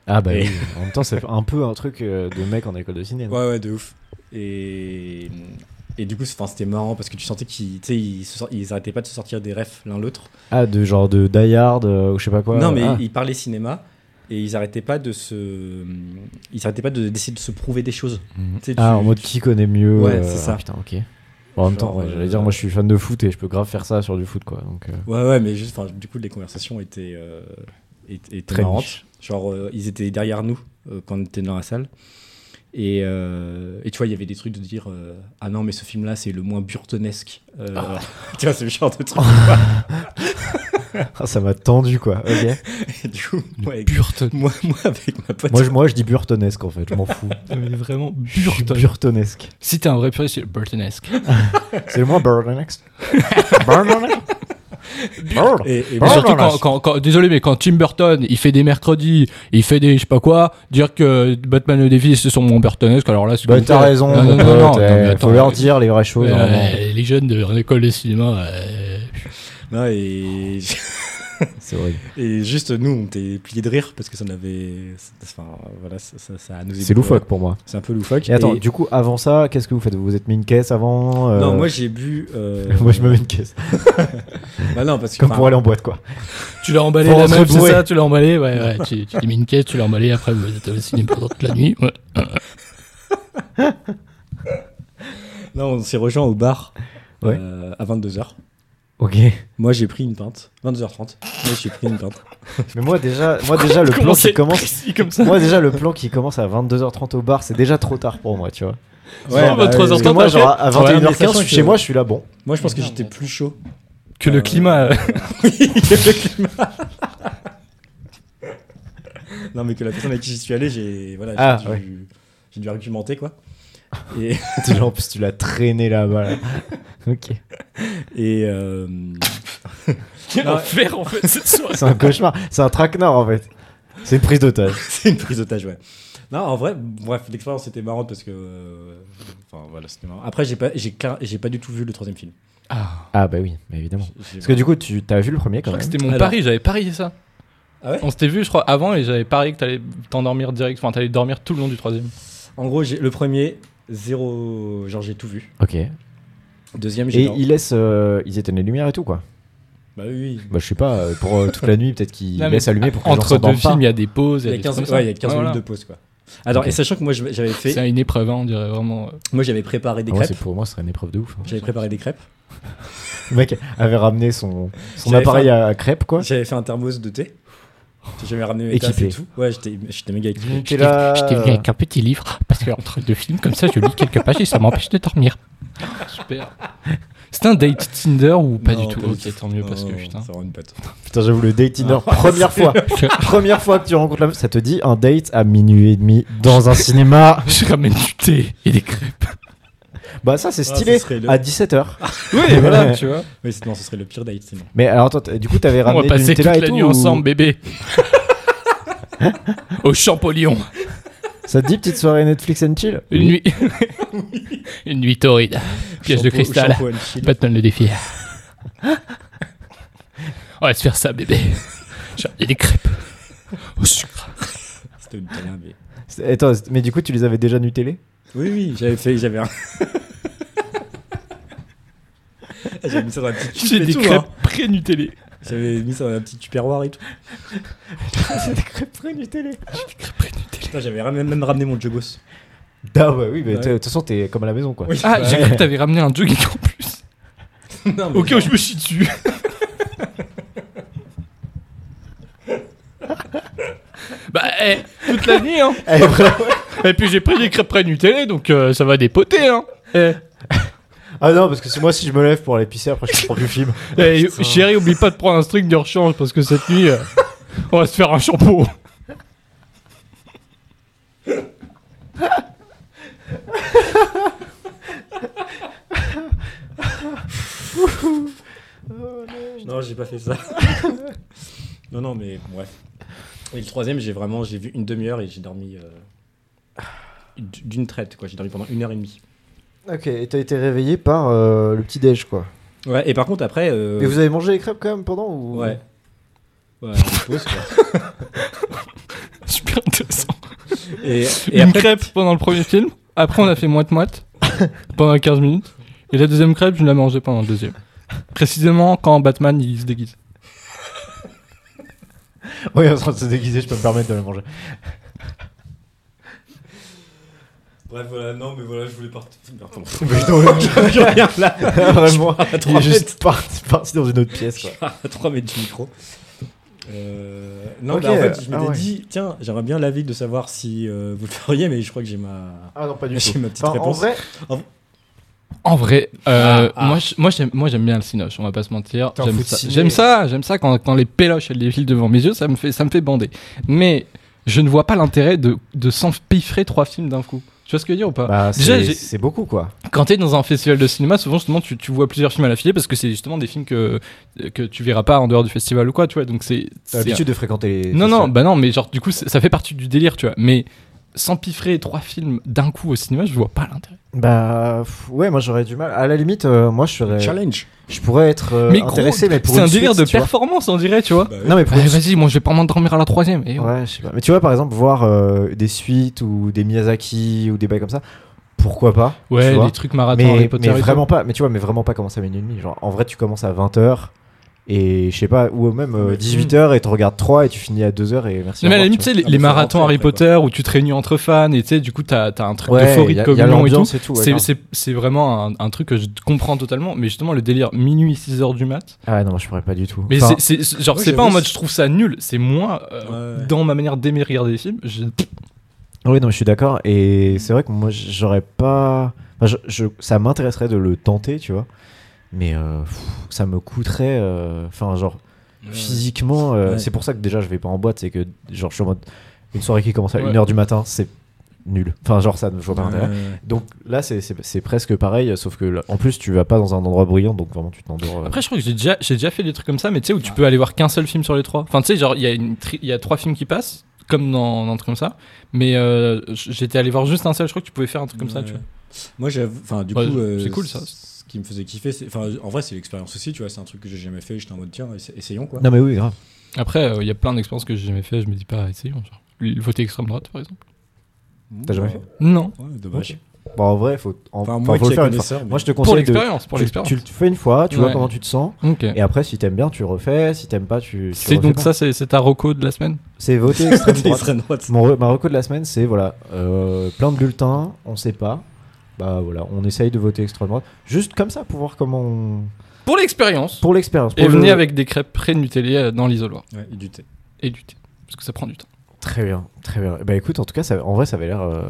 S1: Ah bah
S2: Et-
S1: oui. En même temps, c'est un peu un truc euh, de mec en école de ciné. non
S2: Ouais, ouais, de ouf. Et, et du coup, c'est- enfin, c'était marrant parce que tu sentais qu'ils tu sais, ils se sor- ils arrêtaient pas de se sortir des refs l'un l'autre.
S1: Ah, de genre de Die Hard euh, ou je sais pas quoi.
S2: non, mais
S1: Ah.
S2: ils parlaient cinéma et ils arrêtaient pas de se, ils arrêtaient pas de- d'essayer de se prouver des choses. Tu sais,
S1: Ah,
S2: tu-
S1: en mode qui connaît mieux.
S2: Ouais,
S1: euh,
S2: c'est ça.
S1: ah, putain, ok. Bon, en même temps,
S2: Genre,
S1: ouais,
S2: euh,
S1: j'allais dire, moi je suis fan de foot et je peux grave faire ça sur du foot quoi. Donc, euh,
S2: Ouais, ouais, mais juste, enfin, du coup, les conversations étaient, euh, étaient- étaient
S1: Très
S2: marrantes.
S1: niche.
S2: Genre, euh, ils étaient derrière nous euh, quand on était dans la salle. Et, euh, et tu vois, il y avait des trucs de dire euh, Ah non, mais ce film-là, c'est le moins burtonesque. Euh, <laughs> Tu vois, c'est le genre de
S1: <laughs>
S2: truc.
S1: ah, ça m'a tendu quoi. Ok. <laughs>
S2: Et du coup, moi, avec,
S3: Burton.
S2: moi, moi, avec ma pote.
S1: moi, je, moi je dis burtonesque en fait, je m'en fous.
S3: Mais vraiment
S1: Je suis
S3: Burton.
S1: burtonesque.
S3: Si t'es un vrai puriste, c'est Burtonesque.
S1: C'est le moins
S3: <laughs>
S1: burtonesque. burtonesque. Burton.
S2: et, et
S3: Mais
S1: Oh,
S2: moi,
S3: surtout
S1: non,
S3: quand,
S1: là,
S3: quand- quand- désolé, mais quand Tim Burton, il fait des mercredis, il fait des je sais pas quoi, dire que Batman le défi, ce sont mon Burtonesque, alors là, c'est
S1: Bah
S3: comme
S1: t'as
S3: ça.
S1: raison,
S3: Non,
S1: mon
S3: non, non,
S1: pote,
S3: non, non,
S1: eh,
S3: mais attends,
S1: faut leur dire les vraies choses.
S3: euh,
S1: hein, non.
S3: les jeunes de l'école de cinéma, euh,
S2: non, et,
S1: C'est horrible.
S2: et juste, nous, on était pliés de rire parce que ça nous avait. Enfin, voilà, ça, ça, ça nous
S1: C'est
S2: éblouit.
S1: loufoque pour moi.
S2: C'est un peu loufoque.
S1: Et attends,
S2: Et-
S1: du coup, avant ça, qu'est-ce que vous faites Vous vous êtes mis une caisse avant euh,
S2: Non, moi, j'ai bu. euh,
S1: <laughs> moi, je me mets une caisse.
S2: Bah non, parce que.
S1: Comme
S2: enfin,
S1: pour aller en boîte quoi.
S3: tu l'as emballé
S1: Faut
S3: la
S1: rentrer
S3: meuf, c'est
S1: bourré.
S3: ça, tu l'as emballé, ouais, ouais, tu, tu lui mets une caisse, tu l'as emballé, après vous êtes au cinéma pendant toute la nuit. ouais.
S2: Non, on s'est rejoint au bar
S1: Ouais.
S2: euh, à 22h.
S1: Ok.
S2: Moi, j'ai pris une pinte. 22h30. Moi, j'ai pris une pinte.
S1: Mais moi déjà, moi déjà
S3: <laughs>
S1: le plan
S3: Comment c'est
S1: qui commence.
S3: précis comme ça
S1: Moi déjà le plan qui commence à 22h30 au bar, c'est déjà trop tard pour moi, tu vois.
S3: bah, 23h30,
S1: Parce que moi
S3: t'as
S1: genre à
S3: fait- Ouais, mais
S1: 21h15, je
S2: sachant
S1: suis
S2: que-
S1: chez moi, je suis là bon. <laughs>
S2: euh, Moi, je pense que j'étais plus chaud.
S3: Que
S2: Euh,
S3: le climat. euh,
S2: que le climat. non, mais que la personne avec qui j'y suis allé, j'ai voilà, j'ai
S1: Ah,
S2: dû, j'ai dû argumenter, quoi. Et,
S1: T'es genre, en plus tu l'as traîné là-bas. là. Ok.
S2: et euh,
S3: Quel
S2: Ouais.
S3: enfer en fait cette soirée.
S1: C'est un cauchemar, c'est un traquenard en fait. C'est une prise d'otage.
S2: <laughs> c'est une prise d'otage, ouais. Non, en vrai, bref, l'expérience était marrante parce que. euh, Enfin, voilà, c'était marrant. Après, j'ai pas, j'ai cla- j'ai pas du tout vu le troisième film.
S3: Ah,
S1: Ah bah oui, mais évidemment.
S2: J'ai-
S1: Parce que du coup, tu t'as vu le premier
S3: je
S1: Ah, quand
S3: crois que
S1: même.
S3: c'était mon
S2: Alors.
S3: pari, j'avais parié ça.
S2: Ah ouais
S3: On s'était vu, je crois, avant et j'avais parié que t'allais t'endormir direct, enfin t'allais dormir tout le long du troisième.
S2: En gros, j'ai le premier, zéro. Genre, j'ai tout vu.
S1: Ok.
S2: Deuxième,
S1: Et
S2: j'ai.
S1: ils laissent, euh, ils éteignent les lumières et tout quoi.
S2: Bah oui, oui.
S1: Bah je sais pas, euh, pour euh, toute la nuit peut-être qu'ils
S3: <laughs> Non, mais
S1: laissent allumer pour que les gens
S3: Entre deux
S1: s'endorment pas.
S3: films, il y a des pauses.
S2: Il y a
S3: des
S2: 15,
S3: trucs comme ça.
S2: ouais, il y a 15
S3: Ouais, voilà.
S2: minutes de pause, quoi. Alors,
S1: Ok.
S2: et sachant que moi, je- j'avais fait.
S3: C'est une épreuve, hein, on dirait vraiment. euh,
S2: Moi, j'avais préparé des
S1: Ah ouais,
S2: crêpes.
S1: c'est pour moi, ce serait une épreuve de ouf. hein.
S2: j'avais préparé des crêpes.
S1: <laughs> Le mec avait ramené son, son
S2: J'avais
S1: appareil
S2: fait
S1: à crêpes quoi.
S2: J'avais fait un thermos de thé. J'avais ramené mes tasses
S1: Équipé.
S2: et tout. Ouais, j'étais j'étais méga équipé.
S1: T'es là.
S3: J'étais venu avec un petit livre, parce que entre deux films, comme ça, je lis quelques pages et ça m'empêche de dormir. Super. C'était un date Tinder ou Mmh. pas
S2: Non,
S3: du tout
S2: du
S3: Ok,
S2: tout.
S3: tant mieux, parce que
S2: Non,
S3: putain.
S2: Ça rend une patte.
S1: Putain, j'avoue, le date
S3: <laughs>
S1: dinner,
S3: Ah,
S1: première fois. première fois que tu rencontres la meuf, ça te dit un date à minuit et demi dans un cinéma.
S3: <laughs> Je ramène du thé et des crêpes.
S1: Bah, ça, c'est
S2: Ah,
S1: stylé.
S2: ce serait le-
S1: à 17h.
S3: <laughs>
S1: <laughs>
S3: Oui,
S1: voilà,
S3: tu vois.
S2: Mais c'est- non, ce serait le pire date, sinon.
S1: Mais alors, attends, t- du coup, t'avais
S3: On
S1: ramené
S3: va
S1: du
S3: passer toute
S1: Nutella et
S3: la
S1: tout,
S3: nuit
S1: ou-
S3: ensemble, bébé. Au Champollion.
S1: Ça te dit petite soirée Netflix and chill
S3: Une nuit. Une nuit <laughs> torride. Piège de
S2: Shampoo-
S3: cristal.
S2: shampoo and chill.
S3: Batman le défi. On va se faire ça, bébé. Genre, il y a des crêpes au sucre.
S2: C'était une telle mais...
S1: C'est- Attends, c'est- mais du coup, tu les avais déjà Nutellés
S2: Oui, oui, j'avais fait. J'avais un.
S3: <laughs>
S2: J'avais mis ça dans la petite tube
S3: J'ai
S2: et
S3: des
S2: tout,
S3: crêpes
S2: hein.
S3: pré-nutellées.
S2: J'avais mis ça dans la petite tupperware et tout.
S1: <laughs> C'était crêperie Nutellée.
S3: Des crêpes pré-nutellées.
S2: Putain, J'avais même, même ramené mon jogos.
S1: Ah ouais, oui, mais
S2: Ouais.
S1: t'es- de toute façon, t'es comme à la maison, quoi. <laughs>
S2: Oui.
S3: Ah, j'ai cru que t'avais ramené un jogging en
S2: <laughs>
S3: plus.
S2: Non, mais
S3: Ok, je me suis dessus. <laughs> bah, eh, hein. toute la nuit, hein.
S1: Eh, vraiment.
S3: Et puis j'ai pris des crêpes près Nutella, donc euh, ça va dépoter, hein. Eh,
S1: Ah non, parce que c'est moi, si je me lève pour aller pisser, après je comprends plus le film.
S3: eh,
S1: Oh,
S3: chérie, oublie pas de prendre un string de rechange parce que cette nuit, euh, on va se faire un shampoo.
S2: Non, j'ai pas fait ça. non, non, mais ouais. Et le troisième, j'ai vraiment, j'ai vu une demi-heure et j'ai dormi euh, d'une traite, quoi. J'ai dormi pendant une heure et demie.
S1: Ok, et t'as été réveillé par euh, le petit déj, quoi.
S2: Ouais, et par contre, après. euh,
S1: Et vous avez mangé les crêpes quand même pendant ou...
S2: Ouais. Ouais, on pose, quoi.
S3: <laughs> Super intéressant.
S2: Et, et
S3: une
S2: après,
S3: crêpe pendant le premier film. Après, on a fait <laughs> moite-moite pendant 15 minutes. Et la deuxième crêpe, je l'ai mangée pendant le deuxième. Précisément quand Batman il se déguise.
S1: Oui, en train de se déguiser, je peux me permettre de la manger.
S2: Bref, voilà, non, mais voilà, je voulais partir.
S1: Mais <laughs> non,
S3: <laughs>
S2: Je reviens là.
S1: vraiment,
S2: À
S1: il
S2: 3
S1: est juste parti, parti dans une autre pièce, quoi.
S2: à 3 mètres du micro. Euh, non,
S1: Ok,
S2: bah, en fait, je
S1: ah
S2: m'étais
S1: ouais.
S2: dit, tiens, j'aimerais bien l'avis de savoir si euh, vous le feriez, mais je crois que j'ai ma.
S1: Ah non, pas du
S2: J'ai
S1: tout.
S2: ma petite
S1: Enfin, en
S2: réponse.
S1: vrai,
S3: En vrai, euh,
S2: Ah, ah.
S3: moi, je- moi, j'aime, moi j'aime bien le cinoche, on va pas se mentir.
S1: T'en
S3: J'aime
S1: fous de
S3: ça,
S1: ciné.
S3: j'aime ça, j'aime ça quand, quand les péloches elles défilent devant mes yeux, ça me fait, ça me fait bander. Mais je ne vois pas l'intérêt de, de s'empiffrer trois films d'un coup. Tu vois ce que je veux dire ou pas
S1: bah, c'est-
S3: Déjà, j'ai-
S1: c'est beaucoup, quoi.
S3: Quand t'es dans un festival de cinéma, souvent justement tu, tu vois plusieurs films à la filée parce que c'est justement des films que, que tu verras pas en dehors du festival ou quoi, tu vois. Donc c'est,
S1: T'as
S3: c'est-
S1: l'habitude de fréquenter les.
S3: Non, non,
S1: festivals.
S3: bah non, mais genre, du coup, c'est- ça fait partie du délire, tu vois. Mais s'empiffrer trois films d'un coup au cinéma, je vois pas l'intérêt.
S1: Bah, pff, ouais, moi j'aurais du mal. À la limite, euh, moi je serais.
S2: Challenge.
S1: Je pourrais être euh,
S3: Mais gros,
S1: intéressé, mais pour
S3: C'est
S1: une
S3: un délire de
S1: suite, tu vois.
S3: performance, on dirait, tu vois.
S2: Bah,
S1: Non, mais pour
S3: Eh,
S1: une
S3: Vas-y, moi, je vais pas m'endormir à la troisième. Et
S1: Ouais, je sais pas. Mais tu vois, par exemple, voir euh, des suites ou des Miyazaki ou des bails comme ça, pourquoi pas tu
S3: ouais,
S1: vois.
S3: les trucs marathon, Harry
S1: mais,
S3: Potter.
S1: mais
S3: et tout.
S1: vraiment pas. Mais tu vois, mais vraiment pas commencer à minuit et demi. Genre, en vrai, tu commences à 20h et je sais pas, ou même
S2: Mais-
S1: 18h et tu regardes 3 et tu finis à 2h et merci.
S3: hmm. Non, mais
S1: au
S3: à
S1: revoir,
S3: la limite,
S1: tu
S3: tu sais, les,
S2: Ah, mais
S3: les
S2: faut
S3: marathons
S2: rentrer
S3: Harry
S2: après,
S3: Potter où tu te réunis entre fans et tu sais, du coup, t'as t'as un truc
S1: vois. Ouais,
S3: d'euphorie,
S1: y
S3: de
S1: a- y a
S3: communion et tout.
S1: l'ambiance et tout. ouais,
S3: C'est-
S1: grave.
S3: C'est c'est vraiment un, un truc que je comprends totalement, mais justement le délire minuit 6 heures du mat.
S1: Ah ouais, non, moi je pourrais pas du tout.
S3: Mais
S1: Enfin,
S3: c'est c'est- genre
S2: moi,
S3: c'est pas en
S2: j'avoue,
S3: mode
S2: c'est-
S3: je trouve ça nul, c'est moi euh,
S2: Ouais, ouais.
S3: dans ma manière d'aimer regarder des films. je-
S1: Oui, non, je suis d'accord. Et c'est vrai que moi, j'aurais pas. enfin, je, je- ça m'intéresserait de le tenter, tu vois. Mais euh, pff, ça me coûterait. euh, Enfin, genre, physiquement. euh,
S2: Ouais.
S1: C'est pour ça que déjà, je vais pas en boîte. C'est que, genre, je suis en mode. Une soirée qui commence à
S3: Ouais.
S1: 1h du matin, c'est nul. Enfin, genre, ça ne je vois pas l'intérêt.
S2: Euh,
S1: Donc là, c'est- c'est c'est presque pareil. Sauf que, là, en plus, tu vas pas dans un endroit bruyant. Donc vraiment, tu t'endors. euh.
S3: Après, je crois que j'ai déjà, j'ai déjà fait des trucs comme ça, mais tu sais, où tu peux aller voir qu'un seul film sur les trois. Enfin, tu sais, genre, il y, a une tri- il y a trois films qui passent, comme dans dans un truc comme ça, mais euh, j- j'étais allé voir juste un seul, je crois que tu pouvais faire un truc comme ça,
S2: ouais.
S3: tu vois.
S2: Moi, j'avoue, enfin, du
S3: Ouais,
S2: coup, euh,
S3: c'est cool, ça.
S2: Ce qui me faisait kiffer, c'est, enfin, en vrai, c'est l'expérience aussi, tu vois, c'est un truc que j'ai jamais fait. J'étais en mode, tiens, essa- essayons quoi.
S1: Non, mais oui, grave.
S3: Après, euh, il y a plein d'expériences que j'ai jamais fait, je me dis pas, ah, essayons, genre. Le voter extrême droite, par exemple.
S1: T'as jamais fait
S3: Non.
S2: Ouais, dommage.
S1: Bon, Bah, en vrai, faut, en-
S2: Enfin,
S1: enfin,
S2: moi,
S1: faut
S2: qui
S1: le
S2: la
S1: faire une fois.
S2: connaisseur, mais-
S1: Moi,
S2: <laughs>
S1: je te
S3: Pour
S1: conseille de.
S3: l'expérience, pour
S1: tu-
S3: l'expérience.
S1: tu le fais une fois, tu
S3: Ouais.
S1: vois comment tu te sens.
S3: Ok.
S1: Et après, si t'aimes bien, tu refais. Si t'aimes pas, tu. tu
S3: C'est
S1: refais
S3: donc
S1: pas.
S3: ça, c'est c'est ta reco de la semaine
S1: C'est voter
S3: <laughs>
S1: extrême droite.
S2: Extrême droite.
S1: Mon re- ma reco de la semaine, c'est voilà, euh, plein de bulletins, on sait pas. Bah voilà, on essaye de voter extrême droite. Juste comme ça pour voir comment. On...
S3: Pour l'expérience
S1: Pour l'expérience.
S3: Et
S1: pour le-
S3: venez avec des crêpes pré-Nutellées euh, dans l'isoloir.
S2: Ouais, et du thé.
S3: Et du thé. Parce que ça prend du temps.
S1: Très bien, très bien. Bah écoute, en tout cas, ça, en vrai, ça avait l'air. euh,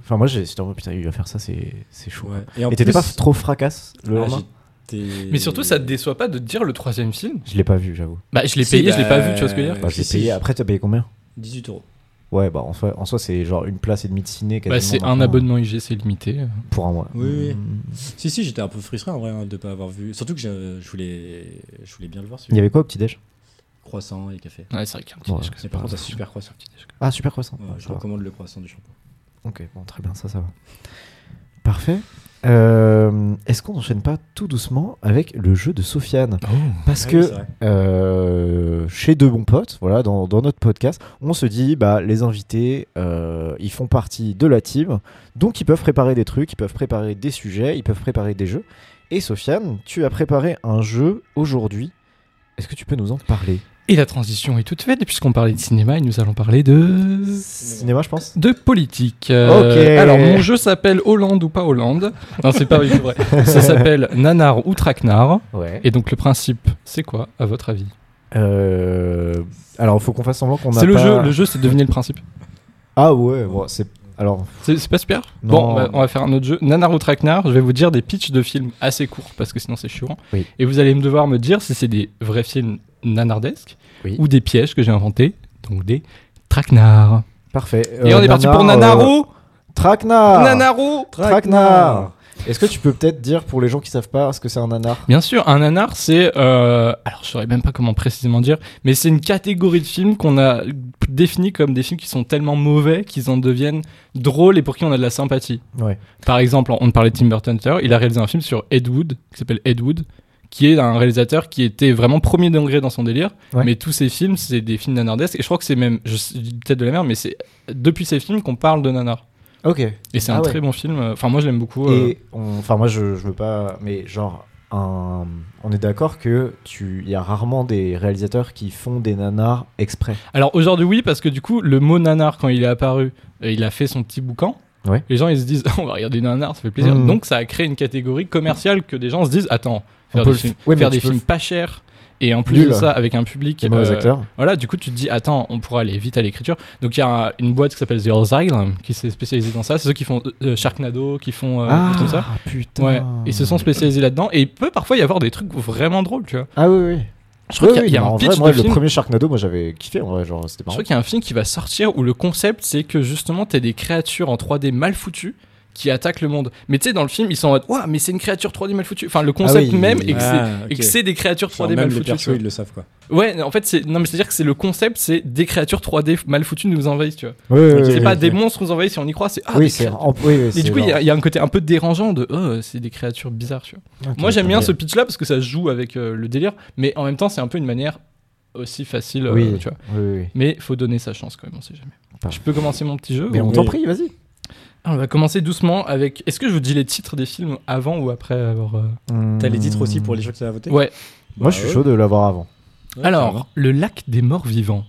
S1: Enfin, moi, j'ai- j'étais en mode putain, il va faire ça, c'est c'est chaud.
S2: Ouais. Et en
S1: Et t'étais
S2: plus-
S1: pas trop fracasse le
S2: Ah,
S1: lendemain
S2: j'étais-
S3: Mais surtout, ça te déçoit pas de te dire le troisième film
S1: Je l'ai pas vu, j'avoue.
S3: Bah, je l'ai
S2: Si,
S3: payé, je l'ai
S2: bah,
S3: pas vu, tu vois ce que je veux dire
S1: Bah,
S2: si,
S1: j'ai
S2: si.
S1: payé. Après, t'as payé combien
S2: 18 euros.
S1: Ouais, bah en soi, en soi, c'est genre une place et demie de ciné.
S3: Bah,
S1: quasiment
S3: c'est un
S1: maintenant,
S3: abonnement IGC limité.
S1: Pour un mois.
S2: Oui, oui.
S1: Mm.
S2: Si, si, j'étais un peu frustré en vrai hein, de pas avoir vu. Surtout que je, je voulais, je voulais bien le voir
S1: Il y
S2: celui
S1: avait quoi au petit-déj
S2: Croissant et café.
S3: Ouais, c'est vrai qu'il y a un petit
S1: Ouais.
S3: déj que
S2: Mais
S3: c'est
S2: par
S1: pas
S2: contre, un
S1: grave.
S2: super croissant.
S1: Ah, super croissant.
S2: Ouais,
S1: Ah,
S2: je
S1: ça va.
S2: recommande le croissant du shampoing.
S1: Ok, bon, très bien, ça, ça va. Parfait. Euh, Est-ce qu'on n'enchaîne pas tout doucement avec le jeu de Sofiane
S3: Oh.
S1: Parce
S2: Ah oui,
S1: que
S2: c'est vrai.
S1: euh, chez deux bons potes, voilà, dans, dans notre podcast, on se dit, bah, les invités, euh, ils font partie de la team, donc ils peuvent préparer des trucs, ils peuvent préparer des sujets, ils peuvent préparer des jeux. Et Sofiane, tu as préparé un jeu aujourd'hui. Est-ce que tu peux nous en parler
S3: Et la transition est toute faite, et puisqu'on parlait de cinéma, et nous allons parler de.
S1: Cinéma, je pense.
S3: de politique. Euh,
S1: Ok.
S3: Alors, mon jeu s'appelle Hollande ou pas Hollande. Non, c'est pas oui, c'est vrai.
S1: <laughs>
S3: Ça s'appelle Nanar ou Traquenard.
S1: Ouais.
S3: Et donc, le principe, c'est quoi, à votre avis
S1: Euh, alors, il faut qu'on fasse semblant qu'on a
S3: C'est le
S1: pas-
S3: jeu, le jeu, c'est deviner le principe.
S1: Ah ouais, bon, c'est. Alors,
S3: C'est c'est pas super
S1: Non.
S3: Bon, on va, on va faire un autre jeu. Nanar ou Traquenard, je vais vous dire des pitchs de films assez courts parce que sinon c'est chiant.
S1: Oui.
S3: Et vous allez me devoir me dire si c'est des vrais films nanardesques
S1: Oui.
S3: ou des pièges que j'ai inventés, donc des traquenards.
S1: parfait.
S3: Et
S1: Euh,
S3: on est parti
S1: Nanar,
S3: pour
S1: euh, ah.
S3: Nanaro
S1: Traquenard
S3: Nanaro
S1: Traquenard
S2: Ah,
S1: Est-ce que tu peux peut-être dire pour les gens qui savent pas ce que c'est un nanar
S3: Bien sûr, un nanar, c'est. euh, alors, je saurais même pas comment précisément dire, mais c'est une catégorie de films qu'on a définie comme des films qui sont tellement mauvais qu'ils en deviennent drôles et pour qui on a de la sympathie.
S1: Ouais.
S3: Par exemple, on parlait de Tim Burton tout à l'heure, il a réalisé un film sur Ed Wood, qui s'appelle Ed Wood, qui est un réalisateur qui était vraiment premier degré dans son délire,
S1: Ouais.
S3: mais tous ses films, c'est des films nanardesques, et je crois que c'est même, je sais- je dis peut-être de la merde, mais c'est depuis ces films qu'on parle de nanar.
S1: Ok.
S3: Et c'est
S1: Ah
S3: un
S1: ouais.
S3: très bon film, euh, enfin moi je l'aime beaucoup. euh,
S1: Et on- enfin, moi, je, je veux pas, mais genre, un- on est d'accord que tu, il y a rarement des réalisateurs qui font des nanars exprès.
S3: Alors aujourd'hui oui parce que du coup le mot nanar quand il est apparu, euh, il a fait son petit boucan.
S1: Ouais.
S3: Les gens ils se disent <laughs> on va regarder nanar, ça fait plaisir.
S1: Mhm.
S3: Donc ça a créé une catégorie commerciale que des gens se disent attends
S1: On
S3: faire
S1: peut
S3: des
S1: le
S3: films,
S1: f- ouais, mais
S3: faire
S1: tu
S3: des
S1: peux le
S3: films pas chers et en plus
S1: Nul.
S3: de ça avec un public
S1: Des mauvais
S3: euh,
S1: acteurs.
S3: voilà du coup tu te dis attends on pourra aller vite à l'écriture. Donc il y a un- une boîte qui s'appelle The Asylum qui s'est spécialisée dans ça. C'est ceux qui font euh, Sharknado, qui font euh,
S1: ah,
S3: tout ça.
S1: putain.
S3: Ouais. Ils se sont spécialisés là-dedans et il peut parfois y avoir des trucs vraiment drôles tu vois.
S1: Ah oui, oui.
S3: Je trouve
S1: Oui,
S3: qu'il y a,
S1: oui,
S3: il y a
S1: non,
S3: un
S1: en
S3: pitch
S1: vrai, moi,
S3: de
S1: le
S3: film
S1: premier Sharknado, moi, j'avais kiffé. En vrai, genre, c'était
S3: Je
S1: marrant.
S3: crois qu'il y a un film qui va sortir où le concept c'est que justement t'es des créatures en 3D mal foutues qui attaquent le monde. Mais tu sais, dans le film, ils sont en mode Ouah, mais c'est une créature 3D mal foutue. Enfin, le concept
S1: oui,
S3: même
S1: oui,
S3: est que c'est.
S2: Ah,
S3: et
S2: ok.
S3: que c'est des créatures
S2: Genre
S3: 3D
S2: même
S3: mal
S2: les
S3: foutues.
S2: persos,
S3: tu vois.
S2: ils le savent
S1: Mmh.
S2: quoi.
S3: Ouais, en fait, c'est non, mais c'est-à-dire que c'est le concept, c'est des créatures 3D mal foutues nous envahissent, tu vois.
S1: Oui, oui,
S3: c'est
S1: oui,
S3: pas
S1: oui.
S3: des monstres nous envahissent si on y croit, c'est ah,
S1: Oui,
S3: des
S1: c'est.
S3: créatures.
S1: en- oui, oui,
S3: Et
S1: c'est
S3: du coup, il y,
S1: genre-
S3: a- il y a un côté un peu dérangeant de oh, c'est des créatures bizarres, tu vois.
S1: Ok,
S3: Moi, j'aime bien
S1: ok.
S3: ce pitch-là parce que ça se joue avec euh, le délire, mais en même temps, c'est un peu une manière aussi facile, euh,
S1: Oui,
S3: tu vois.
S1: oui, oui, oui.
S3: Mais faut donner sa chance quand même, on sait jamais.
S1: Parfait.
S3: Je peux commencer mon petit jeu
S1: Mais
S3: ou-
S1: on t'en prie, vas-y.
S3: Ah, On va commencer doucement avec. Est-ce que je vous dis les titres des films avant ou après avoir. euh,
S2: T'as les titres aussi pour les gens qui savent voter Bah
S3: Ah Ouais.
S1: Hmm. Moi, je suis chaud de l'avoir avant.
S2: Ouais, carrément.
S3: Alors, Le lac des morts vivants.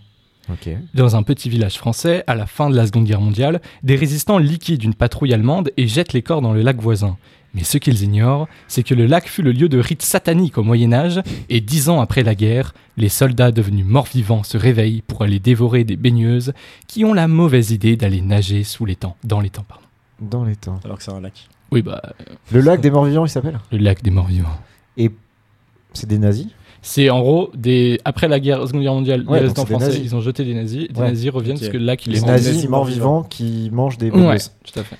S1: Ok.
S3: Dans un petit village français, à la fin de la Seconde Guerre mondiale, des résistants liquident une patrouille allemande et jettent les corps dans le lac voisin. Mais ce qu'ils ignorent, c'est que le lac fut le lieu de rites sataniques au Moyen Âge, et dix ans après la guerre, les soldats devenus morts-vivants se réveillent pour aller dévorer des baigneuses qui ont la mauvaise idée d'aller nager sous les temps, dans les temps. Pardon.
S1: Dans les temps.
S2: Alors que c'est un lac.
S3: Oui, bah,
S1: Le lac des morts vivants, il s'appelle
S3: le lac des morts-vivants.
S1: C'est des nazis
S3: C'est en gros, des... après la guerre, Seconde Guerre mondiale,
S1: Ouais,
S3: les
S1: donc
S3: résistants
S1: c'est des
S3: français,
S1: nazis.
S3: ils ont jeté des nazis, des
S1: Ouais.
S3: nazis reviennent
S2: Ok.
S3: parce que le lac, il
S1: Les
S3: est
S2: Les
S1: nazis,
S2: nazis
S1: morts
S2: morts
S1: vivants qui mangent des
S3: Ouais,
S1: bébés.
S3: tout à fait.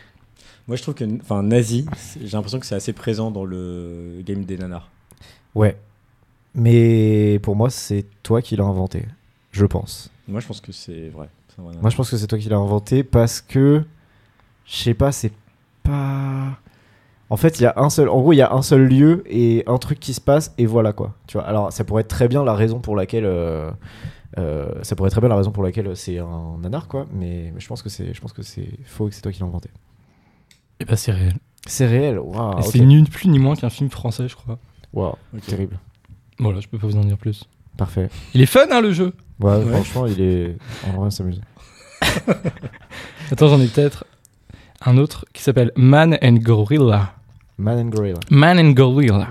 S2: Moi, je trouve que, enfin, nazi, c'est- j'ai l'impression que c'est assez présent dans le game des nanars.
S1: Ouais. Mais pour moi, c'est toi qui l'as inventé. Je pense.
S2: Moi, je pense que c'est vrai. C'est un vrai nanar.
S1: Moi, je pense que c'est toi qui l'as inventé parce que. Je sais pas, c'est pas. En fait, il y a un seul. En gros, il y a un seul lieu et un truc qui se passe et voilà quoi. Tu vois. Alors, ça pourrait être très bien la raison pour laquelle. euh, euh, ça pourrait être très bien la raison pour laquelle c'est un nanar quoi. Mais, mais je pense que c'est. Je pense que c'est faux et que c'est toi qui l'as inventé.
S3: Et bah, c'est réel.
S1: C'est réel.
S2: Ah,
S1: Waouh.
S3: Et
S1: ok.
S3: C'est ni plus ni moins qu'un film français, je crois.
S1: Waouh,
S2: Ok.
S1: Terrible.
S3: Voilà, je peux pas vous en dire plus.
S1: Parfait.
S3: Il est fun, hein, le jeu
S1: Ouais,
S2: Ouais.
S1: franchement, il est. On va s'amuser.
S3: Attends, j'en ai peut-être un autre qui s'appelle Man and Gorilla.
S1: Man and Gorilla.
S3: Man and Gorilla.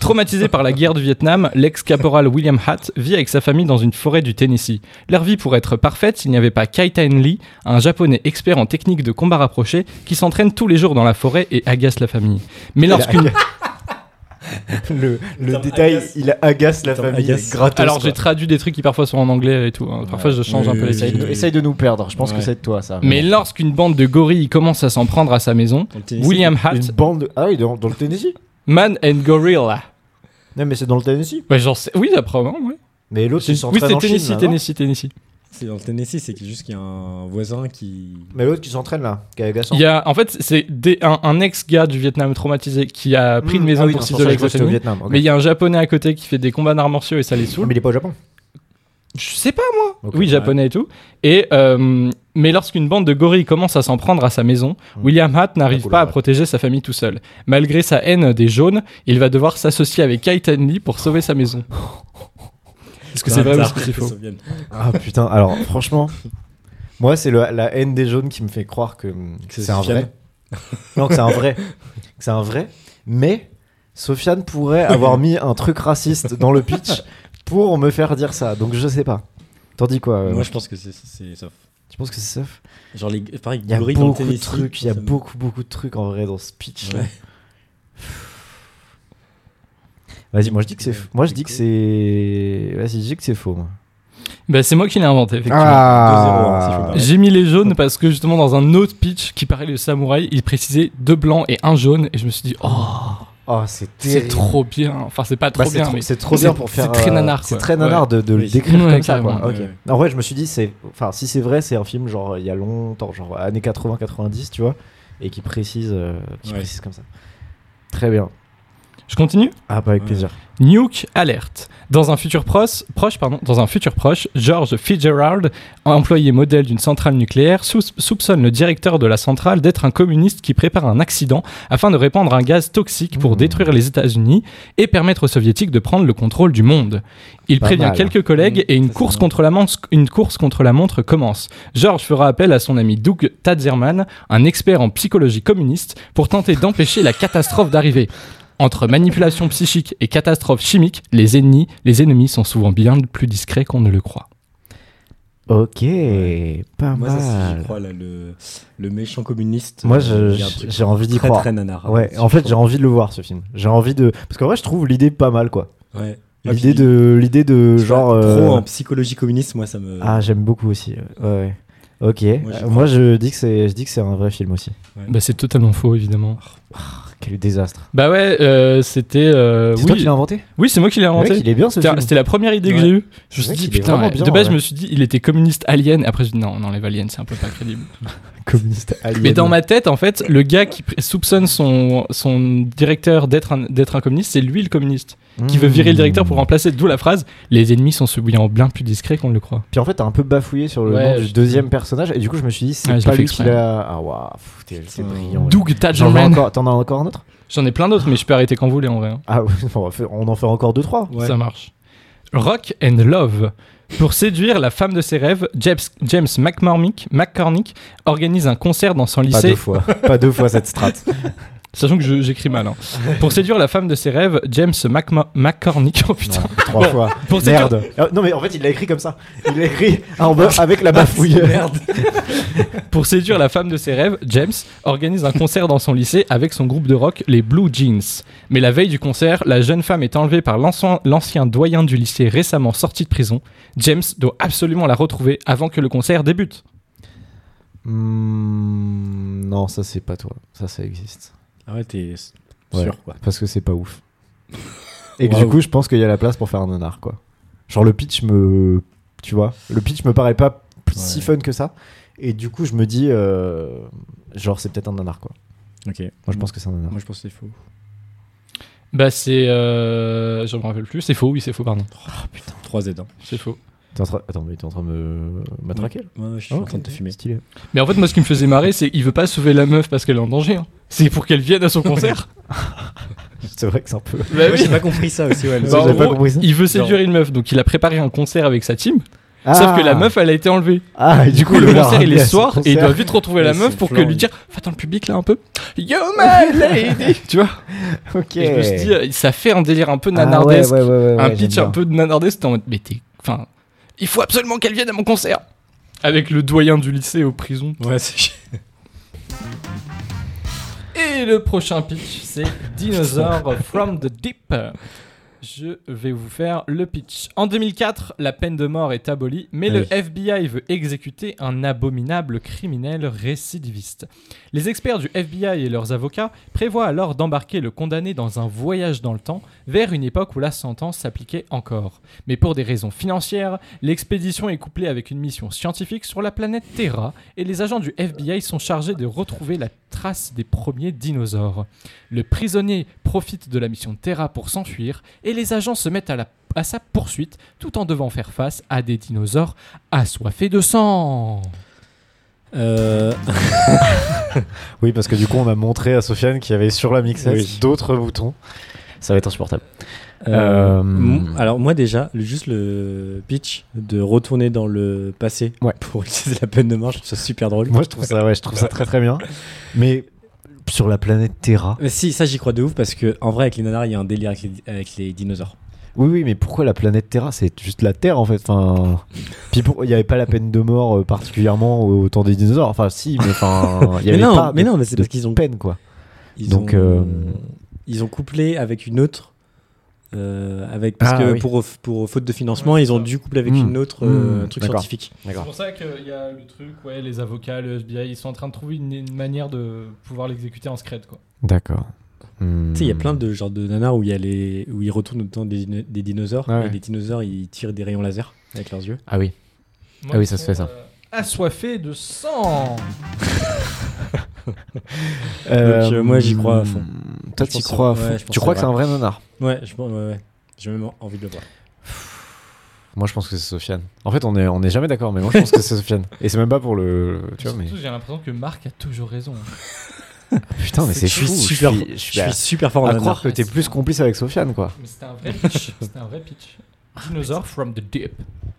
S3: Traumatisé par la guerre du Vietnam, l'ex-caporal William Hatt vit avec sa famille dans une forêt du Tennessee. Leur vie pourrait être parfaite s'il n'y avait pas Kaita Henley, un japonais expert en technique de combat rapproché, qui s'entraîne tous les jours dans la forêt et agace la famille. Mais lorsqu'une...
S1: <laughs> Le, le
S2: terme
S1: détail,
S2: agace.
S1: il agace la
S2: Le terme
S1: famille
S2: agace.
S1: gratos.
S3: Alors
S1: quoi.
S3: j'ai traduit des trucs qui parfois sont en anglais et tout. hein. Parfois
S2: Ouais.
S3: je change un
S2: Oui,
S3: peu
S2: oui,
S3: les
S1: essaye, de,
S2: oui.
S1: essaye de nous perdre, je pense que
S2: Ouais.
S1: c'est de toi ça.
S3: Mais lorsqu'une bande de gorilles commence à s'en prendre à sa maison,
S2: Dans le Tennessee,
S3: William
S1: Une
S3: Hatt,
S1: bande. de- Ah oui, dans, dans le Tennessee
S3: Man and Gorilla.
S1: Non, mais c'est dans le Tennessee.
S3: Ouais, genre, c'est- oui, d'après moi, ouais.
S1: Mais l'autre,
S3: Oui,
S1: il s'entraîne
S3: c'est
S1: en Chine.
S3: Tennessee,
S1: là, non
S3: Tennessee, Tennessee.
S2: C'est dans le Tennessee, c'est qu'il- juste qu'il y a un voisin qui.
S1: Mais l'autre qui s'entraîne là, qui est agaçant.
S3: Il y a, en fait, c'est des- un, un ex-gars du Vietnam traumatisé qui a pris une
S1: Hmm,
S3: maison
S1: ah oui,
S3: pour
S1: non, c'est
S3: s'isoler
S1: ça,
S3: avec
S1: je crois
S3: sa
S1: que c'était au
S3: famille.
S1: Vietnam. ok.
S3: Mais il y a un japonais à côté qui fait des combats d'arts martiaux et ça les
S1: Ah,
S3: saoule.
S1: mais il est pas au Japon.
S3: Je sais pas moi.
S1: Ok.
S3: oui, japonais et tout. Et euh, mais lorsqu'une bande de gorilles commence à s'en prendre à sa maison,
S1: Hmm.
S3: William Hatt n'arrive
S1: La couleur,
S3: pas à
S1: ouais.
S3: protéger sa famille tout seul. Malgré sa haine des jaunes, il va devoir s'associer avec Kai Lee pour sauver
S1: <laughs>
S3: sa maison. Est-ce que c'est vrai ou est-ce
S2: <laughs>
S3: que c'est faux
S1: Ah putain, alors franchement, moi c'est le- la haine des jaunes qui me fait croire que mm,
S2: c'est
S1: c'est un
S2: Sofiane.
S1: vrai. Non, que c'est un vrai. Que c'est un vrai. Mais Sofiane pourrait avoir mis un truc raciste dans le pitch pour me faire dire ça. Donc je sais pas. T'en dis quoi euh,
S2: Moi, je pense que c'est- c'est sauf.
S1: Tu pense que c'est ça.
S2: Genre, les, pareil,
S1: Il y a
S2: gorille dans le
S1: beaucoup de
S2: Tennessee,
S1: trucs, il y a
S2: ça me-
S1: beaucoup, beaucoup de trucs en vrai dans ce pitch.
S2: Ouais.
S1: Vas-y, moi je dis que c'est, f- moi je dis que
S2: Cool.
S1: c'est, vas-y, je dis que c'est faux. moi.
S3: Bah, c'est moi qui l'ai inventé, effectivement.
S2: Ah. 2-0, hein, si je
S3: J'ai mis les jaunes parce que justement dans un autre pitch qui parlait de samouraï, il précisait deux blancs et un jaune et je me suis dit oh
S1: Oh, c'est
S3: c'est
S1: terrible.
S3: trop bien. Enfin c'est pas trop
S1: Bah, c'est
S3: bien
S1: trop,
S3: mais
S1: c'est trop
S3: c'est-
S1: bien pour
S3: c'est
S1: faire.
S3: très
S1: euh,
S3: nanar,
S1: C'est
S3: quoi.
S1: très nanar de, de le
S2: Oui.
S1: décrire
S3: Ouais,
S1: comme ça. Quoi.
S3: carrément.
S1: Ok.
S2: Ouais, ouais.
S1: En vrai, je me suis dit, c'est, enfin, si c'est vrai, c'est un film genre il y a longtemps, genre années 80-90, tu vois, et qui précise, euh, qui
S2: Ouais.
S1: précise comme ça. Très bien.
S3: je continue.
S1: Ah, bah avec
S2: Ouais.
S1: plaisir.
S3: Nuke alerte. Dans un futur proche, proche pardon, dans un futur proche, George Fitzgerald, employé modèle d'une centrale nucléaire, sous- soupçonne le directeur de la centrale d'être un communiste qui prépare un accident afin de répandre un gaz toxique pour
S1: Mmh.
S3: détruire les États-Unis et permettre aux soviétiques de prendre le contrôle du monde. Il
S1: Pas
S3: prévient
S1: mal. hein.
S3: quelques collègues
S2: Mmh,
S3: et
S2: ça,
S3: une
S2: c'est
S3: course,
S2: bien.
S3: contre la montre, une course contre la montre commence. George fera appel à son ami Doug Tadzerman, un expert en psychologie communiste, pour tenter d'empêcher la catastrophe d'arriver. Entre manipulation psychique et catastrophe chimique, les ennemis, les ennemis sont souvent bien plus discrets qu'on ne le croit.
S1: Ok, pas
S2: Moi, ça, c'est- j'y
S1: mal.
S2: crois, là, le, le méchant communiste.
S1: Moi,
S2: euh,
S1: je-
S2: il y a un truc
S1: j'ai envie d'y
S2: très,
S1: croire.
S2: Très nanar. hein,
S1: Ouais, en fait, j'ai envie de le voir ce film. J'ai envie de parce qu'en vrai, je trouve l'idée pas mal quoi.
S2: Ouais. Ah,
S1: L'idée
S2: puis,
S1: de l'idée de
S2: je sais pas,
S1: genre euh,
S2: Pro en psychologie communiste, moi, ça me.
S1: Ah, j'aime beaucoup aussi. ouais, Ouais. OK. Euh,
S2: Moi,
S1: Moi,
S2: j'y
S1: je,
S2: crois.
S1: dis que c'est je dis que c'est un vrai film aussi.
S3: Bah, c'est totalement faux, évidemment.
S1: Quel désastre.
S3: Bah ouais, euh, c'était... euh,
S1: C'est toi qui
S3: oui,
S1: l'as inventé
S3: oui c'est moi qui l'ai
S1: Le mec,
S3: inventé.
S1: il est bien ce
S3: C'était
S1: film.
S3: c'était la première idée que
S2: Ouais.
S3: j'ai eue. Je
S1: Le
S3: me suis
S1: mec,
S3: dit,
S1: il est
S3: putain,
S1: vraiment
S3: ouais.
S1: bien,
S3: de base,
S1: ouais.
S3: je me suis dit, il était communiste alien. Après, je dis, non, on enlève alien, c'est un peu pas crédible.
S1: communiste alien.
S3: Mais dans ma tête, en fait, le gars qui pr- soupçonne son, son directeur d'être un, d'être un communiste, c'est lui le communiste, qui veut virer le directeur
S1: Hmm.
S3: pour remplacer, d'où la phrase Les ennemis sont souvent bien plus discrets qu'on ne le croit.
S1: Puis en fait, t'as un peu bafouillé sur le
S3: Ouais,
S1: nom du
S3: je-
S1: deuxième personnage et du coup, je me suis dit c'est
S3: Ouais, je l'ai
S1: pas
S3: fait
S1: lui
S3: exprès.
S1: qui l'a Ah waouh, pff, t'es- c'est
S2: Euh,
S1: brillant. ouais.
S3: Doug
S1: J'en ai
S3: Tadgerman.
S1: encore- T'en as encore un autre
S3: J'en ai plein d'autres, mais je peux arrêter quand vous voulez en vrai. hein.
S1: Ah oui, <laughs> on va faire- on en fait encore deux trois.
S2: Ouais.
S3: Ça marche. Rock and Love. Pour séduire la femme de ses rêves, James, James McCormick, McCormick organise un concert dans son
S1: Pas
S3: lycée
S1: deux fois. Pas deux fois cette
S3: <laughs>
S1: strat.
S3: Sachant que je- j'écris mal. hein. Pour séduire la femme de ses rêves, James McMa- McCormick. <laughs> Oh putain.
S1: Non, trois
S3: Bon,
S1: fois.
S3: Pour séduire-
S1: Merde. Euh, non, mais en fait, il l'a écrit comme ça. Il l'a écrit en
S3: <laughs>
S1: bas avec
S3: Ah,
S1: la
S2: <laughs>
S1: bafouille.
S2: Merde.
S3: Pour séduire la femme de ses rêves, James organise un concert dans son lycée avec son groupe de rock, les Blue Jeans. Mais la veille du concert, la jeune femme est enlevée par l'ancien l'ancien doyen du lycée récemment sorti de prison. James doit absolument la retrouver avant que le concert débute.
S1: Hmm, non, ça, c'est pas toi. Ça, ça existe.
S2: Ah ouais, t'es s-
S1: Ouais.
S2: sûr, quoi.
S1: Parce que c'est pas
S3: <laughs>
S1: ouf. Et que du
S2: Waouh.
S1: coup, je pense qu'il y a la place pour faire un nanar, quoi. Genre, le pitch me. Tu vois Le pitch me paraît pas p- si
S2: Ouais.
S1: fun que ça. Et du coup, je me dis. euh, genre, c'est peut-être un nanar, quoi.
S2: Ok.
S1: Moi, je pense que c'est un nanar.
S2: Moi, je pense que c'est faux.
S3: Bah c'est... euh, Je me rappelle plus. C'est faux, oui, c'est faux, pardon.
S2: Oh putain. 3 aidants.
S3: C'est faux.
S1: T'es en train- Attends, mais t'es en train de me m'attraquer, là
S2: Ouais, ouais, je suis
S1: Ah,
S2: en train de
S1: ok,
S2: te fumer.
S1: Stylé. <laughs>
S3: Mais en fait, moi, ce qui me faisait marrer, c'est qu'il veut pas sauver la meuf parce qu'elle est en danger. hein. C'est pour qu'elle vienne à son concert.
S1: C'est vrai que c'est un <laughs> peu.
S3: Bah
S2: Moi, J'ai pas compris ça aussi, ouais. le-
S1: Vous
S3: Bah, en
S1: avez pas
S3: gros,
S1: compris ça
S3: Il veut séduire
S2: Genre.
S3: une meuf, donc il a préparé un concert avec sa team. Sauf que la
S1: Ah
S3: meuf, elle a été enlevée.
S1: Ah, et du coup,
S3: le
S1: il l'a
S3: concert il
S1: ramené à
S3: est
S1: son
S3: soir et il
S1: concert.
S3: doit vite retrouver la
S2: Ouais,
S3: meuf
S2: c'est
S3: pour que
S2: flanc,
S3: lui
S2: oui.
S3: dire va dans le public là un peu Yo
S2: <laughs>
S3: my lady tu vois
S1: <laughs> Ok.
S3: et je me suis dit euh, ça fait un délire un peu
S1: Ah,
S3: nanardesque
S1: ouais, ouais, ouais, ouais,
S3: un
S1: ouais,
S3: pitch
S1: j'aime
S3: un peu de nanardesque t'es en mode mais t'es enfin il faut absolument qu'elle vienne à mon concert avec le doyen du lycée aux prisons
S2: Ouais, c'est
S3: et le prochain pitch c'est Dinosaur from the Deep je vais vous faire le pitch. En 2004, la peine de mort est abolie, mais
S2: Ah
S3: le
S2: oui.
S3: FBI veut exécuter un abominable criminel récidiviste. Les experts du FBI et leurs avocats prévoient alors d'embarquer le condamné dans un voyage dans le temps vers une époque où la sentence s'appliquait encore. Mais pour des raisons financières, l'expédition est couplée avec une mission scientifique sur la planète Terra et les agents du FBI sont chargés de retrouver la trace des premiers dinosaures. Le prisonnier profite de la mission Terra pour s'enfuir et les agents se mettent à, la- à sa poursuite tout en devant faire face à des dinosaures assoiffés de sang.
S2: Euh.
S1: Oui, parce que du coup, on a montré à Sofiane qu'il y avait sur la mixette
S2: Oui.
S1: d'autres boutons. Ça va être insupportable. Euh, hmm.
S2: Euh, m- alors moi déjà, le- juste le pitch de retourner dans le passé
S1: Ouais.
S2: pour <laughs> utiliser la peine de mort, je trouve ça super drôle.
S1: Moi, je trouve ça, ouais, je trouve ça très très bien. Mais sur la planète Terra.
S2: Euh, Mais si, ça j'y crois de ouf parce que en vrai avec les nanars, il y a un délire avec les, avec les dinosaures.
S1: Oui, oui, mais pourquoi la planète Terra C'est juste la Terre en fait. Enfin, puis pour- il n'y avait pas la peine de mort euh, particulièrement au temps des dinosaures. Enfin, si, mais
S2: <laughs>
S1: enfin, il y
S2: Mais
S1: avait
S2: non,
S1: pas
S2: mais
S1: de
S2: non, mais c'est
S1: de
S2: parce qu'ils ont
S1: peine quoi.
S2: Ils
S1: Donc,
S2: ont,
S1: euh,
S2: ils ont couplé avec une autre. euh, avec, parce
S1: Ah,
S2: que
S1: oui.
S2: pour, pour faute de financement,
S3: Ouais,
S2: ils ont
S3: c'est ça.
S2: dû coupler avec
S1: Mmh.
S2: une autre euh,
S1: Mmh,
S2: truc
S1: d'accord.
S2: scientifique.
S3: C'est
S1: D'accord.
S3: pour ça qu'il y a le truc, ouais, les avocats, le FBI, ils sont en train de trouver une, une manière de pouvoir l'exécuter en secret, quoi.
S1: D'accord.
S2: Tu sais, il y a plein de genres de nanars où, il y a les, où ils retournent au temps des, dino- des dinosaures
S1: Ouais.
S2: et les dinosaures ils tirent des rayons laser avec leurs yeux.
S1: Ah oui.
S3: Moi,
S1: Ah oui,
S3: ils
S1: ça se
S3: sont,
S1: fait, ça.
S3: euh, assoiffés de sang.
S2: Donc, euh, moi, j'y crois à fond.
S1: Hmm, Toi,
S2: Je
S1: tu
S2: pense que-
S1: crois à fond.
S2: ouais, je pense
S1: tu crois
S2: que
S1: que c'est un vrai nanar
S2: Ouais, je pense, ouais, ouais. J'ai même envie de le voir.
S1: Moi, je pense que c'est Sofiane. En fait, on est on est jamais d'accord, mais moi, je pense que c'est Sofiane. Et c'est même pas pour le. Tu vois, mais
S3: Surtout, j'ai l'impression que Marc a toujours raison. hein.
S1: putain, mais c'est
S2: Je suis
S1: fou.
S2: super- bah,
S1: je suis, je suis-
S2: Je suis super fort en
S1: à
S2: nanar.
S1: croire que t'es plus complice avec Sofiane, quoi.
S3: Mais c'était un vrai pitch. c'était un vrai pitch. Dinosaur from the deep.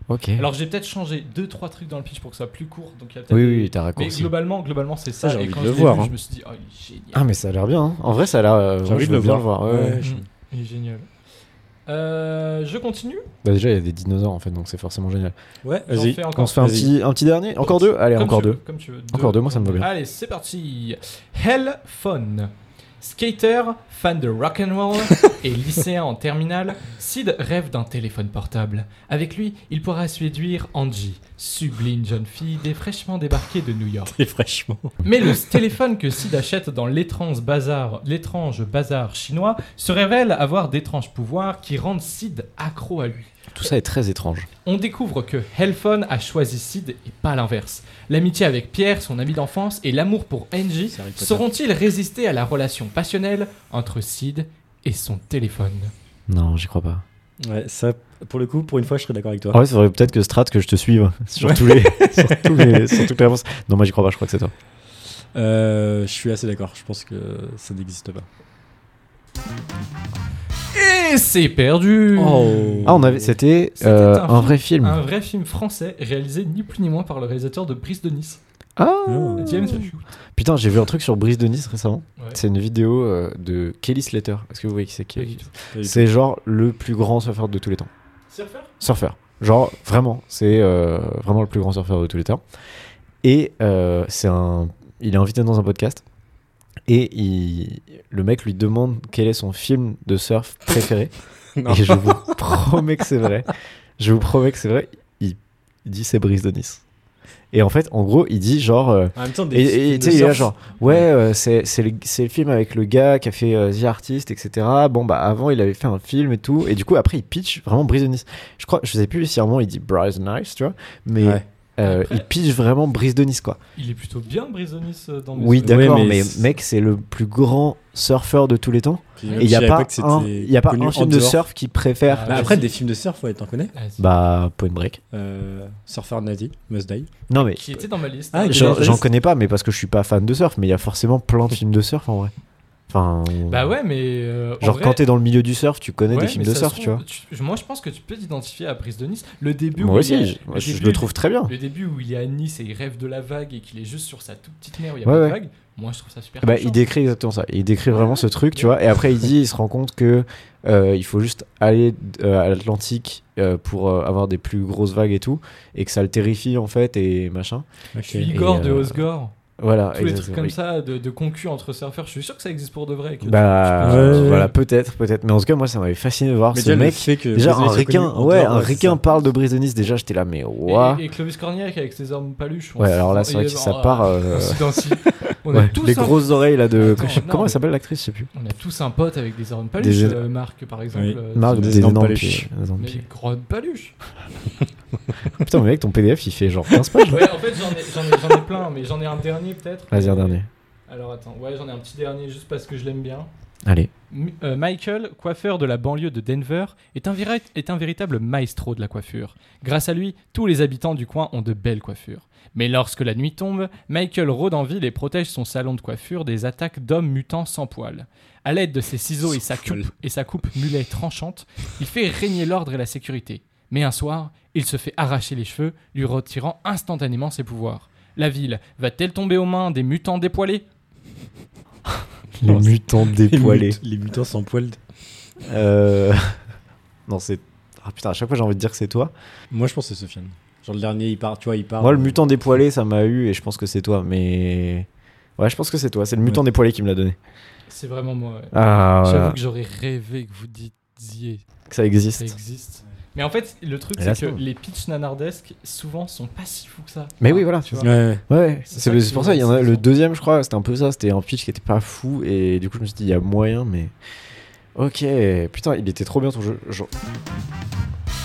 S1: Ok.
S3: Alors j'ai peut-être changé deux trois trucs dans le pitch pour que ça soit plus court. Donc il y a peut-être
S1: oui,
S3: des-
S1: oui, t'as
S3: Mais
S1: raccourci.
S3: globalement, globalement c'est
S2: Ça,
S3: ça.
S2: j'ai
S3: Et
S2: envie
S3: quand
S2: de le
S3: je l'ai
S2: voir,
S3: vu,
S2: hein.
S3: je me suis dit, oh, il est génial.
S1: Ah, mais ça a l'air bien. hein. En vrai, ça a l'air. euh, moi,
S2: envie
S1: je
S2: de le
S1: veux bien
S2: voir.
S1: le voir. ouais, ouais.
S2: Ouais, je-
S3: Mm. Il est génial. Euh, je continue.
S1: Bah, déjà, il y a des dinosaures en fait, donc c'est forcément génial.
S2: Ouais,
S3: J'en
S2: vas-y.
S3: fais encore.
S1: On se fait un
S2: Vas-y.
S1: petit, un petit dernier Encore
S3: Comme
S1: deux Allez,
S3: Comme
S1: encore
S3: tu veux,
S1: deux.
S3: Comme tu veux.
S1: Encore deux, moi, ça me va bien.
S3: Allez, c'est parti. Hell Phone. Skater, fan de rock and
S1: <laughs>
S3: roll et lycéen en terminale, Sid rêve d'un téléphone portable. Avec lui, il pourra séduire Angie, sublime jeune fille des fraîchement débarqués de New York.
S2: <laughs> Très fraîchement.
S3: Mais le <laughs> téléphone que Sid achète dans l'étrange bazar, l'étrange bazar chinois se révèle avoir d'étranges pouvoirs qui rendent Sid accro à lui.
S1: Tout ça est très étrange.
S3: On découvre que Hellphone a choisi Sid et pas l'inverse. L'amitié avec Pierre, son ami d'enfance, et l'amour pour Angie
S2: C'est Harry Potter.
S3: sauront-ils résister à la relation passionnelle entre Sid et son téléphone
S1: Non, j'y crois pas.
S2: Ouais, ça, pour le coup, pour une fois, je serais d'accord avec toi.
S1: En vrai, il faudrait peut-être que Strat que je te suive <laughs> sur tous les, sur tous les- sur toutes les réponses. Non, moi j'y crois pas. Je crois que c'est toi.
S2: Euh, je suis assez d'accord. Je pense que ça n'existe pas.
S3: Et c'est perdu
S2: Oh.
S1: Ah, on avait. C'était
S3: C'était
S1: euh, un,
S3: un film. Ah.
S1: vrai film.
S3: Un vrai film français réalisé ni plus ni moins par le réalisateur de Brise de Nice,
S1: Ah.
S2: Ah.
S3: James Shoot.
S1: Putain, j'ai vu un truc sur Brise de Nice récemment.
S3: Ouais.
S1: C'est une vidéo euh, de Kelly Slater. Est-ce que vous voyez qui c'est Kelly
S2: Pas du
S1: C'est genre le plus grand surfeur de tous les temps.
S3: Surfer
S1: surfeur. Genre, vraiment, c'est euh, vraiment le plus grand surfeur de tous les temps. Et euh, c'est un, il est invité dans un podcast. Et il- le mec lui demande quel est son film de surf préféré.
S2: Non.
S1: Et je vous promets que c'est vrai. Je vous promets que c'est vrai. Il, il dit c'est Brise de Nice. Et en fait, en gros, il dit genre. euh,
S2: En même temps, des
S1: et et,
S2: films
S1: tu sais,
S2: de
S1: il est là
S2: surf,
S1: genre, ouais, euh, c'est c'est le, c'est le film avec le gars qui a fait euh, The Artist, etc. Bon, bah avant, il avait fait un film et tout. Et du coup, après, il pitch vraiment Brise de Nice. Je crois, je sais plus si à un moment, il dit Brise de Nice, tu vois. Mais
S2: Ouais.
S1: euh,
S3: Après-
S1: il pitch vraiment Brise de Nice, quoi.
S3: Il est plutôt bien Brise de Nice euh, dans le
S1: Oui,
S2: Ouais,
S1: d'accord,
S2: mais
S1: mais,
S2: c'est-
S1: mec, c'est le plus grand surfeur de tous les temps.
S2: Puis
S1: Et
S2: même,
S1: il n'y
S2: je
S1: a
S2: savais
S1: pas,
S2: que c'était
S1: un, il y a pas
S2: connu
S1: un
S2: en
S1: film de
S2: dehors.
S1: surf qui préfère.
S2: Bah,
S3: Ah,
S2: après,
S3: je sais.
S2: des films de surf, ouais, t'en connais
S3: Vas-y.
S1: Bah, Point Break.
S2: euh, Surfeur nazi, Must Die.
S1: Non, mais.
S3: qui était dans ma liste.
S2: Ah,
S1: J'en
S2: dans la
S1: j'en
S2: liste.
S1: connais pas, mais parce que je suis pas fan de surf, mais il y a forcément plein de films de surf en vrai. Enfin.
S3: Bah ouais, mais. euh, en
S1: Genre
S3: vrai,
S1: quand t'es dans le milieu du surf, tu connais
S3: ouais,
S1: des films
S3: mais
S1: de
S3: ça
S1: surf,
S3: se
S1: tu
S3: trouve,
S1: vois.
S3: Moi, je pense que tu peux t'identifier à Brise de Nice. Le début.
S1: Moi
S3: où
S1: aussi,
S3: il est-
S1: je,
S3: le
S1: moi, je- je
S3: début-
S1: le trouve très bien.
S3: Le début où il est à Nice et il rêve de la vague et qu'il est juste sur sa toute petite mer où il y a
S1: Ouais,
S3: pas
S1: ouais.
S3: de vague. Moi, je trouve ça super.
S1: Bah,
S3: touchant.
S1: il décrit exactement ça. Il décrit vraiment ce truc, tu vois. Et après, il dit, il se rend compte que euh, il faut juste aller euh, à l'Atlantique euh, pour euh, avoir des plus grosses vagues et tout, et que ça le terrifie en fait et machin.
S2: Ok.
S3: Je suis Igor
S1: Et,
S3: de
S1: euh,
S3: Osgore.
S1: Voilà.
S3: Tous les trucs
S1: exactement,
S3: comme
S1: oui.
S3: ça, de, de concu entre surfeurs. Je suis sûr que ça existe pour de vrai. que tu-
S1: Bah
S2: tu peux- Ouais.
S1: voilà, peut-être, peut-être. Mais en tout cas, moi, ça m'avait fasciné de voir
S2: Mais
S1: ce
S2: déjà, le
S1: mec.
S2: fait que
S1: Déjà,
S2: Brise de
S1: un
S2: Nice soit connu
S1: requin,
S2: en
S1: ouais,
S2: dehors,
S1: un
S2: c'est
S1: requin
S2: ça.
S1: parle de Brise de Nice. Déjà, j'étais là, mais
S3: Et-
S1: ouah.
S3: Et, et Clovis Cornillac avec ses armes paluches. on
S1: Ouais,
S3: se
S1: alors là,
S3: sent-
S1: c'est vrai
S3: et-
S1: que si ça
S3: oh,
S1: part. euh,
S3: <laughs>
S1: <laughs>
S3: c'est un- On a
S1: ouais,
S3: tous
S1: les
S3: un-
S1: grosses oreilles là de.
S3: Attends, non,
S1: <laughs> Comment
S3: mais-
S1: elle s'appelle l'actrice Je sais plus.
S3: On a tous un pote avec des armes paluches,
S1: Des-
S3: euh, Marc par exemple.
S2: Oui.
S3: euh,
S1: Marc
S3: tu-
S2: des
S1: des
S2: énormes
S1: énormes
S2: paluches.
S1: pieds, des énormes
S3: Mais
S1: pieds.
S3: grande paluche
S1: Putain, mais mec, ton PDF il fait genre 15 pages.
S3: <laughs> Ouais, en fait, j'en ai, j'en ai- j'en ai plein, mais j'en ai un dernier peut-être.
S1: Vas-y, un dernier.
S3: Alors attends, ouais, j'en ai un petit dernier juste parce que je l'aime bien.
S1: Allez.
S3: M- euh, Michael, coiffeur de la banlieue de Denver, est un, vira- est un véritable maestro de la coiffure. Grâce à lui, tous les habitants du coin ont de belles coiffures. Mais lorsque la nuit tombe, Michael rôde en ville et protège son salon de coiffure des attaques d'hommes mutants sans poils. À l'aide de ses ciseaux et sa coupe, et sa coupe mulet tranchante, il fait régner l'ordre et la sécurité. Mais un soir, il se fait arracher les cheveux, lui retirant instantanément ses pouvoirs. La ville va-t-elle tomber aux mains des mutants dépoilés
S1: Les mutants
S2: Les,
S3: Oh, <laughs>
S1: dépoilés.
S2: mut- les mutants sans poils.
S1: Euh... <laughs> Non, c'est. Ah putain, à chaque fois j'ai envie de dire que c'est toi.
S2: Moi, je pense que c'est ce film. Genre, le dernier, il part, tu vois, il part.
S1: Moi, le
S2: euh,
S1: mutant dépoilé, ça m'a eu et je pense que c'est toi, mais. Ouais, je pense que c'est toi. C'est le mutant
S2: Ouais.
S1: dépoilé qui me l'a donné.
S3: C'est vraiment moi. ouais.
S1: Ah,
S3: J'avoue
S1: voilà.
S3: que j'aurais rêvé que vous disiez
S1: que ça
S3: que ça
S1: existe.
S3: existe. Mais en fait, le truc,
S1: Et là,
S3: c'est que
S1: c'est bon.
S3: les pitchs nanardesques, souvent, sont pas si fous que ça.
S1: Mais
S3: Enfin,
S1: oui, voilà.
S3: Tu vois.
S2: Ouais, ouais.
S1: Ouais,
S3: C'est
S1: c'est
S3: ça
S1: c'est
S3: qui-
S1: pour ça. Il y en a
S3: c'est
S1: le
S3: ça.
S1: deuxième, je crois, c'était un peu ça. C'était un pitch qui était pas fou et du coup, je me suis dit, il y a moyen, mais. Ok, putain, il était trop bien ton jeu. Je-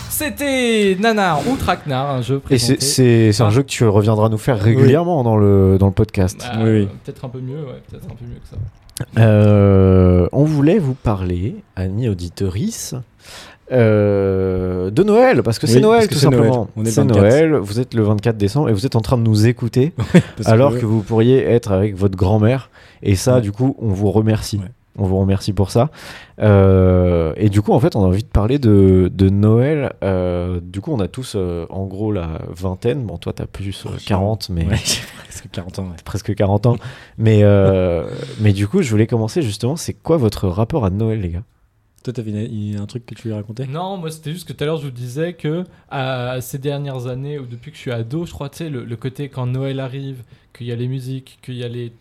S3: C'était Nanar ou Traquenard, un jeu
S1: Et
S3: présenté.
S1: c'est- c'est c'est un
S3: par-
S1: jeu que tu reviendras nous faire régulièrement dans, le, dans le podcast.
S3: Bah,
S2: Oui,
S3: euh,
S2: oui.
S3: Peut-être un peu mieux, ouais, peut-être un peu mieux que ça.
S1: Euh, on voulait vous parler, amis auditeurice, euh, de Noël, parce que c'est
S2: Oui,
S1: Noël
S2: parce que
S1: tout
S2: c'est Noël.
S1: simplement.
S2: On est le
S1: C'est
S2: 24.
S1: Noël, vous êtes le 24 décembre et vous êtes en train de nous écouter,
S2: <laughs> Parce
S1: alors
S2: ouais.
S1: que vous pourriez être avec votre grand-mère. Et ça,
S2: Ouais.
S1: du coup, on vous remercie.
S2: Ouais.
S1: On vous remercie pour ça. Euh, et du coup, en fait, on a envie de parler de, de Noël. Euh, du coup, on a tous, euh, en gros, la vingtaine. Bon, toi, t'as plus euh,
S2: Ouais.
S1: 40, mais
S2: Ouais, j'ai presque 40 ans, ouais.
S1: presque 40 ans. Mais, euh, mais du coup, je voulais commencer justement, c'est quoi votre rapport à Noël, les gars
S2: Toi, t'avais une- une- un truc que tu voulais raconter
S3: Non, moi c'était juste que tout à l'heure je vous disais que euh, ces dernières années, ou depuis que je suis ado, je crois, tu sais, le, le côté quand Noël arrive, qu'il y a les musiques, qu'il y a les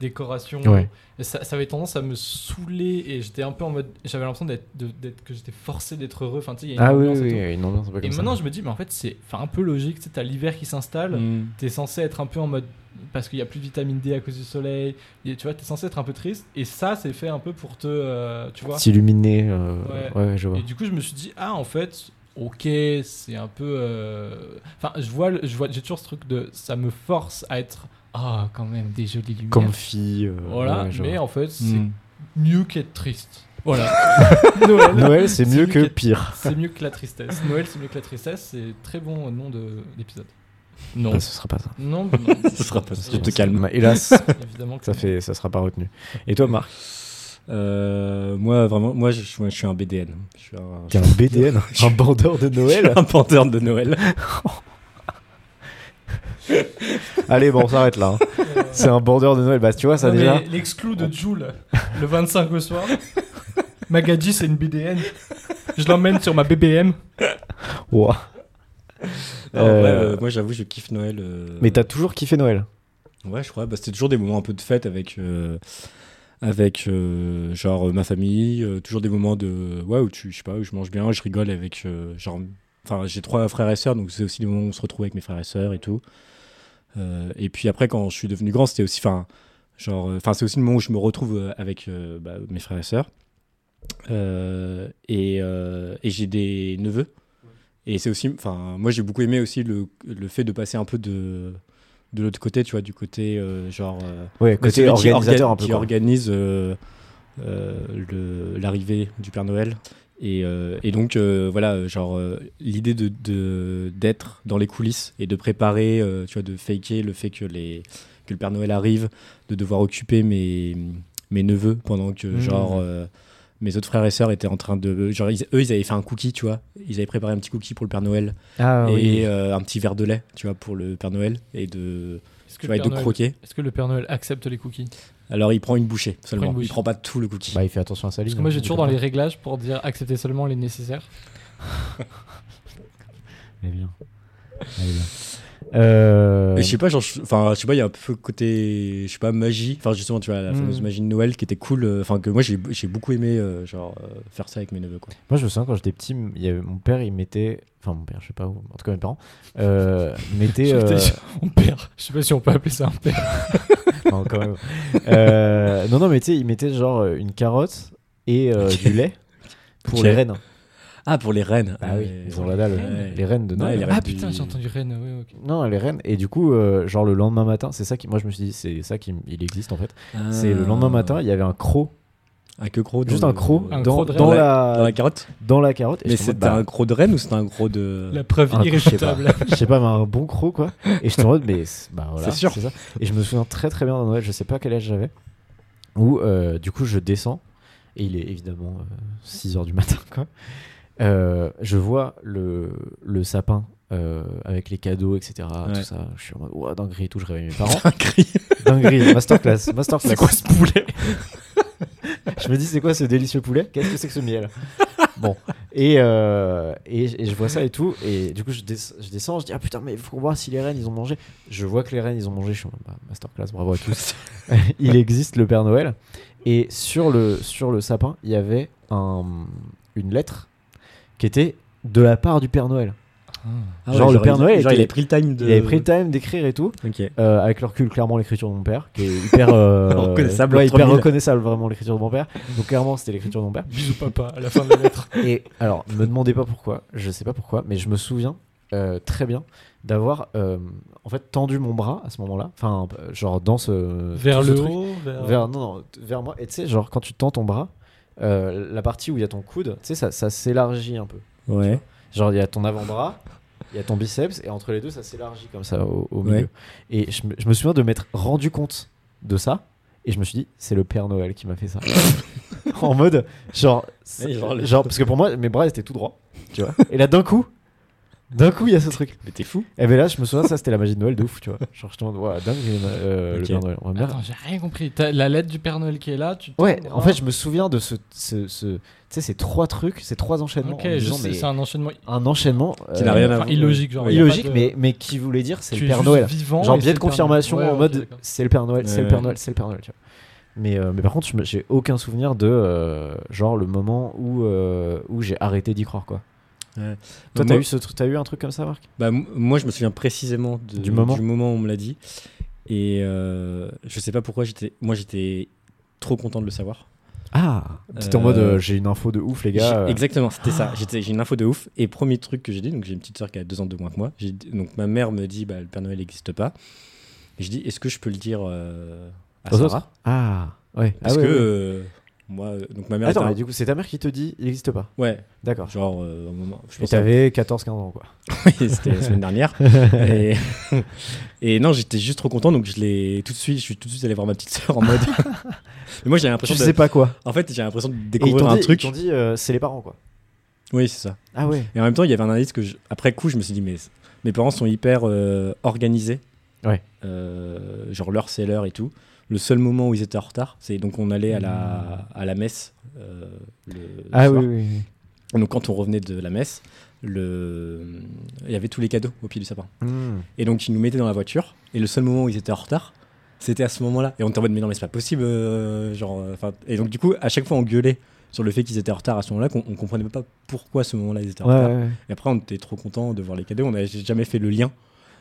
S3: décorations,
S1: Ouais.
S3: ça, ça avait tendance à me saouler et j'étais un peu en mode, j'avais l'impression d'être, de- d'être- que j'étais forcé d'être heureux. Enfin, tu sais, il y a une
S1: Ah oui,
S3: ambiance
S1: oui,
S3: et tout.
S1: oui, non, non, c'est pas
S3: Et
S1: comme ça.
S3: maintenant je me dis, mais en fait c'est enfin, un peu logique, tu sais, t'as l'hiver qui s'installe,
S2: Mm.
S3: t'es censé être un peu en mode parce qu'il y a plus de vitamine D à cause du soleil, et tu vois, t'es censé être un peu triste et ça c'est fait un peu pour te, euh, tu vois.
S1: S'illuminer, euh,
S3: Ouais.
S1: ouais. je vois.
S3: Et du coup, je me suis dit, ah, en fait, ok, c'est un peu. euh, Enfin, je vois, le- je vois, j'ai toujours ce truc de. Ça me force à être. Ah, quand même, des jolies lumières.
S1: Comfy. euh,
S3: voilà,
S1: ouais, je
S3: mais
S1: vois. Hmm.
S3: en fait, c'est
S2: Mm.
S3: mieux qu'être triste.
S1: <laughs>
S3: Voilà. Noël,
S1: Noël, c'est mieux que
S3: qu'être-
S1: pire.
S3: C'est mieux que la tristesse. Noël, c'est mieux que la tristesse. C'est très bon nom de- d'épisode. Non.
S1: Ah, ce sera pas ça. <laughs>
S3: Non, non, non.
S2: Ce sera pas ça.
S3: Non,
S2: Tu te
S3: c'est-
S2: calmes.
S1: Bah, hélas,
S3: Évidemment
S1: <laughs>
S3: que
S1: ça
S3: non.
S1: fait, ça sera pas retenu. Et toi, Marc
S2: Euh, moi, vraiment, moi, je, je suis un BDN. Je suis un,
S1: T'es un BDN, <laughs> un bandeur de
S2: je <laughs> suis
S1: Noël
S2: un panthère de Noël.
S1: Allez, bon, on s'arrête là. hein.
S3: Euh,
S1: C'est un bandeur de Noël. Bah, tu vois, ça
S3: non,
S1: déjà. Oh.
S3: mais L'exclus de Joule, le 25 au soir. Magadji, c'est une BDN. Je l'emmène sur ma BBM.
S1: Ouah.
S2: Alors, ouais,
S1: Euh,
S2: euh, moi, j'avoue, je kiffe Noël. euh,
S1: Mais t'as toujours kiffé Noël
S2: Ouais, je crois. Bah, c'était toujours des moments un peu de fête avec, euh, avec euh, genre euh, ma famille. euh, toujours des moments de ouais où tu, je sais pas, où je mange bien, où je rigole avec euh, genre. Enfin, j'ai trois frères et sœurs, donc c'est aussi des moments où on se retrouve avec mes frères et sœurs et tout. Euh, et puis après, quand je suis devenu grand, c'était aussi, enfin, genre, euh, enfin, c'est aussi le moment où je me retrouve euh, avec euh, bah, mes frères et sœurs. Euh, et euh, et j'ai des neveux. Et c'est aussi, enfin, moi j'ai beaucoup aimé aussi le, le fait de passer un peu de, de l'autre côté, tu vois, du côté euh, genre. euh,
S1: Ouais,
S2: bah,
S1: côté
S2: celui qui
S1: organisateur
S2: orga-
S1: un peu.
S2: Qui
S1: quoi.
S2: organise euh, euh, le- l'arrivée du Père Noël. Et, euh, et donc, euh, voilà, genre, euh, l'idée de- de- d'être dans les coulisses et de préparer, euh, tu vois, de faker le fait que, les, que le Père Noël arrive, de devoir occuper mes, mes neveux pendant que,
S1: Mmh.
S3: Mhm.
S2: genre. euh, mes autres frères et sœurs étaient en train de. Genre, ils- eux, ils avaient fait un cookie, tu vois. Ils avaient préparé un petit cookie pour le Père Noël.
S1: Ah
S2: et
S1: oui.
S2: euh, un petit verre de lait, tu vois, pour le Père Noël. Et de,
S3: Est-ce
S2: tu
S3: que,
S2: vois,
S3: le
S2: et de
S3: Père Noël-
S2: croquer.
S3: est-ce que le Père Noël accepte les cookies
S2: Alors il prend une bouchée seulement. Il
S3: une
S2: prend,
S3: bouchée.
S2: pas tout le cookie.
S1: Bah, il fait attention à sa ligne.
S3: Parce que moi, j'ai toujours dans les réglages pour dire accepter seulement les nécessaires.
S1: Eh bien. Eh bien. Euh,
S2: Mais je sais pas, genre, je- enfin, je sais pas, il y a un peu côté, je sais pas, magie. Enfin, justement, tu vois, la
S3: Hmm.
S1: Mm.
S2: fameuse magie de Noël qui était cool. euh, Enfin, que moi j'ai j'ai beaucoup aimé, euh, genre, euh, faire ça avec mes neveux, quoi.
S1: Moi, je me souviens quand j'étais petit, il y avait- mon père, il mettait. Enfin, mon père, je sais pas où, en tout cas mes parents, euh,
S3: <laughs>
S1: mettaient. euh,
S3: On perd. Je sais pas si on peut appeler ça un père.
S1: <laughs> non, quand même. Euh, non, non, mais tu sais, il mettait genre euh, une carotte et euh, du lait pour
S2: Ok.
S1: les rennes.
S2: Ah, pour les reines.
S1: Ah oui,
S2: mais-
S1: ils ont la dalle.
S2: Ouais.
S1: Les rennes de
S2: Ouais,
S1: Noël.
S2: les
S3: Ah
S2: rêves
S3: putain,
S2: du-
S3: j'ai entendu Rennes. Oui, ok.
S1: Non, les rennes. Et du coup, euh, genre le lendemain matin, c'est ça qui. Moi, je me suis dit, c'est ça qui il existe en fait.
S2: Ah.
S1: C'est le lendemain matin, il y avait un croc,
S2: Un que croc. dans
S1: juste
S2: le-
S1: un croc
S3: Un
S1: dans,
S3: croc de
S1: dans
S2: renne.
S1: la,
S2: Dans la carotte.
S1: dans la carotte. Et
S2: Mais
S1: j'étais en mode,
S2: c'était
S1: bah,
S2: un croc de reine ou c'était un croc de.
S3: La preuve
S1: Ah, je sais
S3: <laughs> irréfutable.
S1: je sais pas, mais un bon croc quoi. Et je te mode, mais c'est- bah voilà,
S2: C'est sûr.
S1: ça. Et je me souviens très très bien d'un Noël, je sais pas quel âge j'avais, où euh, du coup je descends, et il est évidemment 6h du matin <laughs> quoi. Euh, je vois le, le sapin euh, avec les cadeaux, etc. Tout
S2: Ouais.
S1: ça, je suis en mode, ouah, dinguerie et tout, je réveille
S2: <laughs>
S1: mes parents.
S2: Un cri.
S1: dinguerie, masterclass, masterclass.
S2: C'est quoi ce poulet
S1: Je me dis, c'est quoi ce délicieux poulet Qu'est-ce que c'est que ce miel Bon. Et, euh, et, et je vois ça et tout. Et du coup, je, des- je descends, je dis Ah putain, mais il faut voir si les rennes ils ont mangé. Je vois que les rennes ils ont mangé. Je suis en mode, Bah, masterclass, bravo à
S2: <laughs>
S1: tous. il existe le Père Noël. Et sur le, sur le sapin, il y avait un, une lettre qui était de la part du Père Noël.
S2: Ah
S1: Genre, le
S2: il-
S1: Père Noël
S2: Genre,
S1: était-
S2: il a pris le time de.
S1: Il avait pris le time d'écrire et tout.
S2: Ok.
S1: Euh, avec le recul, clairement, l'écriture de mon père, qui est
S2: <laughs>
S1: hyper, euh,
S2: Reconnaissable,
S1: ouais,
S2: entre
S1: hyper
S2: mille.
S1: reconnaissable, vraiment, l'écriture de mon père. Donc, clairement, c'était l'écriture de mon père.
S3: Bisous papa, à la fin de la lettre.
S1: Et alors, ne me demandez pas pourquoi, je sais pas pourquoi, mais je me souviens euh, très bien d'avoir euh, en fait tendu mon bras à ce moment-là, enfin, euh, genre dans ce.
S3: Vers
S1: tout ce
S3: le
S1: truc.
S3: haut, vers...
S1: Vers, non, non, t- vers moi. Et tu sais, genre, quand tu tends ton bras, euh, la partie où il y a ton coude, tu sais, ça, ça s'élargit un peu.
S2: Ouais.
S1: Genre, il y a ton avant-bras, il y a ton biceps, et entre les deux, ça s'élargit comme ça au, au milieu.
S2: Ouais.
S1: Et je me, je me souviens de m'être rendu compte de ça, et je me suis dit, c'est le Père Noël qui m'a
S3: <laughs>
S1: fait ça. en mode, genre, c'est-
S2: Ouais, genre
S1: genre,
S2: le-
S1: parce que pour moi, mes bras étaient tout droits, tu vois. Et là, d'un coup, d'un coup, il y a ce truc.
S2: Mais t'es fou.
S1: Et ben là, je me souviens, ça, c'était la magie de Noël de ouf, tu vois. Genre, je te demande, Ouah, dingue, euh,
S2: Ok.
S1: le Père Noël. On va bien-
S3: Attends, j'ai rien compris. T'as la lettre du Père Noël qui est là, tu
S1: Ouais,
S3: tournes,
S1: en
S3: voilà.
S1: fait, je me souviens de ce, ce, ce- tu sais, ces trois trucs, ces trois enchaînements.
S3: ah, Ok,
S1: en me
S3: je
S1: disant,
S3: sais,
S1: mais
S3: c'est un enchaînement
S1: un enchaînement euh,
S2: Qui n'a rien à
S3: enfin,
S2: voir.
S3: illogique, genre.
S2: Ouais,
S3: y a pas
S1: illogique,
S3: de-
S1: mais, mais qui voulait dire c'est
S3: tu
S1: le
S3: es
S1: Père
S3: juste
S1: Noël.
S3: Vivant
S1: Genre
S3: et
S1: biais
S3: c'est
S1: de
S3: le Père
S1: confirmation
S3: Noël.
S1: en
S3: Ouais, ok,
S1: mode
S3: d'accord.
S1: c'est le Père Noël, c'est le
S2: Ouais.
S1: Père Noël, c'est le Père Noël. Tu vois. Mais, euh, mais par contre, je me- j'ai aucun souvenir de euh, genre le moment où, euh, où j'ai arrêté d'y croire. quoi. Toi, t'as
S2: Moi-
S1: eu, ce tru- t'as eu un truc comme ça, Marc
S2: Bah, m- moi, je me souviens précisément de-
S1: Du moment.
S2: où on me l'a dit. Et euh, je sais pas pourquoi, j'étais, moi, j'étais trop content de le savoir.
S1: Ah T'étais en
S2: Euh,
S1: mode euh, j'ai une info de ouf, les gars.
S2: J'ai-
S1: euh,
S2: Exactement,
S1: <gasps>
S2: c'était ça. J'étais- J'ai une info de ouf. Et premier truc que j'ai dit, donc j'ai une petite soeur qui a deux ans de moins que moi. J'ai dit- Donc ma mère me dit, bah, le Père Noël n'existe pas. Et je dis, est-ce que je peux le dire euh, à
S1: aux
S2: Sarah
S1: autres Ah, ouais.
S2: Parce
S1: ah, ouais,
S2: que
S1: ouais.
S2: euh, moi, euh, donc ma mère.
S1: Attends,
S2: était un-
S1: mais du coup, c'est ta mère qui te dit il n'existe pas.
S2: Ouais,
S1: D'accord.
S2: genre euh, au moment. Je
S1: Et
S2: pense
S1: t'avais 14-15 ans, quoi.
S2: <laughs> Oui, c'était la
S1: <laughs>
S2: semaine dernière. et, et non, j'étais juste trop content, donc je l'ai tout de suite. Je suis tout de suite allé voir ma petite sœur
S1: <laughs>
S2: en mode. Mais moi, j'ai
S1: Tu
S2: l'impression. de-
S1: sais pas quoi.
S2: En fait, j'ai l'impression de
S1: Et ils
S2: découvrir
S1: t'ont
S2: un
S1: dit-
S2: truc.
S1: Ils t'ont dit euh, c'est les parents, quoi.
S2: Oui, c'est ça.
S1: Ah ouais.
S2: Et en même temps, il y avait un indice que, je- après coup, je me suis dit, mais mes parents sont hyper euh, organisés.
S1: Ouais.
S2: Euh, genre l'heure, c'est l'heure et tout. Le seul moment où ils étaient en retard, c'est donc on allait à la, à la messe. euh, le, le
S1: Ah
S2: soir.
S1: oui, oui, oui.
S2: Donc quand on revenait de la messe, le... il y avait tous les cadeaux au pied du sapin.
S1: Hmm.
S2: Et donc ils nous mettaient dans la voiture. Et le seul moment où ils étaient en retard, c'était à ce moment-là. Et on était en mode mais non mais c'est pas possible. euh, genre, euh, 'fin, et donc du coup à chaque fois on gueulait sur le fait qu'ils étaient en retard à ce moment-là, qu'on on comprenait pas pourquoi à ce moment-là ils étaient en
S1: Ouais,
S2: retard.
S1: ouais, ouais.
S2: Et après on était trop content de voir les cadeaux. On n'avait jamais fait le lien.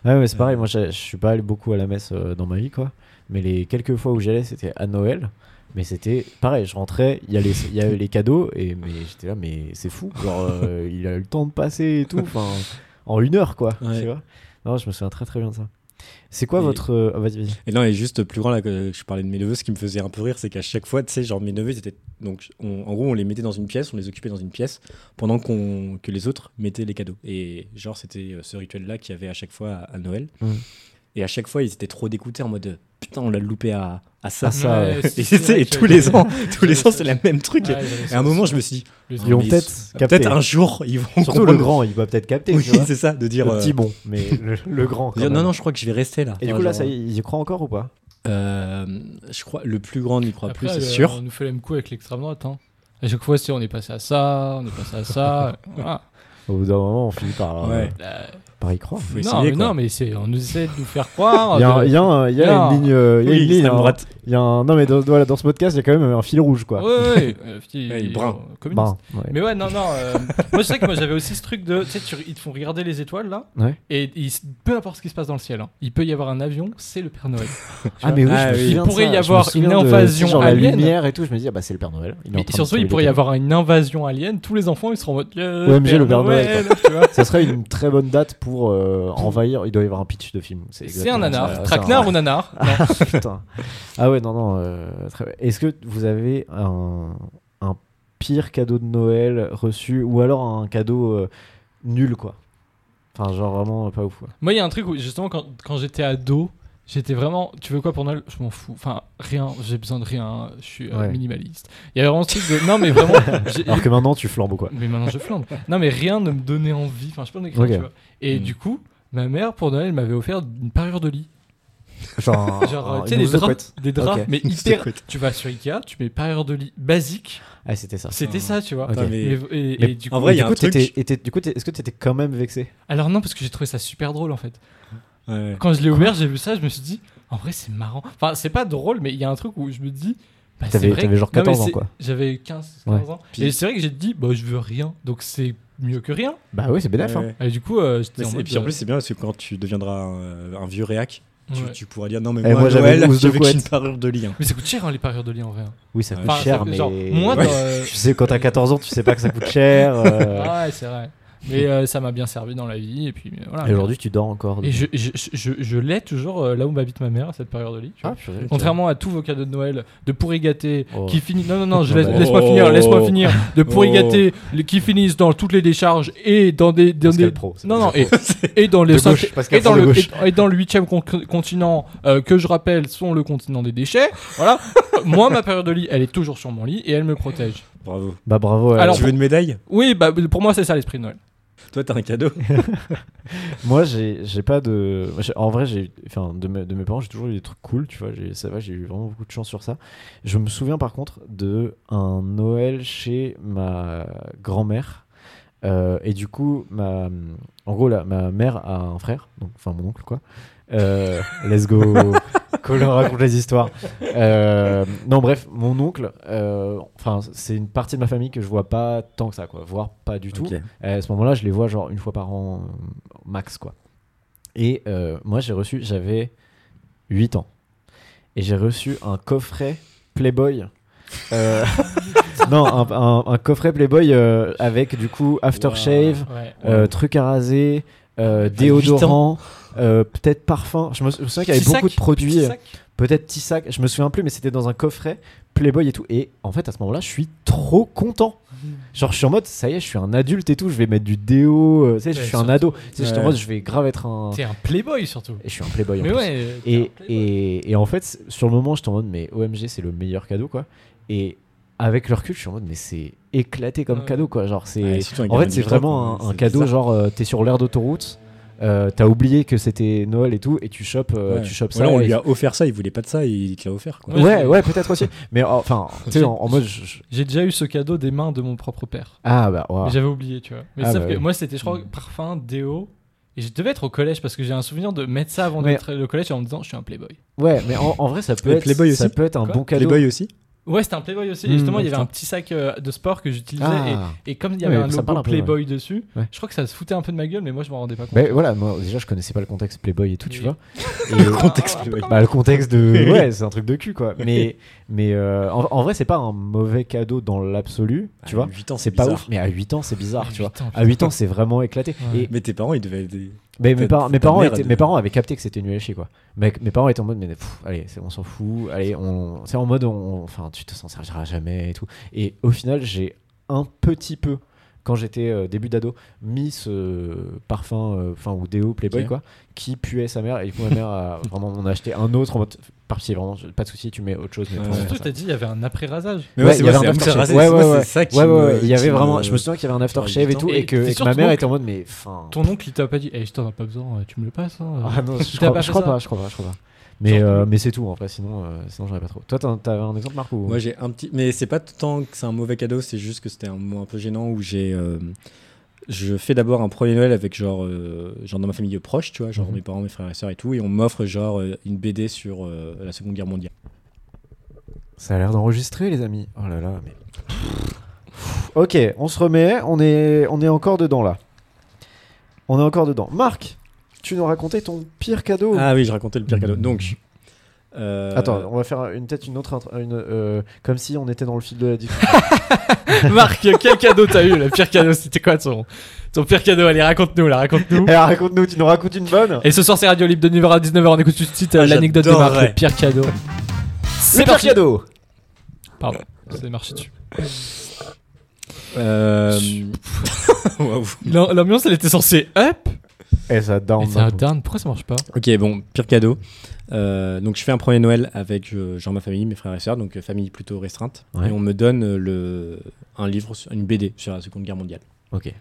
S1: Ouais, mais c'est
S2: Euh.
S1: pareil, moi j'ai- je suis pas allé beaucoup à la messe euh, dans ma vie, quoi. Mais les quelques fois où j'allais, c'était à Noël. Mais c'était pareil, je rentrais, il y, a les- il y avait les cadeaux, et mais j'étais là, mais c'est fou. Genre, euh, il a eu le temps de passer et tout, enfin, en une heure, quoi.
S2: Ouais.
S1: Tu vois Non, je me souviens très très bien de ça. C'est quoi
S2: Et-
S1: votre. euh, ah, vas-y, vas-y.
S2: Et non et juste plus grand là que je parlais de mes neveux, ce qui me faisait un peu rire, c'est qu'à chaque fois tu sais genre mes neveux ils étaient donc on- en gros on les mettait dans une pièce, on les occupait dans une pièce pendant qu'on que les autres mettaient les cadeaux. Et genre c'était euh, ce rituel là qu'il y avait à chaque fois à, à Noël.
S1: Mhm.
S2: Et à chaque fois ils étaient trop dégoûtés en mode euh, putain on l'a loupé à, à ça.
S1: Ah, ça,
S3: Ouais,
S1: ouais.
S3: c'est-
S2: <laughs> Et, c'est-
S3: c'est vrai
S2: et
S3: que-
S2: tous
S3: <laughs>
S2: les ans, tous les
S3: j'avais
S2: ans,
S3: ça
S2: c'est
S3: aussi.
S2: le même truc.
S3: Ouais,
S2: Et
S3: j'avais
S2: à
S3: ça
S2: un moment,
S3: aussi.
S2: je me suis dit,
S3: Les-
S1: Ils ont
S2: mais
S1: peut-être capté.
S2: peut-être un jour, ils vont
S1: Surtout le
S2: comprendre.
S1: grand, il va peut-être capter,
S2: Oui,
S1: tu vois.
S2: c'est ça, de dire.
S1: Le petit
S2: euh,
S1: bon,
S2: <laughs>
S1: mais le, le grand. quand
S2: dire, non,
S1: même.
S2: non, je crois que je vais rester là.
S1: Et du
S2: Enfin,
S1: coup, là,
S2: genre,
S1: ça y il y croit encore ou pas
S2: euh, je crois, le plus grand n'y croit
S3: Après,
S2: plus, c'est
S3: euh,
S2: sûr.
S3: On nous fait le même coup avec l'extrême droite. Hein. À chaque fois, si on est passé à ça, on est passé
S1: <laughs>
S3: à ça. voilà.
S1: Au bout d'un moment, on finit par, euh,
S2: Ouais.
S3: Là,
S1: par y croire.
S2: Faut
S3: non,
S2: essayer,
S3: mais
S2: quoi.
S3: non, mais c'est, on nous essaie de nous faire croire. euh,
S1: Il y a, un-
S3: Oh, de-
S1: il y a un- il y a
S3: Non.
S1: une ligne. euh, il y a
S2: Oui,
S1: une ligne,
S2: extrême
S1: hein.
S2: droite.
S1: Il y a un... Non, mais dans, voilà, dans ce podcast, il y a quand même un fil rouge, quoi.
S3: Ouais,
S1: <laughs>
S3: ouais, euh, petit-
S2: Ouais, il est brun.
S3: euh, communiste.
S1: Bah, ouais.
S3: Mais ouais, non, non. euh, moi, je sais que moi, j'avais aussi ce truc de. Tu sais, tu- ils te font regarder les étoiles, là.
S1: Ouais.
S3: Et ils- peu importe ce qui se passe dans le ciel, hein, il peut y avoir un avion, c'est le Père Noël.
S1: Ah, mais oui, je me
S2: Ah, oui.
S1: souviens
S3: Il
S1: de ça.
S3: pourrait y
S1: Je me
S3: avoir
S1: souviens
S3: une
S1: de, tu sais,
S3: invasion
S1: genre la
S3: alien.
S1: lumière et tout. Je me dis, ah bah, c'est le Père Noël. Il est en
S3: Mais
S1: train de
S3: surtout, il
S1: trouver
S3: pourrait y
S1: les
S3: avoir une invasion alien. Tous les enfants, ils seront en mode. euh,
S1: OMG, le Père Noël, <laughs>
S3: tu vois.
S1: cadeaux. Ça serait une très bonne date pour euh, envahir. Il doit y avoir un pitch de film.
S3: C'est un
S1: exactement
S3: nanar.
S1: ça. C'est
S3: Traquenard
S1: un-
S3: ou nanar Non.
S1: Putain. Ah ouais, non, non. euh, très- Est-ce que vous avez un, un pire cadeau de Noël reçu ou alors un cadeau euh, nul, quoi Enfin, genre vraiment pas ouf, quoi.
S3: Moi, il y a un truc où, justement, quand, quand j'étais ado, j'étais vraiment. Tu veux quoi pour Noël Je m'en fous. Enfin, rien. J'ai besoin de rien. Je suis euh,
S1: Ouais.
S3: minimaliste. Il y avait vraiment ce truc de. Non, mais
S1: <laughs>
S3: vraiment. j'ai-
S1: Alors que maintenant, tu flambes, quoi.
S3: Mais maintenant, je flambe. non, mais rien ne me donnait envie. Enfin, je sais pas comment décrire,
S1: Ok.
S3: tu vois. Et
S2: Mm.
S3: du coup, ma mère, pour Noël, m'avait offert une parure de lit.
S1: Genre,
S3: <laughs> Genre,
S1: une
S3: tu sais, des
S1: blouse de
S3: draps,
S1: couette.
S3: des draps,
S1: Ok.
S3: <laughs> mais
S2: Une blouse de
S3: hyper.
S2: couette.
S3: Tu vas sur Ikea, tu mets parure de lit basique.
S1: Ah, c'était ça.
S3: C'était ça, tu vois.
S1: Ok.
S2: Non,
S3: Et,
S2: mais-
S3: et-
S1: Mais
S3: et du coup,
S2: en vrai, il y
S1: du
S2: a
S1: coup,
S2: un truc.
S1: t'étais- t'étais- du coup, t'es- est-ce que t'étais quand même vexé
S3: alors non, parce que j'ai trouvé ça super drôle en fait.
S2: Ouais.
S3: Quand je l'ai ouvert, j'ai vu ça, je me suis dit, en vrai, c'est marrant. Enfin, c'est pas drôle, mais il y a un truc où je me dis. Bah, c'est
S1: T'avais-
S3: vrai
S1: t'avais
S3: que-
S1: genre
S3: Non, mais
S1: 14 ans,
S3: c'est-
S1: quoi.
S3: J'avais 15, 15 ans.
S2: Puis-
S3: Et c'est vrai que j'ai dit, bah, je veux rien, donc c'est mieux que rien.
S1: Bah oui, c'est bénéf.
S2: Ouais.
S3: Et du coup, euh, j'étais
S2: Mais c'est-
S3: mode,
S2: Et puis en
S3: euh,
S2: plus, c'est bien parce que quand tu deviendras un, un vieux réac, tu,
S3: ouais.
S2: tu pourras dire non, mais
S1: Eh,
S2: moi,
S1: moi, j'avais
S2: Noël, <laughs>
S1: une housse de
S2: j'avais qu'une
S1: couette.
S2: parure de lien.
S3: Mais ça coûte cher hein, les parures de lit en vrai. hein.
S1: Oui, ça coûte
S2: Enfin,
S1: Euh, cher,
S3: ça-
S1: mais.
S3: genre,
S1: <laughs>
S3: moi, dans, euh,
S1: Tu sais, quand t'as 14 ans, tu sais pas que ça coûte cher. euh,
S3: Ah ouais, c'est vrai. Mais euh, ça m'a bien servi dans la vie. Et puis euh, voilà.
S1: Et aujourd'hui, tu dors encore.
S3: Et je, je, je, je l'ai toujours euh, là où m'habite ma mère, cette période de lit. tu vois.
S1: Ah, purée.
S3: Contrairement à tous vos cadeaux de Noël, de pourri gâté,
S1: Oh.
S3: qui finit. Non, non, non, je laisse-
S1: Oh.
S3: laisse-moi finir, laisse-moi finir. De pourri
S2: Oh.
S3: gâté, le- qui finissent dans toutes les décharges et dans des. Dans
S1: Pascal
S3: des...
S1: Pro, c'est
S3: Non, non,
S1: <laughs>
S3: et,
S1: Pascal
S3: et dans les.
S1: De
S3: cinq-
S1: gauche, Pascal
S3: et dans
S1: Pro de
S3: le
S1: gauche.
S3: et, et dans le huitième con- continent euh, que je rappelle sont le continent des déchets. Voilà. <laughs> Moi, ma période de lit, elle est toujours sur mon lit et elle me protège.
S2: Bravo.
S1: Bah bravo.
S3: Alors-
S1: Alors,
S2: tu veux une médaille
S3: Oui, bah pour moi, c'est ça l'esprit de Noël.
S2: Toi, t'as un cadeau.
S1: moi, j'ai j'ai pas de. moi, j'ai- En vrai, j'ai. Enfin, de, mes- de mes parents, j'ai toujours eu des trucs cool, tu vois. j'ai- Ça va, j'ai eu vraiment beaucoup de chance sur ça. Je me souviens par contre de un Noël chez ma grand-mère. Euh, et du coup, ma, en gros, là, ma mère a un frère, donc, enfin mon oncle, quoi. Euh, let's go, Colin raconte les histoires. Euh, non, bref, mon oncle, euh, enfin, c'est une partie de ma famille que je vois pas tant que ça, quoi, voire pas du tout. Euh, à ce moment-là, je les vois genre une fois par an euh, max, quoi. Et euh, moi, j'ai reçu, j'avais 8 ans. Et j'ai reçu un coffret Playboy. Euh, <laughs> non, un, un- un coffret Playboy euh, avec du coup aftershave,
S3: Ouais.
S1: euh, truc à raser, euh,
S2: de huit ans.
S1: déodorant, euh, peut-être parfum. Je me sou- je me souviens qu'il y avait
S3: Petit sac,
S1: beaucoup de produits.
S3: petit
S1: euh,
S3: sac.
S1: peut-être petit sac, je me souviens plus, mais c'était dans un coffret Playboy et tout. Et en fait, à ce moment-là, je suis trop content.
S3: Mhm.
S1: Genre, je suis en mode, ça y est, je suis un adulte et tout, je vais mettre du déo, euh, tu sais, je
S3: Ouais,
S1: suis un
S3: surtout.
S1: ado. Tu sais, j'étais en
S2: Ouais.
S1: mode, je vais grave être un.
S3: T'es un playboy surtout.
S1: Et je suis un Playboy en
S3: Mais
S1: plus.
S3: ouais.
S1: Et, et, et en fait, c- sur le moment, j'étais en mode, mais OMG, c'est le meilleur cadeau, quoi. Et avec leur recul, je suis en mode, mais c'est éclaté comme
S3: Ouais.
S1: cadeau, quoi. Genre, c'est.
S2: Ouais, surtout avec
S1: en
S2: Ah, un
S1: fait, c'est
S2: adultère,
S1: vraiment
S2: quoi,
S1: un, un
S2: hein, c'est
S1: cadeau,
S2: bizarre.
S1: genre, euh, t'es sur l'aire d'autoroute. euh, t'as oublié que c'était Noël et tout, et tu chopes, euh,
S2: Ouais.
S1: tu chopes
S2: Voilà,
S1: ça.
S2: on
S1: et-
S2: lui a offert ça, il voulait pas de ça, il te l'a offert. Quoi.
S3: Ouais,
S1: Ouais,
S3: c'est-
S1: ouais, peut-être aussi. <laughs> Mais enfin, tu sais, en, en mode. je- je-
S3: J'ai déjà eu ce cadeau des mains de mon propre père.
S1: Ah bah,
S3: Mais
S1: waouh.
S3: J'avais oublié, tu vois. Mais
S1: Ah
S3: sauf
S1: bah
S3: que
S1: oui.
S3: moi, c'était, je crois, parfum, déo. Et je devais être au collège parce que j'ai un souvenir de mettre ça avant
S1: Mais-
S3: d'être au collège en me disant je suis un playboy.
S1: Ouais, mais en, en vrai, ça peut
S2: Et
S1: être,
S2: Playboy
S1: ça
S2: aussi.
S1: peut être un
S3: Quoi
S1: bon cadeau.
S2: Playboy aussi
S3: Ouais, c'était un playboy aussi.
S1: Mmh,
S3: et justement, il y avait
S1: putain.
S3: un petit sac euh, de sport que j'utilisais.
S1: Ah.
S3: Et, et comme il y
S1: Ouais,
S3: avait un
S1: ça
S3: logo
S1: parle un peu, ouais.
S3: playboy dessus,
S1: Ouais.
S3: je crois que ça se foutait un peu de ma gueule, mais moi, je m'en rendais pas compte.
S1: Mais Bah, voilà, moi, déjà, je connaissais pas le contexte Playboy et tout, tu
S3: Oui.
S1: vois.
S2: <laughs> Le
S1: Et,
S2: contexte Playboy.
S1: bah, le contexte <laughs> de. Ouais, c'est un truc de cul, quoi. Mais, mais euh, en, en vrai, c'est pas un mauvais cadeau dans l'absolu, tu vois.
S2: 8 ans,
S1: Ah, C'est pas ouf, mais à 8 ans, c'est bizarre, <laughs>
S3: À
S1: tu vois.
S3: huit ans,
S1: À 8 ans, c'est vraiment éclaté.
S3: Ouais.
S1: Et,
S2: Mais tes parents, ils devaient aider.
S1: mais mes,
S2: Peut-être
S1: par- mes
S2: ta
S1: parents
S2: mère,
S1: étaient,
S2: elle
S1: mes
S2: devait-
S1: parents avaient capté que c'était une chier, quoi. Mais, mes parents étaient en mode, mais pff, allez, c'est- on s'en fout. Allez, on, c'est en mode, on- enfin, tu te s'en serviras jamais et tout. Et au final, j'ai un petit peu, quand j'étais euh, début d'ado, mis ce parfum, euh, enfin, ou déo Playboy,
S2: Ok.
S1: quoi, qui puait sa mère. Et du coup, ma mère a vraiment, on a acheté un autre en mode, parti, vraiment, pas de souci, tu mets autre chose. mais
S2: Ouais.
S1: prends
S3: Surtout,
S1: ça.
S3: t'as dit, il y avait un après-rasage.
S2: Mais
S1: Ouais,
S2: ouais, c'est
S1: il y
S2: vrai,
S1: avait
S2: c'est
S1: un
S2: à me faire
S1: aftershave.
S2: raser,
S1: Ouais,
S2: c'est
S1: ouais,
S2: moi,
S1: ouais.
S2: c'est ça qui
S1: Ouais, ouais,
S2: me-
S1: ouais, il y
S2: qui
S1: avait
S2: me-
S1: vraiment, je me souviens qu'il y avait un
S2: Genre,
S1: aftershave et
S2: huit
S1: tout,
S3: ans.
S1: et que,
S3: Et
S1: et que
S3: surtout
S1: ma
S3: ton
S1: mère
S3: oncle.
S1: était en mode, mais, enfin.
S3: Ton oncle, il t'a pas dit, eh, je t'en ai pas besoin, tu me le passes. hein.
S1: Ah non, je
S3: T'as
S1: crois,
S3: pas
S1: je
S3: fait
S1: crois
S3: ça
S1: pas, je crois pas, je crois pas. Mais,
S3: Genre,
S1: euh,
S3: tu-
S1: mais c'est tout en vrai, sinon, euh, sinon j'aurais pas trop. Toi, t'en- t'avais un exemple, Marc ou...
S2: Moi j'ai un petit, mais c'est pas tant que c'est un mauvais cadeau, c'est juste que c'était un moment un peu gênant où j'ai, euh, je fais d'abord un premier Noël avec genre, euh, genre dans ma famille proche, tu vois, genre
S1: Mhm.
S2: mes parents, mes frères et sœurs et tout, et on m'offre genre euh, une BD sur euh, la Seconde Guerre mondiale.
S1: Ça a l'air d'enregistrer, les amis. Oh là là, mais. ok, on se remet, on est, on est encore dedans là. On est encore dedans. Marc, tu nous racontais ton pire cadeau.
S2: Ah oui, je racontais le pire cadeau. Donc, euh,
S1: Oh. Mhm. Attends, on va faire une- peut-être une autre. intro- Une, euh, comme si on était dans le fil de la discussion.
S3: <laughs> Marc, quel cadeau t'as eu Le pire cadeau, c'était quoi ton, ton pire cadeau Allez, raconte-nous,
S1: <laughs>
S3: là, raconte-nous.
S1: Eh, raconte-nous, tu nous racontes une bonne.
S3: Et ce soir, c'est Radio Libre de 9h à 19h. On écoute tout de suite euh,
S2: Ah,
S3: l'anecdote de Marc,
S2: j'adorerais.
S3: le pire cadeau.
S1: Le
S3: C'est
S1: pire cadeau
S3: Pardon, c'est marché dessus.
S2: euh,
S1: <laughs>
S2: waouh.
S3: L'am- L'ambiance, elle était censée up.
S1: Et Eh, ça down.
S3: Et c'est un down. Pourquoi ça marche pas
S2: Ok, bon, pire cadeau. Euh, donc, je fais un premier Noël avec euh, genre ma famille, mes frères et sœurs, donc euh, famille plutôt restreinte.
S1: Ouais.
S2: Et on me donne euh, le, un livre, sur- une BD sur la Seconde Guerre mondiale.
S1: Ok.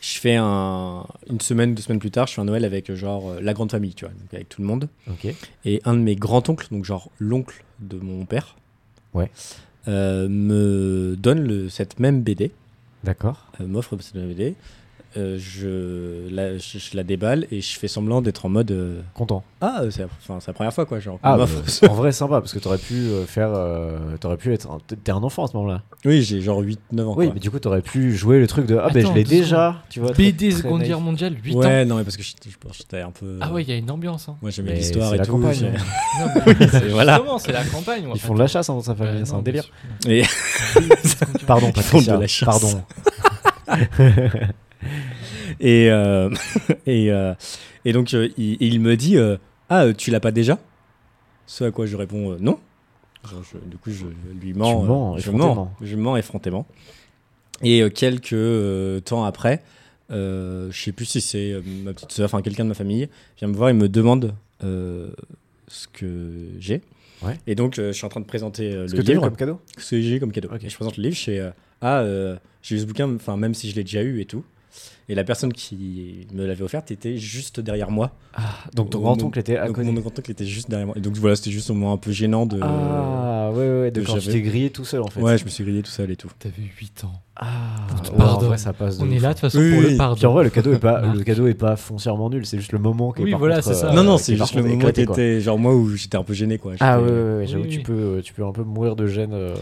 S2: Je fais un, une semaine, deux semaines plus tard, je fais un Noël avec euh, genre euh, la grande famille, tu vois, donc avec tout le monde.
S1: Ok.
S2: Et un de mes grands-oncles, donc genre l'oncle de mon père,
S1: Ouais.
S2: euh, me donne le- cette même BD,
S1: D'accord.
S2: euh, m'offre cette même BD. Euh, je, la, je, je la déballe et je fais semblant d'être en mode euh,
S1: Content.
S2: Ah, euh, c'est la, enfin, c'est la première fois quoi, genre. qu'on
S1: Ah,
S2: m'offre
S1: bah,
S2: ça.
S1: en vrai, sympa, parce que t'aurais pu euh, faire. euh, t'aurais pu être. un- T'es un enfant à ce moment-là.
S2: <laughs> Oui, j'ai genre 8-9 ans.
S1: Oui,
S2: quoi.
S1: mais du coup, t'aurais pu jouer le truc de. Ah, ben je
S3: Attends,
S1: l'ai
S3: deux
S1: déjà. Tu vois, très-
S3: BD
S1: très
S3: Seconde
S1: naïf.
S3: Guerre mondiale, 8 ans.
S2: Ouais, non, mais parce que j'étais- je pense que j'étais un peu.
S3: Ah ouais, il y a une ambiance. Hein.
S2: Moi j'aimais
S1: Mais
S2: l'histoire
S1: c'est
S2: et
S1: la
S2: tout.
S1: campagne,
S2: j'ai- <laughs>
S1: hein.
S3: Non, mais
S2: c'est- voilà.
S3: Justement, c'est la campagne.
S1: Ils font de la chasse hein, dans sa famille, c'est un délire.
S2: Et-
S1: Pardon,
S2: Ils font de
S1: Patricia.
S2: la chasse.
S1: Pardon.
S2: Et, euh, <laughs> et, euh, et donc, euh, il, il me dit euh, Ah, euh, tu l'as pas déjà Ce à quoi je réponds euh, Non. Genre, je- du coup, je lui mens. euh,
S1: mens
S2: je
S1: effrontément.
S2: mens. Je mens effrontément. Et euh, quelques euh, temps après, euh, je sais plus si c'est euh, ma petite soeur, enfin quelqu'un de ma famille, vient me voir et me demande euh, ce que j'ai.
S1: Ouais.
S2: Et donc, euh, je suis en train de présenter euh,
S1: Ce
S2: le
S1: que t'as eu
S2: livre
S1: comme cadeau
S2: ce que j'ai eu comme cadeau.
S1: Ok.
S2: Et je présente le livre, je fais euh, Ah, euh, j'ai eu ce bouquin, enfin, même si je l'ai déjà eu et tout. Et la personne qui me l'avait offerte était juste derrière moi.
S3: Ah,
S1: Donc ton
S2: Au
S1: grand-oncle était à
S2: donc,
S1: côté.
S2: mon contact était juste derrière moi. Et donc, voilà, c'était juste un moment un peu gênant de.
S1: Ah, ouais, ouais, de
S2: que
S1: quand tu
S2: j'avais-
S1: t'es grillé tout seul en fait.
S2: ouais, je me suis grillé tout seul et tout.
S3: T'avais 8 ans.
S1: Ah,
S3: On te
S1: ouais, en
S3: pardonne.
S1: vrai, ça passe de
S3: On
S1: ouf.
S3: est là de toute façon
S2: Oui,
S3: pour
S2: oui,
S3: le
S1: Puis
S2: oui.
S1: en
S3: pardon.
S1: vrai, le cadeau est pas,
S3: Marc.
S1: le cadeau est pas foncièrement nul, c'est juste le moment qui est
S3: Oui,
S1: par
S3: voilà,
S1: contre,
S3: c'est ça.
S1: euh,
S2: non, non,
S1: qui
S2: c'est
S1: est par
S2: juste le
S1: contre
S2: moment où
S1: éclaté, quoi.
S2: t'étais, genre moi, où j'étais un peu gêné, quoi.
S1: Ah ouais,
S2: J'étais-
S1: ouais, ouais, j'avoue,
S3: oui,
S1: tu
S3: oui.
S1: peux, euh, tu peux un peu mourir de gêne euh,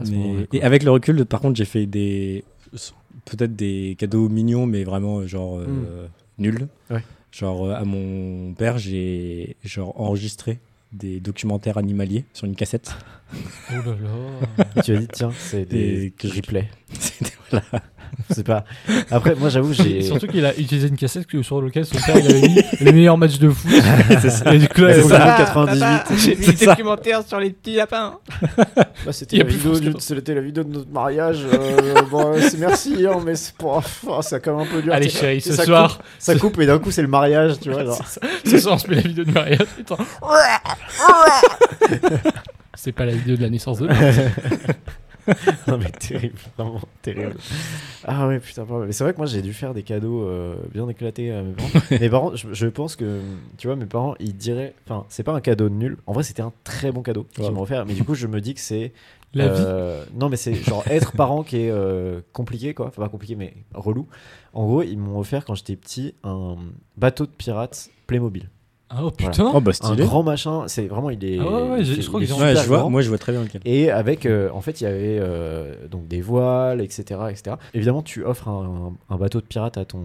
S1: à ce
S2: Mais-
S1: moment-là. quoi.
S2: Et avec le recul, par contre, j'ai fait des. Peut-être des cadeaux mignons, mais vraiment, euh, genre. euh, Nuls.
S1: Hmm. Ouais.
S2: Genre, euh, à mon père, j'ai genre enregistré des documentaires animaliers sur une cassette. <laughs>
S3: Oh là là.
S1: Et tu as dit, tiens, c'est des
S2: Et que je-
S1: replays.
S2: C'était- voilà.
S1: C'est pas. Après, moi, j'avoue, j'ai.
S3: Surtout qu'il a utilisé une cassette que- sur laquelle son père il avait mis les meilleurs matchs de foot. Et du coup,
S1: <laughs>
S3: là,
S1: Bah, C'est
S3: il-
S1: ça. Papa, 98. papa,
S3: j'ai
S2: C'est ça.
S3: documentaire sur les petits lapins.
S1: Bah,
S3: Il
S1: c'était
S3: y
S1: la,
S3: a plus
S1: vidéo
S3: France
S1: du-
S3: que-
S1: c'était la vidéo de notre mariage. euh, bon, euh, c'est merci, hein, mais c'est pour... ah, c'est quand même un peu dur.
S3: Allez,
S1: Tu-
S3: chérie,
S1: tu-
S3: ce
S1: ça
S3: soir,
S1: coupe- ça coupe et d'un coup, c'est le mariage,
S3: <laughs>
S1: tu vois. genre.
S3: ce soir, on se met la vidéo de mariage. Putain. C'est pas la vidéo de la naissance de.
S1: non, mais terrible, vraiment terrible. Ah ouais, putain, pas mal. Mais c'est vrai que moi, j'ai dû faire des cadeaux euh, bien éclatés à mes
S3: <laughs>
S1: parents. mes parents, je, je pense que, tu vois, mes parents, ils diraient. Enfin, c'est pas un cadeau nul. En vrai, c'était un très bon cadeau qu'ils
S2: Wow.
S1: m'ont offert. Mais du coup, je me dis que c'est.
S3: La vie.
S1: Euh, Non, mais c'est
S3: <laughs>
S1: genre être parent qui est euh, compliqué, quoi. Enfin, pas compliqué, mais relou. En gros, ils m'ont offert quand j'étais petit un bateau de pirates Playmobil.
S3: Ah, Oh putain.
S2: bah
S1: Un grand machin, c'est vraiment, il est.
S3: Ah ouais, ouais, j'ai-
S1: il
S3: je crois
S1: est
S3: que j'ai-
S1: super
S2: Ouais, je vois,
S1: grand. hein.
S2: moi je vois très bien lequel.
S1: Et avec, euh, en fait, il y avait euh, donc des voiles, etc., etc. Évidemment, tu offres un, un bateau de pirate à ton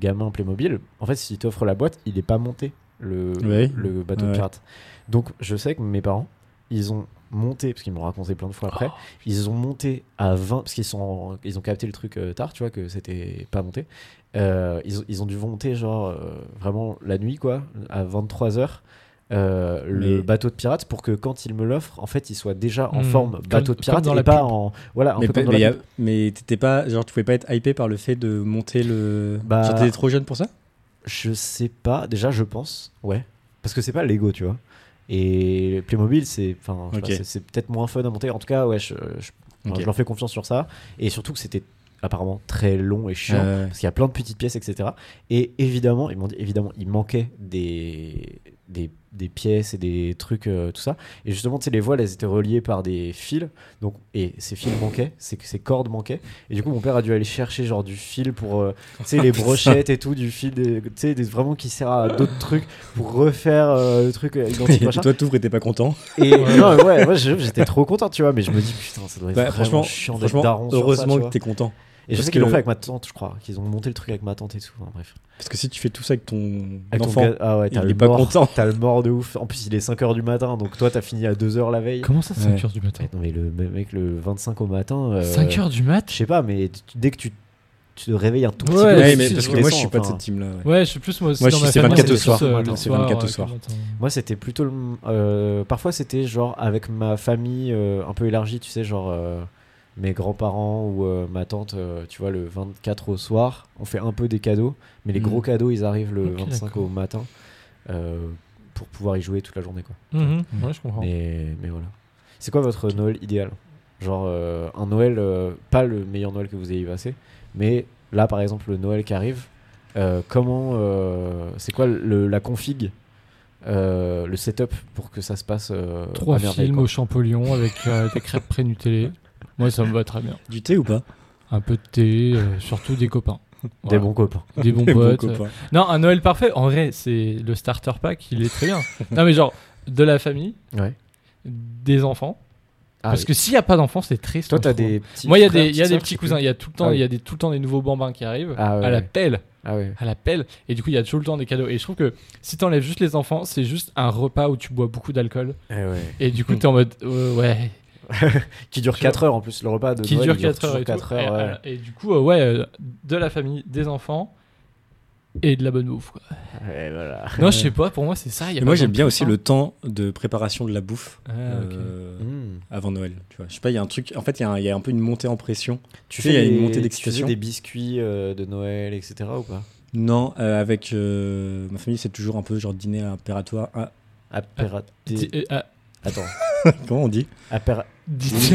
S1: gamin Playmobil. En fait, si tu offres la boîte, il n'est pas monté le,
S2: Oui.
S1: le bateau de
S2: Ouais.
S1: pirate. Donc, je sais que mes parents, ils ont monté, parce qu'ils m'ont raconté plein de fois après,
S3: Oh,
S1: ils ont monté à 20, parce qu'ils sont, ils ont capté le truc euh, tard, tu vois, que c'était pas monté. Euh, ils, ont- ils ont dû monter, genre, euh, vraiment la nuit, quoi, à 23h. le
S2: Mais-
S1: bateau de pirate pour que quand il me l'offre en fait il soit déjà en
S3: Hmm.
S1: forme bateau
S3: Comme-
S1: de pirate
S3: comme dans
S1: et
S3: la
S1: pas
S3: pub.
S1: en voilà un
S2: Mais,
S1: peu comme
S2: pa-
S1: dans
S2: mais,
S1: la
S2: y a-
S1: pub.
S2: mais t'étais pas, genre tu pouvais pas être hypé par le fait de monter le.
S1: Bah-
S2: Genre, t'étais trop jeune pour ça
S1: je sais pas déjà je pense ouais parce que c'est pas Lego tu vois et Playmobil c'est enfin je sais
S2: Ok.
S1: pas, c'est- c'est peut-être moins fun à monter en tout cas ouais je, je- enfin,
S2: Ok.
S1: je leur fais confiance sur ça et surtout que c'était apparemment très long et chiant
S2: Euh,
S1: parce qu'il y a plein de petites pièces, etc. Et évidemment, ils m'ont dit, évidemment, il manquait des, des, des pièces et des trucs, euh, tout ça. Et justement, tu sais, les voiles, elles étaient reliées par des fils. Donc, et ces fils manquaient, ces, ces cordes manquaient. Et du coup, mon père a dû aller chercher genre du fil pour, euh, tu sais,
S2: <laughs>
S1: les brochettes et tout, du fil, des- tu sais, des- vraiment qui sert à d'autres trucs pour refaire euh, le truc euh, identique.
S2: <laughs> Et
S1: machin.
S2: toi t'ouvres et t'es pas content.
S1: Et non, ouais, ouais, je- j'étais trop content, tu vois. Mais je me dis, putain, ça doit être
S2: Bah,
S1: vraiment
S2: franchement,
S1: chiant d'être
S2: franchement
S1: daron. sur ça,
S2: heureusement
S1: tu
S2: que
S1: vois.
S2: t'es content.
S1: Et je
S2: parce
S1: sais qu'ils l'ont
S2: que-
S1: fait avec ma tante, je crois. Qu'ils ont monté le truc avec ma tante et tout. Enfin, bref.
S2: Parce que si tu fais tout ça avec ton
S1: Avec ton
S2: enfant.
S1: gars- ah ouais, t'as
S2: il
S1: le
S2: est pas
S1: mort,
S2: content.
S1: T'as le mort de ouf. En plus, il est 5h du matin, donc toi, t'as fini à 2h la veille.
S3: Comment ça, 5h du matin
S1: Mais non, mais le me- mec, le 25 au matin. euh,
S3: 5h du
S1: Je
S3: match
S1: sais pas, mais tu- dès que tu, tu te réveilles un tout petit
S3: Ouais,
S1: peu.
S2: Ouais,
S3: tu-
S2: mais
S3: tu-
S2: parce
S3: tu
S2: que moi je
S1: descends,
S2: suis pas de
S1: enfin.
S2: cette team là.
S3: Ouais, je suis plus moi aussi.
S2: Moi,
S3: dans
S2: je-
S3: ma
S2: c'est
S3: famille,
S1: 24 au
S3: plus,
S1: soir,
S3: euh,
S1: maintenant,
S3: le
S1: c'est
S2: 24 au
S3: euh,
S2: soir.
S3: comme attends.
S1: Moi, c'était plutôt. le- euh, parfois, c'était genre avec ma famille euh, un peu élargie, tu sais, genre euh, mes grands-parents ou euh, ma tante, euh, tu vois, le 24 au soir, on fait un peu des cadeaux, mais les
S2: Mhm.
S1: gros cadeaux, ils arrivent le
S3: Mm. Ok,
S1: 25 au
S3: d'accord.
S1: matin euh, pour pouvoir y jouer toute la journée, quoi.
S3: Mhm, Ouais, je comprends.
S1: Mais, mais voilà. C'est quoi votre Noël idéal Genre euh, un Noël, euh, pas le meilleur Noël que vous ayez passé, mais Là, par exemple, le Noël qui arrive, euh, comment, euh, c'est quoi le- la config, euh, le setup pour que ça se passe euh,
S3: Trois
S1: à merveille,
S3: films
S1: quoi.
S3: au Champollion avec euh, des crêpes pré-nutellées. Moi, ça me va très bien.
S2: Du thé ou pas
S3: Un peu de thé, euh, surtout des copains.
S1: Des
S3: Voilà.
S1: bons copains.
S3: Des
S2: <laughs>
S3: bons
S2: Des bons
S3: potes.
S1: euh,
S2: copains.
S3: Non, un Noël parfait, en vrai, c'est le starter pack, il est très bien. non, mais genre, de la famille,
S1: Ouais.
S3: des enfants.
S1: Ah
S3: parce
S1: oui.
S3: que s'il n'y a pas d'enfants, c'est triste.
S1: toi,
S3: je
S1: t'as
S3: trouve.
S1: des petits.
S3: Moi, il y a
S1: frères,
S3: des, il y a
S1: petites
S3: des
S1: sœurs,
S3: petits
S1: je sais
S3: cousins, il y a tout le temps,
S1: Ah oui.
S3: il y a des, tout le temps des nouveaux bambins qui arrivent
S1: Ah ouais.
S3: à la pelle,
S1: plus. Ah ouais.
S3: à la pelle, et du coup il y a toujours le temps des cadeaux. Et je trouve que si t'enlèves juste les enfants, c'est juste un repas où tu bois beaucoup d'alcool,
S1: Eh ouais. <laughs>
S3: et du coup t'es en mode euh, ouais,
S1: Qui dure
S3: Sur-
S1: 4 heures en plus, le repas de
S3: qui
S1: Noël,
S3: dure
S1: il
S3: 4 heures
S1: toujours
S3: et tout.
S1: quatre
S3: Et,
S1: heures, ouais.
S3: euh, et du coup euh, ouais, euh, de la famille, des enfants et de la bonne bouffe. quoi. eh,
S1: Et voilà.
S3: Non je sais pas, pour moi c'est ça. il y
S2: Mais
S3: a pas
S2: moi,
S3: besoin
S2: j'aime
S3: de
S2: bien
S3: tout
S1: hein.
S2: aussi
S3: ça.
S2: le temps de préparation de la bouffe
S3: Ah, ok.
S2: euh,
S3: Hmm.
S1: Mm.
S2: avant Noël. Tu vois, je sais pas, il y a un truc. En fait, il y, a un- il y a un peu une montée en pression.
S1: Tu
S2: sais, il y a une
S1: des-
S2: montée
S1: tu fais
S2: d'excitation.
S1: des biscuits euh, de Noël, etc. ou pas
S2: Non, euh, avec euh, ma famille, c'est toujours un peu genre dîner impératoire. Ah,
S1: Apéra-
S3: Di- euh, ah,
S1: Attends.
S2: <laughs> comment on dit
S1: Apéra-
S3: di-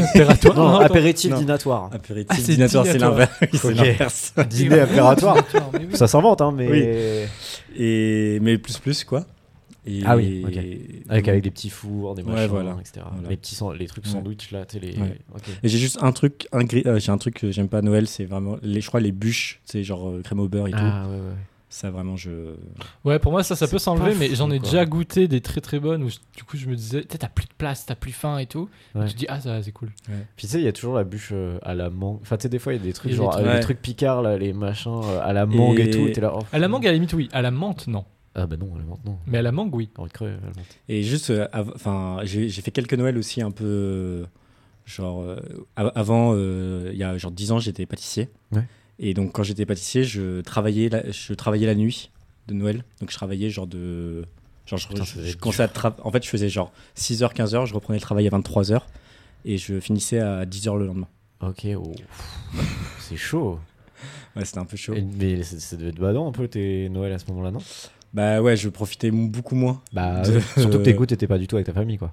S1: <laughs>
S3: impératoire,
S1: Non,
S3: non, attends.
S1: apéritif
S2: Non.
S1: dînatoire.
S2: Apéritif,
S3: Ah, c'est
S2: dînatoire, c'est
S3: dînatoire.
S2: l'inverse. <laughs> Oui, c'est
S1: Ok.
S2: l'inverse.
S3: <laughs>
S1: Dîner apératoire.
S3: Mais
S1: <laughs>
S3: oui.
S1: Ça s'invente, hein, mais.
S2: Et mais plus plus quoi. Et-
S1: Ah oui, ok.
S2: et-
S1: Avec, avec des petits fours, des
S2: Mmh. Ouais,
S1: machins,
S2: voilà.
S1: etc.
S2: Voilà.
S1: Les, petits san- les trucs
S2: Ouais.
S1: sandwich, là, tu sais, les...
S2: Ouais.
S1: ok.
S2: Et j'ai juste un truc, un gri- euh, j'ai un truc que j'aime pas à Noël, c'est vraiment les, je crois les bûches, c'est genre euh, crème au beurre et tout.
S1: Ah, ouais, ouais.
S2: Ça vraiment je.
S3: Ouais, pour moi, ça, ça
S1: C'est
S3: peut s'enlever,
S1: pas
S3: mais j'en
S1: fou,
S3: ai
S1: quoi.
S3: déjà goûté des très très bonnes où je- du coup je me disais, T'as- t'as plus de place, t'as plus faim et tout.
S1: Ouais.
S3: Tu te dis, ah, ça c'est cool.
S1: Puis tu sais, il y a toujours la bûche euh, à la mangue. Enfin, tu sais, des fois, il y a des trucs
S3: Il y a
S1: genre euh,
S3: des
S2: trucs-
S1: les
S2: Ouais.
S1: trucs picards, là, les machins euh, à la mangue et,
S2: Et-
S1: tout. Et t'es là, oh,
S3: À la mangue, à la limite, oui. À la menthe, non.
S1: Ah, bah non, à la menthe, non.
S3: Mais à la mangue, oui.
S1: J'ai envie de crever, à la menthe.
S2: Et juste, euh, av- enfin, j'ai j'ai fait quelques Noëls aussi un peu euh, genre euh, av- avant, euh, il y a genre 10 ans, j'étais pâtissier.
S1: Ouais.
S2: Et donc quand j'étais pâtissier, je travaillais, la, je travaillais la nuit de Noël. Donc je travaillais genre de genre je,
S1: Putain,
S2: je-
S1: ça devait
S2: je
S1: être
S2: commençais à tra- en fait je faisais genre 6h 15h, je reprenais le travail à 23h et je finissais à 10h le lendemain.
S1: Ok, oh. c'est chaud.
S2: Ouais, c'était un peu chaud.
S1: Et- mais c'est- ça devait être badant un peu tes Noël à ce moment-là, non
S2: Bah ouais, je profitais m- beaucoup moins.
S1: Bah,
S2: De-
S1: ouais. surtout que tes goûts, t'étais pas du tout avec ta famille, quoi.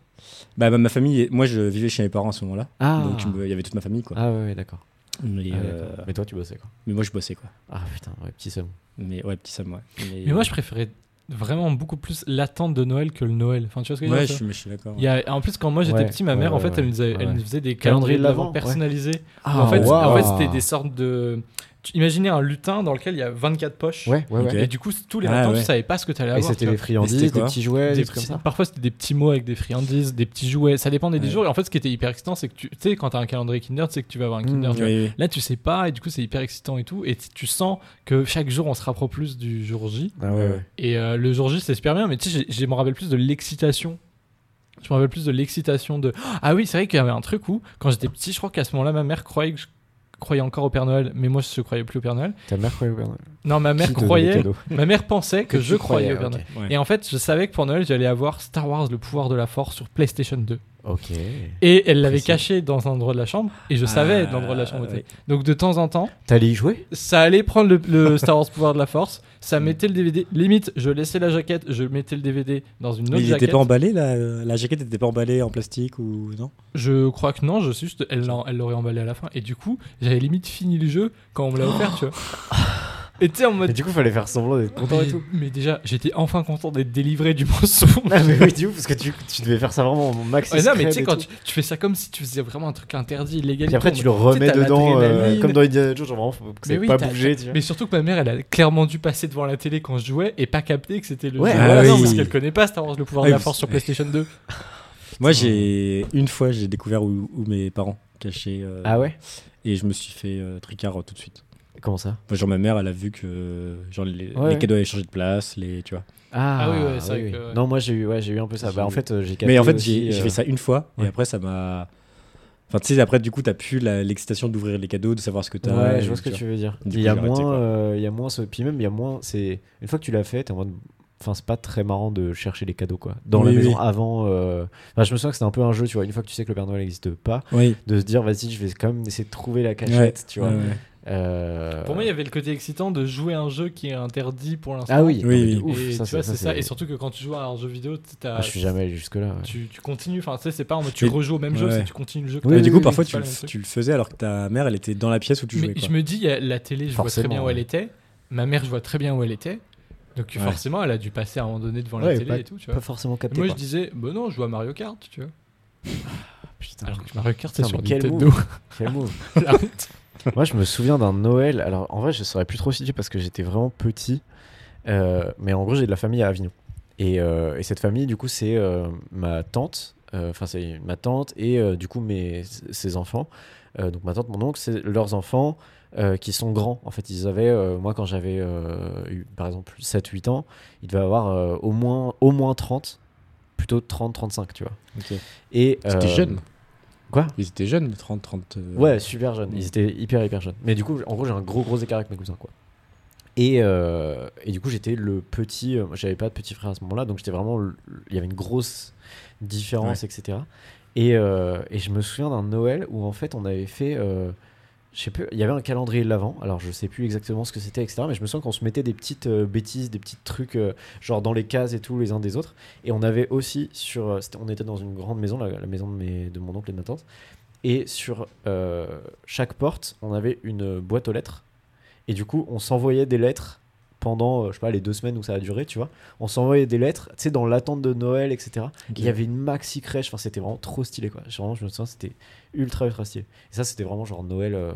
S2: Bah, bah, ma famille, moi je vivais chez mes parents à ce moment-là.
S1: Ah,
S2: Donc il me- il y avait toute ma famille quoi.
S1: ah ouais, ouais, d'accord.
S2: Mais,
S1: Ah, ouais,
S2: euh,
S1: d'accord. Mais toi, tu bossais, quoi.
S2: mais moi je bossais quoi.
S1: Ah putain, ouais, petit seum.
S2: Mais euh, ouais, petit Sam, ouais.
S3: Mais moi, je préférais vraiment beaucoup plus l'attente de Noël que le Noël. Enfin, tu vois ce que je veux
S2: Ouais,
S3: dire
S2: je
S3: ça
S2: suis, mais je suis d'accord.
S3: Il y a- En plus, quand moi j'étais
S1: Ouais,
S3: petit, ma
S1: ouais,
S3: mère, en
S1: ouais,
S3: fait, elle, nous avait-
S1: ouais.
S3: elle nous faisait des
S1: Calendrier
S3: calendriers
S1: de
S3: de
S1: l'Avent,
S3: l'Avent personnalisés.
S1: Ah,
S3: en fait, en
S1: waouh.
S3: fait, c'était des sortes de. tu- Imaginez un lutin dans lequel il y a 24 poches.
S1: Ouais, ouais, ouais.
S2: Ok.
S3: Et du coup, tous les
S2: Ah,
S3: matins,
S2: ouais.
S3: tu savais pas ce que t'allais
S1: Et
S3: avoir. tu
S1: c'était
S3: vois.
S1: des
S2: Mais
S1: friandises,
S2: c'était
S1: des
S2: quoi
S1: petits jouets, des
S3: Des
S1: trucs comme
S3: petits-
S1: ça.
S3: Parfois, c'était des petits mots avec des friandises, des petits jouets. Ça dépendait des
S2: Ouais.
S3: jours. Et en fait, ce qui était hyper excitant, c'est que tu tu sais, quand t'as un calendrier Kinder, tu sais que tu vas avoir un Kinder.
S1: Mmh,
S3: tu vois. Là, tu sais pas, et du coup, c'est hyper excitant et tout. Et t- tu sens que chaque jour, on se rapproche plus du jour J.
S1: Ah
S2: ouais,
S1: ouais,
S2: ouais.
S3: Et euh, le jour J, c'est super bien, mais tu sais, j'ai- je me rappelle plus de l'excitation. Je me rappelle plus de l'excitation de. Ah oui, c'est vrai qu'il y avait un truc où, quand j'étais petit, je crois qu'à ce moment-là, ma mère croyait que je croyais encore au Père Noël, mais moi, je ne croyais plus au Père Noël.
S1: Ta mère croyait au Père Noël.
S3: Non, ma mère
S1: Qui te donnait
S3: croyait.
S1: cadeau
S3: Ma mère pensait que,
S1: Que
S3: je
S1: tu croyais,
S3: croyais au Père
S1: ok.
S3: Noël.
S2: Ouais.
S3: Et en fait, je savais que pour Noël, j'allais avoir Star Wars, le pouvoir de la force sur PlayStation 2.
S1: Ok.
S3: Et elle l'avait
S1: Précis.
S3: caché dans un endroit de la chambre, et je savais l'endroit de la chambre. où
S2: Ah,
S3: c'était. Donc de temps en temps,
S1: <laughs> T'allais y jouer
S3: ça allait prendre le,
S1: <laughs>
S3: le Star Wars pouvoir de la force,
S1: Mm.
S3: ça mettait le DVD. Limite, je laissais la jaquette, je mettais le DVD dans une autre
S2: Mais il
S3: jaquette.
S2: était pas emballé, la, la jaquette était pas emballée en plastique ou non
S3: Je crois que non, je suis juste, elle l'a- elle l'aurait emballé à la fin. Et du coup, j'avais limite fini le jeu quand
S1: <gasps>
S3: on me l'a offert, tu vois. Et tu sais, en
S1: Et
S3: mode.
S1: du coup, fallait faire semblant d'être content
S3: mais,
S1: et <laughs> tout.
S3: mais déjà, j'étais enfin content d'être délivré du mensonge.
S1: Ah, mais oui, du coup, parce que tu, tu devais faire ça vraiment au max.
S3: Ouais, non, mais
S1: discret
S3: tu sais,
S1: et
S3: quand
S1: tout.
S3: tu, tu fais ça comme si tu faisais vraiment un truc interdit, illégal.
S1: Puis après,
S3: tout,
S1: tu le
S3: en mode,
S1: remets
S3: sais, t'as
S1: dedans, euh,
S3: l'adrénaline.
S1: comme dans Indiana Jones, genre vraiment, faut que ça
S3: Mais
S1: ait
S3: oui,
S1: pas
S3: t'as-
S1: bougé, tu vois.
S3: Mais surtout que ma mère, elle a clairement dû passer devant la télé quand je jouais et pas capter que c'était le
S1: Ouais,
S3: jeu.
S1: ah
S3: Voilà, non,
S2: oui.
S3: parce qu'elle connaît pas Star Wars, le pouvoir
S2: Ah
S3: de la
S2: oui,
S3: force sur
S2: ouais.
S1: <laughs>
S3: PlayStation 2.
S2: Moi, j'ai une fois, j'ai découvert où, où mes parents cachaient. euh,
S1: Ah ouais
S2: Et je me suis fait euh, tricard euh, tout de suite.
S1: Comment ça
S2: Enfin, genre, ma mère, elle a vu que euh, genre, les,
S1: Ouais.
S2: les cadeaux avaient changé de place, les, tu vois.
S3: Ah oui, ouais, c'est vrai que, ouais.
S1: Non, moi, j'ai eu, ouais, j'ai eu un peu ça. Bah, en fait, euh, j'ai capté.
S2: Mais en fait,
S1: aussi,
S2: j'ai j'ai
S1: euh,
S2: fait ça une fois,
S1: ouais.
S2: et après, ça m'a. Enfin, tu sais, après, du coup, t'as plus la- l'excitation d'ouvrir les cadeaux, de savoir ce que t'as.
S1: Ouais, je
S2: et
S1: vois ce que tu veux dire.
S2: Du
S1: Il
S2: coup,
S1: y, a
S2: j'ai arrêté,
S1: moins,
S2: quoi.
S1: euh, il y a moins ce. Puis même, il y a moins. C'est... Une fois que tu l'as fait, t'es en mode. Enfin, c'est pas très marrant de chercher les cadeaux, quoi. Dans la
S2: Oui,
S1: maison
S2: oui.
S1: avant. euh, Enfin, je me souviens que c'était un peu un jeu, tu vois. Une fois que tu sais que le Père Noël n'existe pas,
S2: Oui.
S1: de se dire, vas-y, je vais quand même essayer de trouver la cachette, tu vois.
S2: Ouais, ouais.
S1: Euh,
S3: Pour moi, il y avait le côté excitant de jouer un jeu qui est interdit pour l'instant.
S1: Ah oui,
S2: Oui,
S1: non, mais
S2: oui.
S1: de ouf,
S3: et
S1: ça,
S3: tu vois,
S1: ça,
S3: c'est ça.
S1: c'est-
S3: Et surtout que quand tu joues à un jeu vidéo, t- t'as-
S1: Ah, je suis jamais allé jusque-là. ouais.
S3: tu, tu continues. Enfin, tu sais, c'est pas en mode tu
S2: Et-
S3: rejoues au même jeu,
S2: ouais.
S3: c'est tu continues le jeu. que
S1: Oui,
S2: Mais
S3: t'as
S2: Euh, du
S1: oui,
S2: coup,
S1: oui,
S2: parfois,
S3: c'est
S2: tu
S3: pas
S2: le,
S3: le même truc.
S2: tu le faisais alors que ta mère, elle était dans la pièce où tu jouais.
S3: Mais
S2: quoi.
S3: je me dis, il y a la télé, je vois
S1: Forcément,
S3: très bien où elle
S1: ouais.
S3: était. Ma mère, je vois très bien où elle était. Donc
S2: Ouais.
S3: forcément, elle a dû passer à un moment donné devant
S1: Ouais,
S3: la télé
S1: pas-
S3: et tout. Tu
S1: Pas
S3: vois.
S1: forcément capté.
S3: Moi, je
S1: quoi.
S3: disais, bah non, je joue à Mario Kart, tu vois.
S1: Ah, Putain,
S3: Alors que Mario Kart, c'est
S1: Putain,
S3: sur
S1: mais quel <laughs>
S3: Nintendo.
S1: move. Ah, quel move.
S3: La honte.
S1: Moi, je me souviens d'un Noël. Alors, en vrai, je saurais plus trop situer parce que j'étais vraiment petit. Euh, mais en gros, j'ai de la famille à Avignon. Et, euh, et cette famille, du coup, c'est euh, ma tante. euh, Enfin, c'est ma tante et euh, du coup, mes, ses enfants. Euh, donc, ma tante, mon oncle, c'est leurs enfants euh, qui sont grands. En fait, ils avaient, euh, moi, quand j'avais, euh, eu, par exemple, 7-8 ans, ils devaient avoir euh, au, moins, au moins 30, plutôt 30-35, tu vois.
S2: Ok.
S1: Et,
S2: C'était
S1: euh,
S2: jeune.
S1: Quoi
S2: Ils étaient jeunes, 30, 30. euh,
S1: Ouais, super jeune.
S2: Mm.
S1: Ils étaient hyper, hyper jeunes. Mais du coup, en gros, j'ai un gros, gros écart avec mes cousins, quoi. Et, euh, et du coup, j'étais le petit. euh, J'avais pas de petit frère à ce moment-là, donc j'étais vraiment. le- Il y avait une grosse différence, etc. Et, euh, et je me souviens d'un Noël où, en fait, on avait fait. euh, je sais plus, il y avait un calendrier de l'avant, alors je sais plus exactement ce que c'était, etc. Mais je me souviens qu'on se mettait des petites euh, bêtises, des petits trucs, euh, genre dans les cases et tout, les uns des autres. Et on avait aussi sur. euh, c'était- on était dans une grande maison, la, la maison de, mes, de mon oncle et de ma tante. Et sur euh, chaque porte, on avait une boîte aux lettres. Et du coup, on s'envoyait des lettres pendant, euh, je sais pas, les deux semaines où ça a duré, tu vois. On s'envoyait des lettres, tu sais, dans l'attente de Noël, etc.
S2: ok.
S1: Il y avait une maxi crèche, enfin, c'était vraiment trop stylé, quoi. Vraiment, je me souviens, c'était ultra, ultra stylé. Et ça, c'était vraiment genre Noël, euh,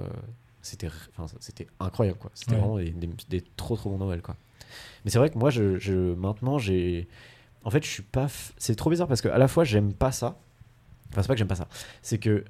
S1: c'était enfin, c'était incroyable, quoi. C'était
S3: Ouais.
S1: vraiment des, des- des trop, trop bons Noël, quoi. Mais c'est vrai que moi, je, je- maintenant, j'ai. En fait, je suis pas. f- C'est trop bizarre parce que à la fois, j'aime pas ça. Enfin, c'est pas que j'aime pas ça. C'est que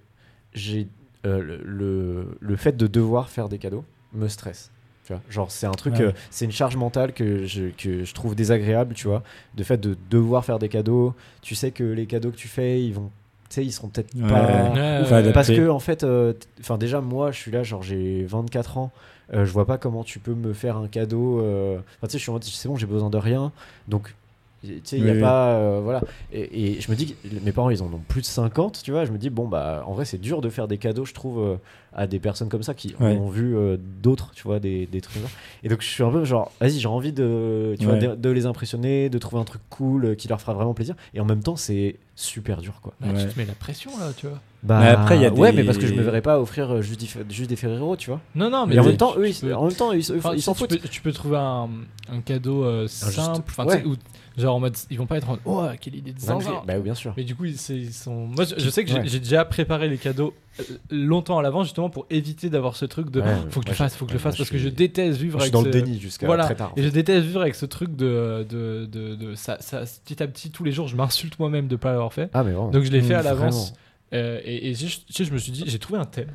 S1: j'ai. euh, le, le, le fait de devoir faire des cadeaux me stresse. Tu vois Genre, c'est un truc.
S2: Ouais.
S1: euh, c'est une charge mentale que je, que je trouve désagréable, tu vois. De fait de devoir faire des cadeaux. Tu sais que les cadeaux que tu fais, ils vont. Tu sais, ils seront peut-être
S2: Ouais.
S1: pas.
S3: Ouais,
S2: Ou
S3: ouais,
S2: va
S3: ouais.
S1: Parce
S2: adapter.
S1: que en fait, euh, enfin déjà moi, je suis là, genre j'ai 24 ans, euh, je vois pas comment tu peux me faire un cadeau. euh, Enfin tu sais, je suis en mode c'est bon, j'ai besoin de rien, donc tu sais, il y a
S2: Oui, oui.
S1: pas, euh, voilà. Et, et je me dis que mes parents, ils en ont plus de 50, tu vois. Je me dis bon bah en vrai c'est dur de faire des cadeaux, je trouve, euh, à des personnes comme ça qui
S2: Ouais.
S1: ont vu euh, d'autres, tu vois, des, des trucs. comme ça. Et donc je suis un peu genre vas-y, j'ai envie de, tu vois,
S2: Ouais.
S1: de, de les impressionner, de trouver un truc cool euh, qui leur fera vraiment plaisir. Et en même temps c'est super dur quoi.
S3: Bah,
S2: Ouais.
S3: Tu te mets la pression là, tu vois.
S1: Bah,
S2: Mais après, il y a
S1: ouais,
S2: des-
S1: mais parce que je me verrais pas offrir euh, juste, des Fer- juste des Ferrero, tu vois.
S3: Non, non, mais
S1: Mais en
S3: tu-
S1: même temps,
S3: tu
S1: eux,
S3: peux-
S1: ils, en même temps, ils ils
S3: Enfin,
S1: s'en
S3: tu
S1: foutent.
S3: peux- tu peux trouver un, un cadeau euh,
S1: juste-
S3: simple, enfin, tu sais,
S1: ouais.
S3: où- genre en mode, ils vont pas être en mode, oh, quelle idée de zinzin.
S1: Bah, bien sûr.
S3: Mais du coup, ils, c'est- ils sont. Moi, je, je sais que j'ai-
S1: Ouais.
S3: j'ai déjà préparé les cadeaux euh, longtemps à l'avance, justement, pour éviter d'avoir ce truc de.
S1: Ouais,
S3: faut que je
S1: moi,
S3: le fasse, faut que je le
S1: moi,
S3: fasse,
S1: je
S3: parce que
S1: suis-
S3: je déteste vivre
S1: Je suis
S3: avec.
S1: dans le
S3: ce-
S1: déni jusqu'à
S3: Voilà.
S1: très tard. en
S3: Et
S1: fait.
S3: je déteste vivre avec ce truc de. de, de, de- ça, ça- petit à petit, tous les jours, je m'insulte moi-même de pas l'avoir fait.
S1: Ah, mais vraiment.
S3: Donc, je l'ai fait
S1: Mmh,
S3: à l'avance. Euh, et et juste- tu sais, je me suis dit, j'ai trouvé un thème.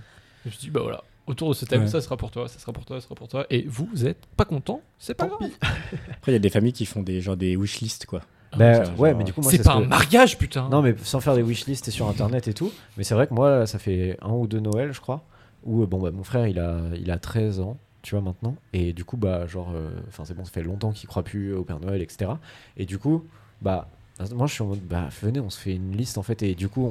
S3: Je me suis dit, bah voilà, autour de ce thème,
S2: Ouais.
S3: ça sera pour toi, ça sera pour toi, ça sera pour toi. Et vous, vous êtes pas content, c'est pas grave.
S2: Après, il y a des familles qui font des, genre, des wishlists, quoi.
S1: Bah,
S2: ça,
S1: ouais,
S2: genre,
S1: mais du coup, moi,
S3: Ah,
S1: ce
S3: C'est pas
S1: que-
S3: un mariage, putain.
S1: Non, mais sans faire des wishlists et sur internet et tout. Mais c'est vrai que moi, ça fait un ou deux Noël, je crois, où euh, bon, bah, mon frère, il a, il a 13 ans, tu vois, maintenant. Et du coup, bah, genre, euh, enfin, c'est bon, ça fait longtemps qu'il croit plus au Père Noël, etc. Et du coup, bah. Moi je suis en mode, bah venez, on se fait une liste en fait, et du coup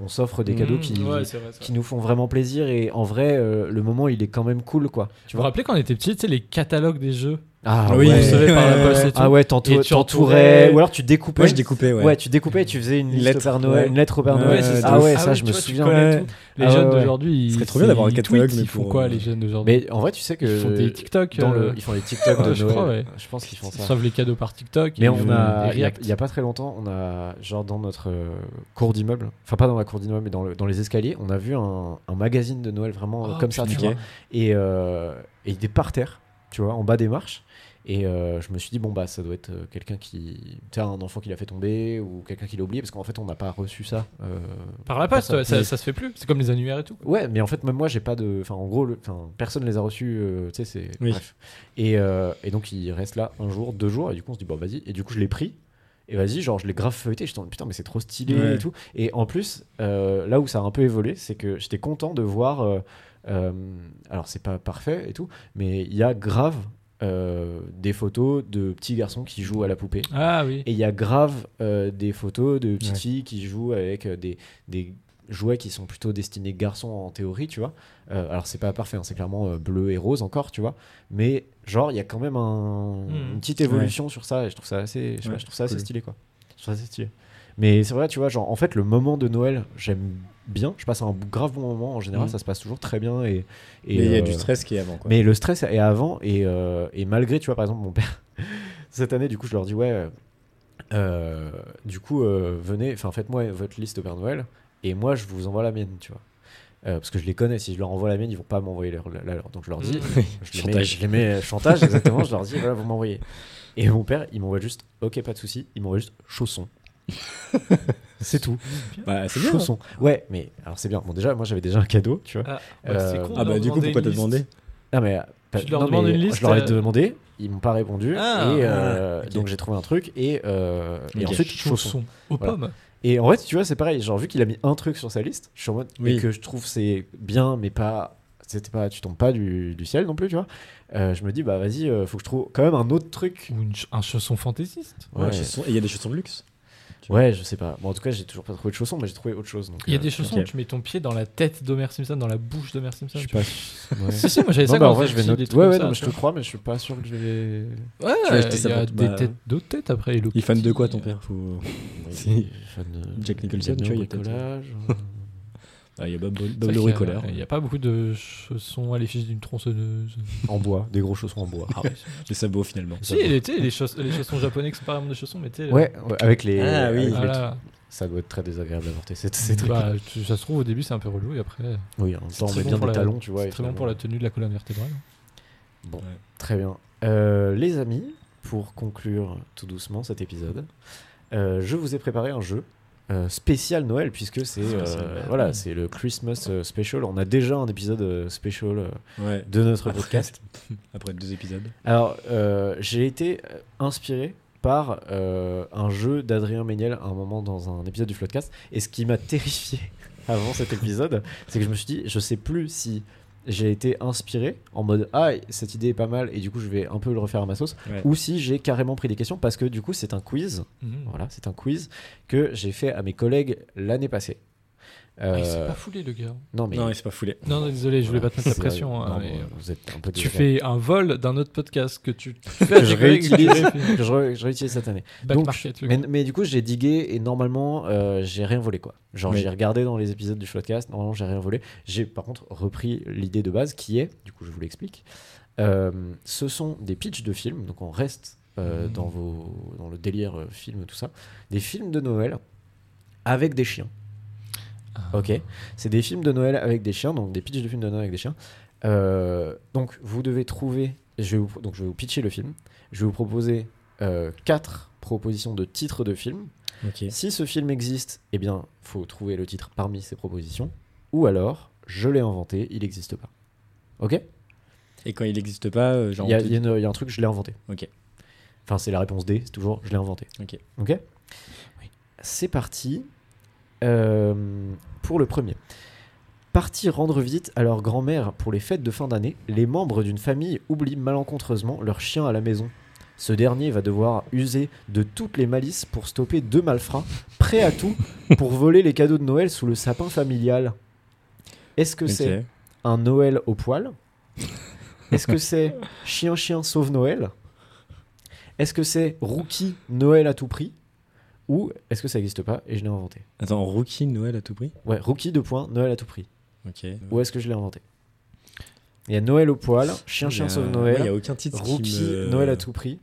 S1: on, on s'offre des cadeaux
S3: Mmh,
S1: qui,
S3: ouais, c'est vrai, c'est
S1: qui nous font vraiment plaisir et en vrai euh, le moment il est quand même cool quoi tu
S3: Tu vous
S1: vois
S3: rappelez quand on était petit, tu sais, les catalogues des jeux
S1: ah
S2: Oui,
S3: qu'on
S2: ouais.
S3: recevait par la
S2: Ouais,
S3: poste et
S2: ouais.
S3: tout.
S1: ah ouais
S3: Et
S1: t'entou-
S3: tu
S1: t'entourais
S3: entourais.
S1: ou alors tu découpais
S2: Moi, je découpais, ouais.
S1: ouais. tu découpais et tu faisais une,
S2: Une
S1: liste au
S2: lettre,
S1: Père Noël
S2: ouais.
S1: une lettre au Père
S2: Ouais,
S1: Noël
S2: c'est
S1: ah
S2: ouf.
S1: ouais
S3: Ah
S1: ça
S3: oui,
S1: je
S3: tu
S1: me
S3: vois, tu
S1: souviens
S3: connais
S2: Ouais.
S3: tout. Les
S2: Ah
S3: jeunes
S2: ouais, ouais.
S3: d'aujourd'hui, ils.
S2: Ce serait trop bien d'avoir un
S3: ils
S2: catalogue,
S3: tweetent,
S2: mais
S3: Ils font
S2: pour- euh,
S3: quoi, les jeunes d'aujourd'hui
S1: mais en vrai tu sais que
S3: Ils font des TikTok.
S1: dans
S3: euh,
S1: le- ils font des TikTok de
S3: <laughs> Ouais, je
S1: Noël.
S3: crois, ouais.
S1: je pense qu'ils font
S3: Ils
S1: ça
S3: reçoivent les cadeaux par Tiktok. euh,
S1: mais
S3: ils
S1: on
S3: font
S1: a
S3: des
S1: il y a-
S3: reacts.
S1: il y a pas très longtemps on a genre dans notre euh, cour d'immeuble enfin pas dans la cour d'immeuble mais dans, le- dans les escaliers on a vu un, un magazine de Noël vraiment euh,
S3: Oh,
S1: comme ça tu
S3: putain.
S1: vois et, euh, et il était par terre, tu vois, en bas des marches. Et euh, je me suis dit, bon, bah, ça doit être euh, quelqu'un qui. Tu sais, un enfant qui l'a fait tomber ou quelqu'un qui l'a oublié, parce qu'en fait, on n'a pas reçu ça. euh.
S3: Par la poste,
S1: Personne.
S3: ouais, ça, ça se fait plus. C'est comme les annuaires et tout.
S1: Ouais, mais en fait, même moi, j'ai pas de. Enfin, en gros, le... enfin, personne les a reçus, euh, tu sais, c'est.
S2: Oui.
S1: Bref. Et, euh, et donc, il reste là un jour, deux jours, et du coup, on se dit, bon, vas-y. Et du coup, je l'ai pris. Et vas-y, genre, je l'ai grave feuilleté. Je t'en putain, mais c'est trop stylé
S2: Ouais.
S1: et tout. Et en plus, euh, là où ça a un peu évolué, c'est que j'étais content de voir. euh, euh, alors, c'est pas parfait et tout, mais il y a grave euh, des photos de petits garçons qui jouent à la poupée.
S3: Ah oui.
S1: Et il y a grave euh, des photos de petites
S2: Ouais.
S1: filles qui jouent avec euh, des, des, jouets qui sont plutôt destinés garçons en théorie, tu vois. Euh, alors c'est pas parfait, hein, c'est clairement euh, bleu et rose encore, tu vois. Mais genre il y a quand même un-
S3: Hmm.
S1: une petite évolution sur ça et je trouve ça assez, je sais pas,
S2: Mmh. Ouais,
S1: je trouve ça assez
S2: cool.
S1: stylé quoi. Je trouve ça assez stylé. Mais c'est vrai, tu vois, genre en fait le moment de Noël j'aime bien, je passe un grave bon moment en général,
S2: Hmm.
S1: ça se passe toujours très bien et, et,
S2: Mais il y a
S1: euh,
S2: du stress qui est avant. Quoi.
S1: mais le stress est avant et, euh, et malgré, tu vois, par exemple, mon père, <laughs> cette année, du coup, je leur dis, ouais, euh, euh, du coup, euh, venez, enfin, faites-moi votre liste au Père Noël et moi, je vous envoie la mienne, tu vois. Euh, parce que je les connais, si je leur envoie la mienne, ils vont pas m'envoyer leur- la la leur. Donc je leur dis,
S3: Mmh.
S1: je les, mets,
S2: Mmh. Chantage.
S1: je les mets- euh, chantage, exactement, je leur
S2: <laughs>
S1: dis, voilà, vous m'envoyez. Et mon père, il m'envoie juste, ok, pas de souci, il m'envoie juste
S2: <laughs>
S1: chaussons. c'est tout.
S2: Bah, c'est bien.
S1: Chaussons. Ouais, mais alors c'est bien. Bon, déjà, moi j'avais déjà un cadeau, tu vois.
S3: Ah,
S1: Euh,
S3: c'est con,
S2: Ah, bah,
S3: leur
S2: du coup,
S3: demander
S2: pourquoi
S3: une
S2: te
S3: liste.
S2: demander
S1: Non mais, euh, pas-
S3: Tu leur
S1: non,
S3: demandes
S1: mais
S3: une
S1: Je
S3: liste,
S1: leur ai
S3: euh,
S1: demandé, ils m'ont pas répondu
S3: Ah,
S1: et euh,
S2: ok.
S1: donc j'ai trouvé un truc et, euh, et
S2: Ok.
S1: ensuite chaussons.
S3: Chaussons aux
S1: Voilà.
S3: pommes.
S1: Et en fait, tu vois, c'est pareil. Genre vu qu'il a mis un truc sur sa liste, je suis en mode
S2: Oui.
S1: et que je trouve c'est bien, mais pas c'était pas tu tombes pas du, du ciel non plus, tu vois. Euh, je me dis bah vas-y, euh, faut que je trouve quand même un autre truc.
S3: Ou une ch- un chausson fantaisiste.
S2: Ouais, chaussons- Et il y a des chaussons de luxe.
S1: Ouais, je sais pas. Bon, en tout cas, j'ai toujours pas trouvé de chaussons, mais j'ai trouvé autre chose. Donc,
S3: Il y a
S1: euh,
S3: des chaussons
S2: ok.
S3: où tu mets ton pied dans la tête d'Homer Simpson, dans la bouche d'Homer Simpson.
S1: je suis
S3: tu
S1: pas. ouais.
S3: Si, si, moi j'avais
S1: Non,
S3: ça
S1: bah,
S3: quand
S1: en vrai, je vais
S3: j'étais petit,
S1: noter.
S3: des trucs
S1: Ouais,
S3: comme
S1: ouais,
S3: ça,
S1: non, mais je
S3: tu
S1: te crois, mais je suis pas sûr que je vais.
S3: euh, vois. Ouais,
S2: Tu vas acheter
S3: il y
S2: ça
S3: a
S2: pour-
S3: des
S2: bah,
S3: têtes, d'autres têtes après. Hello
S2: Il est fan de
S3: Kitty,
S2: quoi ton
S3: euh,
S2: père Faut-
S1: Si.
S2: Jack Nicholson, tu vois, il y a peut-être-
S1: euh,
S2: Ah, Il y a Bob, Bob le
S3: c'est vrai qu'il y a-
S2: bricoleur.
S3: Il n'y a pas beaucoup de chaussons à l'effigie d'une tronçonneuse.
S1: en bois, des gros chaussons en bois.
S3: Ah ouais.
S2: Les sabots finalement.
S3: Si, les, tu sais, les, chauss- les chaussons japonais qui sont pas vraiment des chaussons, mais tu sais.
S1: Ouais, ouais, avec les.
S2: Ah oui.
S1: avec les
S3: là, voilà.
S1: Ça doit être très désagréable à porter cette, ces trucs.
S3: Bah, tu- ça se trouve, au début, c'est un peu relou, et après,
S1: oui, en même temps, on
S3: très
S1: met
S3: bon
S1: bien
S3: pour
S1: des
S3: la-
S1: talons, tu vois.
S3: c'est
S1: et
S3: très bon pour la
S1: finalement-
S3: tenue de la colonne vertébrale.
S1: Bon,
S2: Ouais.
S1: très bien. Euh, les amis, pour conclure tout doucement cet épisode, euh, je vous ai préparé un jeu. euh, spécial Noël puisque c'est
S3: Ah,
S1: euh,
S3: c'est Noël.
S1: voilà c'est le Christmas euh, special on a déjà un épisode euh, special euh,
S2: Ouais.
S1: de notre
S2: Après-
S1: podcast
S2: <laughs> Après deux épisodes.
S1: Alors, euh, j'ai été euh, inspiré par euh, un jeu d'Adrien Méniel à un moment dans un épisode du Floodcast. Et ce qui m'a terrifié <laughs> avant cet épisode, c'est que je me suis dit, je sais plus si j'ai été inspiré en mode ah cette idée est pas mal et du coup je vais un peu le refaire à ma sauce
S2: Ouais.
S1: ou si j'ai carrément pris des questions parce que du coup c'est un quiz
S3: Mhm.
S1: voilà c'est un quiz que j'ai fait à mes collègues l'année passée
S3: Ah, il s'est
S1: Euh,
S3: pas foulé, le gars.
S1: non mais
S2: Non, il s'est pas foulé.
S3: Non, non, désolé, je voulais
S1: voilà,
S3: pas te mettre la
S1: c'est-
S3: pression. hein,
S1: non,
S3: mais,
S1: bon, vous êtes un peu
S3: Tu
S1: désagréable.
S3: fais un vol d'un autre podcast que
S1: <laughs>
S3: tu fais à
S1: que je
S3: tes collègues, tu
S1: réutilise
S3: les fais-
S1: que je re- je réutilise cette année
S3: Back
S1: Donc,
S3: market, le
S1: Mais,
S3: gars.
S1: mais du coup, j'ai digué et normalement, euh, j'ai rien volé quoi. Genre,
S2: Oui.
S1: j'ai regardé dans les épisodes du podcast, normalement, j'ai rien volé. J'ai par contre repris l'idée de base qui est, du coup, je vous l'explique. Euh, ce sont des pitchs de films, donc on reste euh,
S3: Mhm.
S1: dans, vos, dans le délire euh, film, tout ça. Des films de Noël avec des chiens.
S3: Ah.
S1: Ok C'est des films de Noël avec des chiens, donc des pitchs de films de Noël avec des chiens. Euh, donc, vous devez trouver. Je vais vous, donc, je vais vous pitcher le film. Je vais vous proposer euh, quatre propositions de titres de films.
S2: Ok.
S1: Si ce film existe, eh bien, faut trouver le titre parmi ces propositions. Ou alors, je l'ai inventé, il n'existe pas. Ok
S2: Et quand il n'existe pas, euh, genre.
S1: Il y, a-
S2: on te-
S1: il y a une- il y a un truc, je l'ai inventé.
S2: Ok.
S1: Enfin, c'est la réponse D, c'est toujours, je l'ai inventé.
S2: Ok.
S1: Ok C'est parti euh, pour le premier. Partis rendre visite à leur grand-mère pour les fêtes de fin d'année, les membres d'une famille oublient malencontreusement leur chien à la maison. Ce dernier va devoir user de toutes les malices pour stopper deux malfrats, prêts à tout pour voler les cadeaux de Noël sous le sapin familial. Est-ce que
S2: Ok.
S1: c'est un Noël au poil Est-ce que c'est chien chien sauve Noël Est-ce que c'est rookie Noël à tout prix Ou est-ce que ça n'existe pas et je l'ai inventé
S2: Attends, rookie Noël à tout prix
S1: Ouais, rookie de points, Noël à tout prix.
S2: Ok.
S1: Ou est-ce que je l'ai inventé Il y a Noël au poil, chien chien
S2: Il y a-
S1: sauve
S2: euh, ouais, Il y
S1: Noël,
S2: a aucun titre. qui
S1: rookie
S2: me-
S1: Noël à tout prix.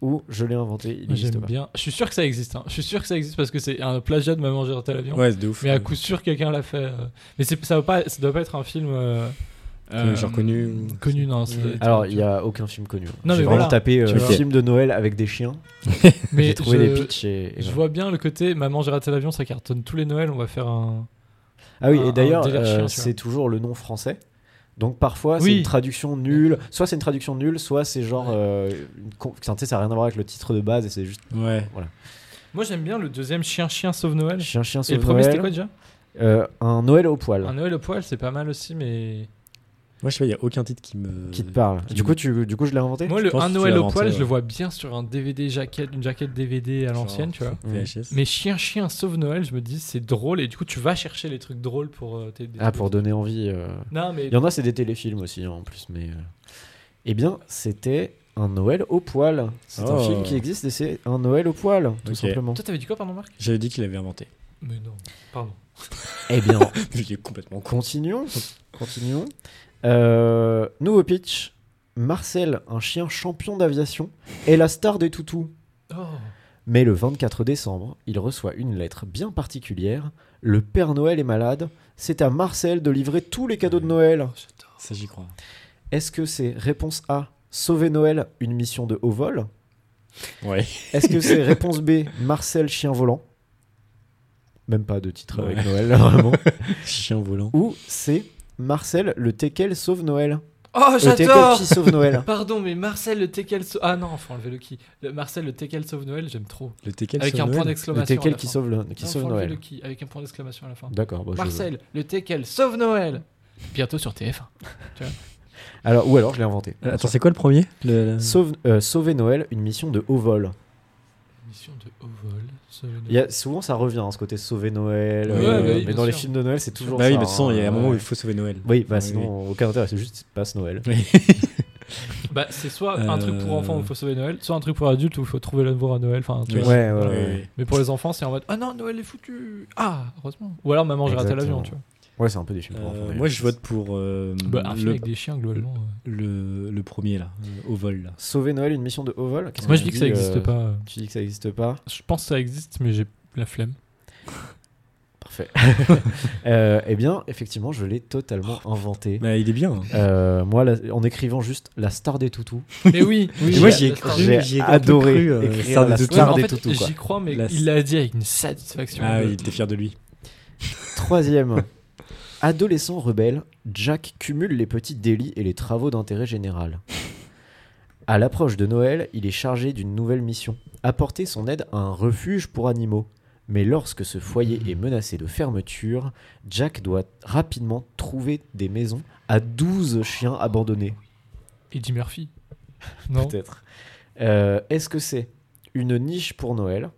S1: Ou je l'ai inventé, il
S3: Moi, J'aime
S1: n'existe pas.
S3: bien. Je suis sûr que ça existe. hein. Je suis sûr que ça existe parce que c'est un plagiat de Maman j'ai raté l'avion.
S2: Ouais, c'est de ouf.
S3: Mais à coup sûr, quelqu'un l'a fait. euh. Mais c'est- ça ne pas, ça doit pas être un film. euh, euh,
S2: genre connu ou-
S3: Connu, non. ça doit
S2: Ouais.
S3: être-
S1: Alors, il n'y a aucun film connu.
S3: mais
S1: J'ai
S3: voilà.
S1: vraiment tapé euh,
S2: Tu vois.
S1: film de Noël avec des chiens.
S3: Mais
S1: J'ai trouvé
S3: je,
S1: des pitchs et- et
S3: Je
S1: voilà.
S3: vois bien le côté Maman j'ai raté l'avion, ça cartonne tous les Noëls. On va faire un.
S1: Ah oui,
S3: un- un
S1: et d'ailleurs,
S3: délire
S1: euh,
S3: chien, tu vois.
S1: c'est toujours le nom français. Donc parfois,
S3: Oui.
S1: c'est une traduction nulle. Soit c'est une traduction nulle, soit c'est genre. euh, une con- enfin, tu sais, ça n'a rien à voir avec le titre de base et c'est juste
S2: Ouais.
S3: Moi, j'aime bien le deuxième Chien, Chien sauve Noël.
S1: chien, chien,
S3: Et le
S1: sauve
S3: premier, c'était
S1: Noël.
S3: quoi déjà
S1: Euh, un Noël au poil.
S3: Un Noël au poil, c'est pas mal aussi, mais.
S2: Moi, je sais pas, il n'y a aucun titre qui me.
S1: Qui te parle.
S2: qui
S1: Du
S2: me-
S1: coup, tu, du coup, je l'ai inventé
S3: Moi,
S2: Je
S3: le
S2: pense
S3: Un
S2: que tu
S3: Noël
S2: l'as
S3: au poil,
S2: inventé,
S3: je
S2: ouais.
S3: le vois bien sur un DVD jaquette, une jaquette DVD à
S2: Genre,
S3: l'ancienne, tu vois.
S2: VHS.
S3: Mais chien, chien, sauve Noël, je me dis c'est drôle et du coup tu vas chercher les trucs drôles pour euh, tes- des
S1: Ah,
S3: trucs-
S1: pour donner envie. euh.
S3: Non mais
S1: Il y en a, c'est des téléfilms aussi, hein, en plus. Mais euh, Eh bien, c'était un Noël au poil. C'est un
S2: Oh.
S1: film qui existe et c'est un Noël au poil, tout
S2: Ok.
S1: simplement.
S3: toi t'avais dit quoi pardon Marc
S2: J'avais dit qu'il avait inventé. <laughs>
S3: Mais non, pardon.
S1: Eh bien,
S2: Je l'ai complètement con.
S1: continuons. Continuons. Euh, nouveau pitch. Marcel, un chien champion d'aviation, est la star des toutous.
S3: Oh.
S1: Mais le 24 décembre, il reçoit une lettre bien particulière. Le Père Noël est malade. C'est à Marcel de livrer tous les cadeaux de Noël.
S3: Oh,
S2: Ça, j'y crois.
S1: Est-ce que c'est réponse A, sauver Noël, une mission de haut vol
S2: Ouais.
S1: Est-ce que
S2: <laughs>
S1: c'est réponse B, Marcel, chien volant Même pas de titre avec
S2: Ouais.
S1: Noël, <laughs> vraiment.
S2: Chien volant.
S1: Ou C, Marcel, le teckel sauve Noël.
S3: Oh,
S1: Le teckel
S3: j'adore
S1: qui sauve
S3: <laughs>
S1: Noël.
S3: Pardon, mais Marcel le Tekel sauve... Ah non, faut enlever le qui. Le Marcel le Tekel sauve Noël, j'aime trop.
S2: Le TK
S3: Avec
S2: sur
S3: un point
S2: Noël.
S1: Le
S3: d'exclamation. à
S1: teckel
S3: la
S1: qui
S3: fin.
S1: sauve, le- qui
S3: Non,
S1: sauve
S3: faut enlever
S1: Noël.
S3: le qui, avec un point d'exclamation à la fin.
S1: D'accord. bah, je-
S3: Marcel le Tekel sauve Noël Bientôt sur TF1.
S1: Alors, ou alors je l'ai inventé.
S2: Euh, Attends, c'est quoi le premier le, le-
S1: Sauve- euh, sauver Noël, une mission de haut vol.
S3: Mission de haut vol, sauve Noël.
S1: Il y a- souvent ça revient hein, ce côté sauver Noël,
S2: Ouais,
S1: euh,
S2: bah oui,
S1: mais
S3: bien
S1: dans les
S3: sûr.
S1: films de Noël c'est toujours
S2: Bah
S1: ça.
S2: oui, mais de toute façon, il y a
S1: hein.
S2: un moment où il faut sauver Noël.
S1: Oui, bah
S2: Oui,
S1: sinon aucun intérêt, c'est juste passe Noël.
S3: Bah, c'est soit un truc pour
S2: Euh.
S3: enfants où il faut sauver Noël, soit un truc pour adultes où il faut trouver l'amour à Noël. Enfin, tu
S2: Oui.
S3: vois.
S1: Ouais, ouais,
S2: Oui,
S1: ouais.
S2: oui, oui.
S3: Mais pour les enfants, c'est en mode Ah non, Noël est foutu Ah, heureusement. Ou alors Maman, j'ai raté
S1: Exactement.
S3: l'avion, tu vois.
S1: Ouais, c'est un peu des films
S2: Euh,
S1: pour enfants. d'ailleurs.
S2: moi, je vote pour euh,
S3: Bah, un film
S2: le,
S3: avec des chiens, globalement. euh.
S2: le, le premier, là, euh, au vol. Là.
S1: Sauver Noël, une mission de haut vol. Qu'est-ce
S3: Moi,
S1: qu'on
S3: je dis que
S1: dit,
S3: ça n'existe
S1: euh,
S3: pas.
S1: Tu dis que ça n'existe pas
S3: Je pense que ça existe, mais j'ai la flemme.
S1: Parfait. <laughs> Euh, eh bien, effectivement, je l'ai totalement inventé.
S2: Bah, il est bien. hein.
S1: Euh, moi, la- en écrivant juste la star des toutous,
S3: Mais oui,
S2: <laughs>
S3: oui
S2: Et moi,
S3: la-
S2: j'y ai
S3: la
S2: cru.
S3: star-
S2: J'ai
S1: j'ai
S2: un peu
S1: adoré
S2: cru, euh,
S1: écrire
S2: Star des
S1: la
S2: Toutous.
S1: star
S3: Ouais,
S1: des
S3: en fait,
S1: toutous. quoi.
S3: J'y crois, mais
S2: La-
S3: il l'a dit avec une satisfaction.
S2: Ah, il était fier de lui.
S1: Troisième. <laughs> Adolescent rebelle, Jack cumule les petits délits et les travaux d'intérêt général. À l'approche de Noël, il est chargé d'une nouvelle mission apporter son aide à un refuge pour animaux. Mais lorsque ce foyer est menacé de fermeture, Jack doit rapidement trouver des maisons à 12 chiens abandonnés.
S2: <laughs>
S3: Eddie Murphy. Non
S1: Peut-être. Euh, Est-ce que c'est une niche pour Noël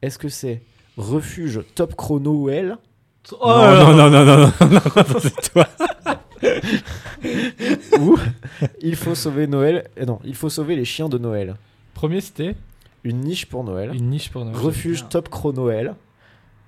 S1: Est-ce que c'est refuge top chrono Noël <laughs>
S3: Oh là là.
S2: non, non, non, non, non, non, <laughs> non, non, c'est toi.
S1: ou il faut sauver Noël. eh non, il faut sauver les chiens de Noël.
S3: Premier, c'était
S1: Une niche pour Noël.
S3: une niche pour Noël.
S1: Refuge top chrono Noël.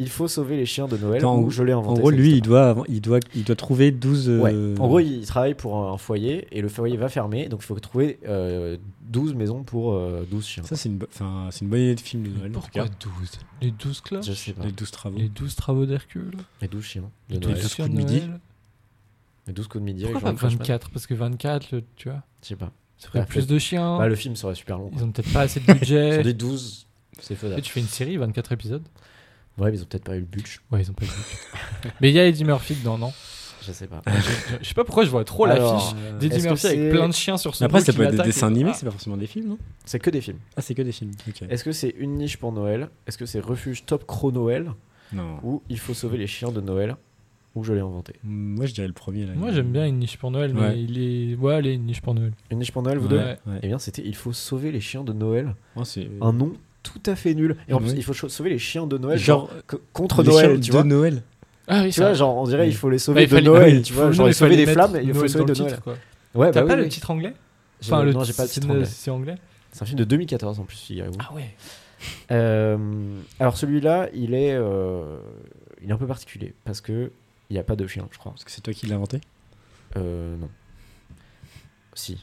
S1: Il faut sauver les chiens de Noël.
S2: Attends,
S1: ou je l'ai
S2: En
S1: inventé.
S2: gros,
S1: ça
S2: lui, il
S1: existe
S2: doit, il doit, il doit trouver 12.
S1: pas.
S2: euh,
S1: Ouais. En gros, il travaille pour un foyer et le foyer va fermer, donc il faut trouver euh, 12 maisons pour euh, 12 chiens.
S2: Ça, c'est une, bo- enfin, c'est une bonne idée de film de Noël. en tout
S3: Pourquoi
S2: cas.
S3: 12 Les 12 clubs
S1: Je sais pas.
S2: Les 12 travaux.
S3: Les 12 travaux d'Hercule
S1: Les 12 chiens. De
S2: Les
S1: Noël.
S2: douze-
S1: 12...
S2: coups de midi.
S1: Les 12 coups de midi. avec
S3: Pourquoi pas
S1: Jean-Luc Reichmann.
S3: 24 Parce que 24, le- tu vois,
S1: Je sais pas.
S3: ça ferait
S1: Ah,
S3: plus
S1: fait.
S3: de chiens.
S1: Bah, le film serait super long.
S3: Ils ont peut-être pas
S2: <laughs>
S3: assez de budget.
S1: Sur des 12, c'est faisable.
S3: Et tu fais une série, 24 épisodes
S1: Ouais, mais ils ont peut-être pas eu le budget.
S3: Ouais, ils ont pas eu le budget. <laughs> Mais il y a Eddie Murphy dedans, non
S1: Je sais pas.
S3: Je je sais pas pourquoi je vois trop
S1: Alors,
S3: l'affiche
S2: Euh,
S1: est-ce que
S3: d'Eddie Murphy
S1: c'est-
S3: avec plein de chiens sur
S2: mais
S3: son
S2: Après,
S3: dos
S2: ça
S3: qui
S2: peut être des
S3: l'attaquent et-
S2: dessins animés,
S3: Ah.
S2: c'est pas forcément des films, non
S1: <laughs> C'est que des films.
S2: Ah, c'est que des films. Ok.
S1: Est-ce que c'est une niche pour Noël Est-ce que c'est refuge top chrono Noël
S2: Non.
S1: ou il faut sauver les chiens de Noël, ou je l'ai inventé.
S2: Moi, je dirais le premier. Là,
S3: Moi j'aime bien une niche pour Noël, mais
S2: Ouais.
S3: il est. Ouais, allez, une niche pour Noël.
S1: Une niche pour Noël, vous
S2: Ouais,
S1: deux
S3: Ouais.
S2: ouais. Euh,
S1: Eh bien, c'était Il faut sauver les chiens de Noël.
S2: Moi, c'est-
S1: Un nom tout à fait nul. Et en plus,
S2: Oui.
S1: il faut cho- sauver les chiens de Noël, genre,
S2: Genre,
S1: co- contre
S2: les
S1: Noël,
S2: chiens
S1: tu
S2: de
S1: vois.
S2: Noël.
S3: Ah oui,
S1: Tu vois, genre, on dirait il faut les sauver
S3: il
S1: de
S3: fallait-
S1: Noël,
S3: oui,
S1: tu vois.
S3: faut-
S1: Genre,
S3: non,
S1: il
S3: il
S1: faut sauver
S3: fallait
S1: des flammes, et
S3: mettre
S1: il faut
S3: Noël
S1: sauver
S3: dans
S1: de
S3: le titre,
S1: Noël.
S3: quoi.
S1: Ouais,
S3: T'as
S1: bah
S3: pas
S1: oui,
S3: le
S1: oui.
S3: titre anglais
S1: J'ai-
S3: Enfin, le
S1: non, j'ai pas le
S3: c'est-
S1: titre anglais.
S3: C'est anglais
S1: C'est un film de 2014 en plus, figurez-vous.
S3: Ah ouais.
S1: Euh, alors, celui-là, il est euh, il est un peu particulier parce que il n'y a pas de chien, je crois.
S2: Parce que c'est toi qui l'as inventé.
S1: Euh, non. Si.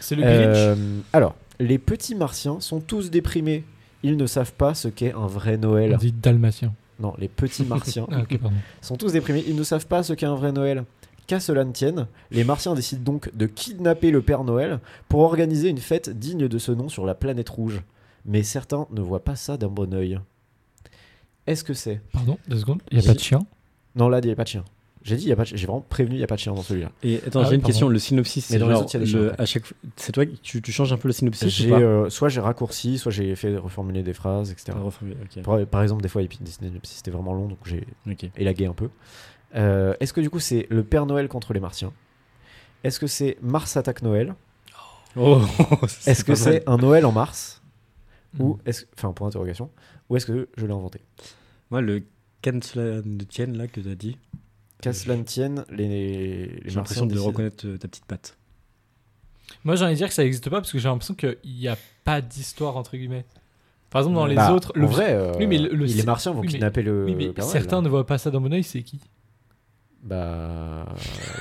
S3: C'est le
S1: Euh,
S3: Grinch.
S1: alors, les petits martiens sont tous déprimés. Ils ne savent pas ce qu'est un vrai
S3: On
S1: Noël.
S3: dit dalmatien.
S1: Non, les petits martiens
S3: <laughs> Ah, ok, pardon.
S1: sont tous déprimés. Ils ne savent pas ce qu'est un vrai Noël. Qu'à cela ne tienne, les martiens décident donc de kidnapper le Père Noël pour organiser une fête digne de ce nom sur la planète rouge. Mais certains ne voient pas ça d'un bon oeil. Est-ce que c'est
S3: Pardon, deux secondes. Il n'y a
S1: Si.
S3: pas de chien.
S1: Non, là, il n'y a pas de chien. J'ai dit, il y a pas de chien. J'ai vraiment prévenu, il n'y a pas de chien dans celui-là.
S2: Et attends,
S3: Ah
S2: j'ai
S3: oui,
S2: une
S3: pardon.
S2: question. Le synopsis,
S1: Mais
S2: c'est
S1: dans les
S2: genre
S1: autres, il y a des
S2: le-
S1: chiens, après.
S2: à chaque fois- C'est toi qui tu, tu changes un peu le synopsis ou
S1: J'ai,
S2: pas
S1: euh, soit j'ai raccourci, soit j'ai fait reformuler des phrases, etc.
S2: Ah, reformule, ok.
S1: Par, par exemple, des fois, Epic Disney Synopsis, c'était vraiment long, donc j'ai
S2: Ok.
S1: élagué un peu. Euh, Est-ce que du coup c'est le Père Noël contre les Martiens Est-ce que c'est Mars attaque Noël
S2: Oh, <laughs> c'est
S1: Est-ce que
S2: pas mal.
S1: c'est un Noël en Mars Ou
S3: Mm.
S1: est-ce enfin point d'interrogation Ou est-ce que je l'ai inventé
S2: Moi, le Kanslan de Tienne, là, que t'as dit,
S1: Qu'à cela ne tienne, les, les
S2: j'ai
S1: Martiens
S2: l'impression de
S1: décident.
S2: reconnaître euh, ta petite patte.
S3: Moi, j'ai envie de dire que ça n'existe pas parce que j'ai l'impression qu'il n'y a pas d'histoire, entre guillemets. Par exemple, dans les
S1: Bah,
S3: autres,
S1: en
S3: le
S1: vrai, euh,
S3: Oui, mais le- le-
S1: les Martiens vont
S3: oui, mais-
S1: kidnapper le.
S3: Oui, mais
S1: Père Noël, hein.
S3: certains
S1: là.
S3: ne voient pas ça d'un bon oeil, c'est qui
S1: Bah.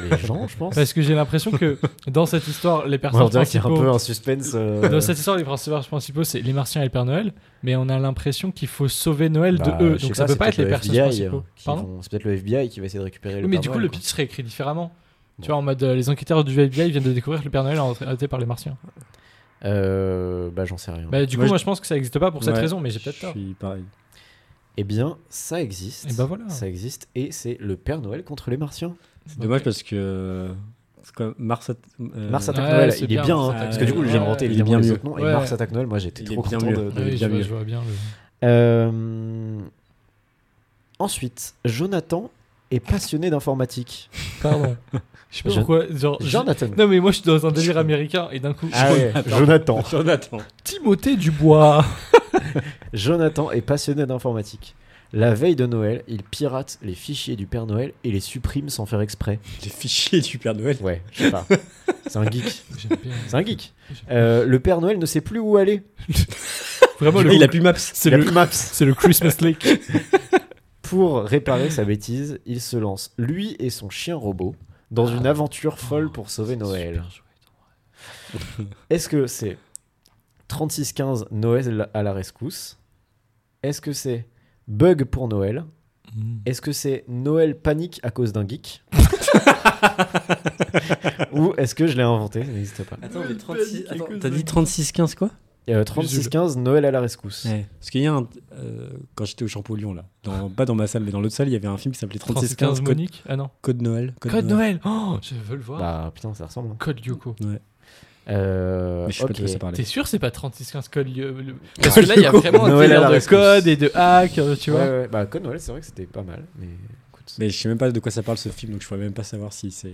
S1: Les gens, je pense.
S3: Parce que j'ai l'impression que dans cette histoire, les
S1: Ouais, on
S3: personnages
S1: dirait qu'il y a un
S3: principaux.
S1: peu un suspense. euh,
S3: Dans cette histoire, les personnages principaux, c'est les Martiens et le Père Noël, mais on a l'impression qu'il faut sauver Noël
S1: bah,
S3: de eux,
S1: je sais
S3: donc ça peut
S1: c'est
S3: pas être les
S1: peut-être le
S3: personnages
S1: FBI,
S3: principaux.
S1: euh, qui
S3: Pardon
S1: vont- C'est peut-être le FBI qui va essayer de récupérer le.
S3: Oui, mais
S1: Père
S3: du coup,
S1: Noël,
S3: le
S1: quoi.
S3: pitch serait écrit différemment.
S1: Bon.
S3: Tu vois, en mode euh, les enquêteurs du FBI viennent de découvrir que le Père Noël est arrêté par les Martiens.
S1: Euh, bah, j'en sais rien.
S3: Bah, du coup,
S2: Moi,
S3: moi,
S2: je-
S3: je pense que ça n'existe pas pour cette
S2: Ouais,
S3: raison, mais j'ai peut-être tort.
S2: Je suis pareil.
S1: Eh bien, ça existe.
S3: Et bah voilà.
S1: Ça existe et c'est le Père Noël contre les Martiens.
S2: C'est dommage
S3: Ok.
S2: parce que. euh, c'est quoi, Mars. at- euh,
S1: Mars attaque
S3: ouais,
S1: Noël,
S3: c'est
S1: il est
S3: bien,
S1: bien.
S3: Mars
S1: hein,
S2: attaque
S1: parce que du coup,
S2: Noël.
S1: j'ai inventé
S2: Ouais,
S1: évidemment
S2: il est bien
S1: les
S2: mieux.
S1: autres noms. Et
S3: Ouais.
S1: Mars attaque Noël, moi j'étais
S2: Il est
S1: trop
S2: bien
S1: content
S2: mieux.
S1: de-
S3: Ah
S1: de.
S3: oui,
S2: est
S3: je,
S2: bien
S3: vois,
S2: mieux.
S3: je vois bien. le-
S1: Euh, Ensuite, Jonathan est passionné d'informatique. <laughs>
S3: Pardon. je sais
S1: Oh,
S3: pas
S1: Je-
S3: pourquoi. Genre, je-
S1: Jonathan.
S3: Non, mais moi, je suis dans un délire américain et d'un coup.
S1: Ah ouais, Jonathan.
S2: Jonathan. <laughs>
S3: Timothée
S1: <laughs>
S3: Dubois.
S1: Jonathan est passionné d'informatique. La veille de Noël, il pirate les fichiers du Père Noël et les supprime sans faire exprès.
S2: Les fichiers du Père Noël.
S1: Ouais, je sais pas. C'est un geek.
S3: J'aime bien.
S1: C'est un geek. Euh, le Père Noël ne sait plus où aller.
S3: Vraiment, le,
S2: il a plus Maps.
S3: c'est
S1: Il a
S3: le,
S1: plus Maps.
S3: c'est le Christmas
S1: <laughs>
S3: Lake.
S1: Pour réparer sa bêtise, il se lance, lui et son chien robot, dans
S2: Ah.
S1: une aventure
S2: Oh,
S1: folle pour sauver Noël. Est-ce que c'est 3615 Noël à la rescousse Est-ce que c'est Bug pour Noël
S3: Hmm.
S1: Est-ce que c'est Noël panique à cause d'un
S2: <laughs>
S1: geek Ou est-ce que je l'ai inventé Ça n'existe pas.
S2: Attends,
S3: mais 36 attends,
S2: T'as dit 36-15 quoi
S1: Euh, 3615 Noël à la rescousse.
S2: Parce qu'il y a un. euh, quand j'étais au Champollion là, dans, pas dans ma salle, mais dans l'autre salle, il y avait un film qui s'appelait 36-15
S3: 3615
S2: Code,
S3: Monique Ah non.
S2: Code Noël.
S3: Code Noël. Oh, je veux le voir.
S1: Bah putain, ça ressemble. hein.
S3: Code Yoko.
S1: Euh,
S2: Mais je sais pas de
S1: ok.
S2: quoi ça parlait.
S3: T'es sûr c'est pas 3615 code euh, le- Parce que là il y a vraiment un
S1: Noël à la
S3: délire de
S1: rescousse.
S3: code et de hack, euh, tu vois.
S1: Ouais, ouais, bah, Code Noël, c'est vrai que c'était pas mal. Mais écoute.
S2: Mais je sais même pas de quoi ça parle ce film, donc je pourrais même pas savoir si c'est.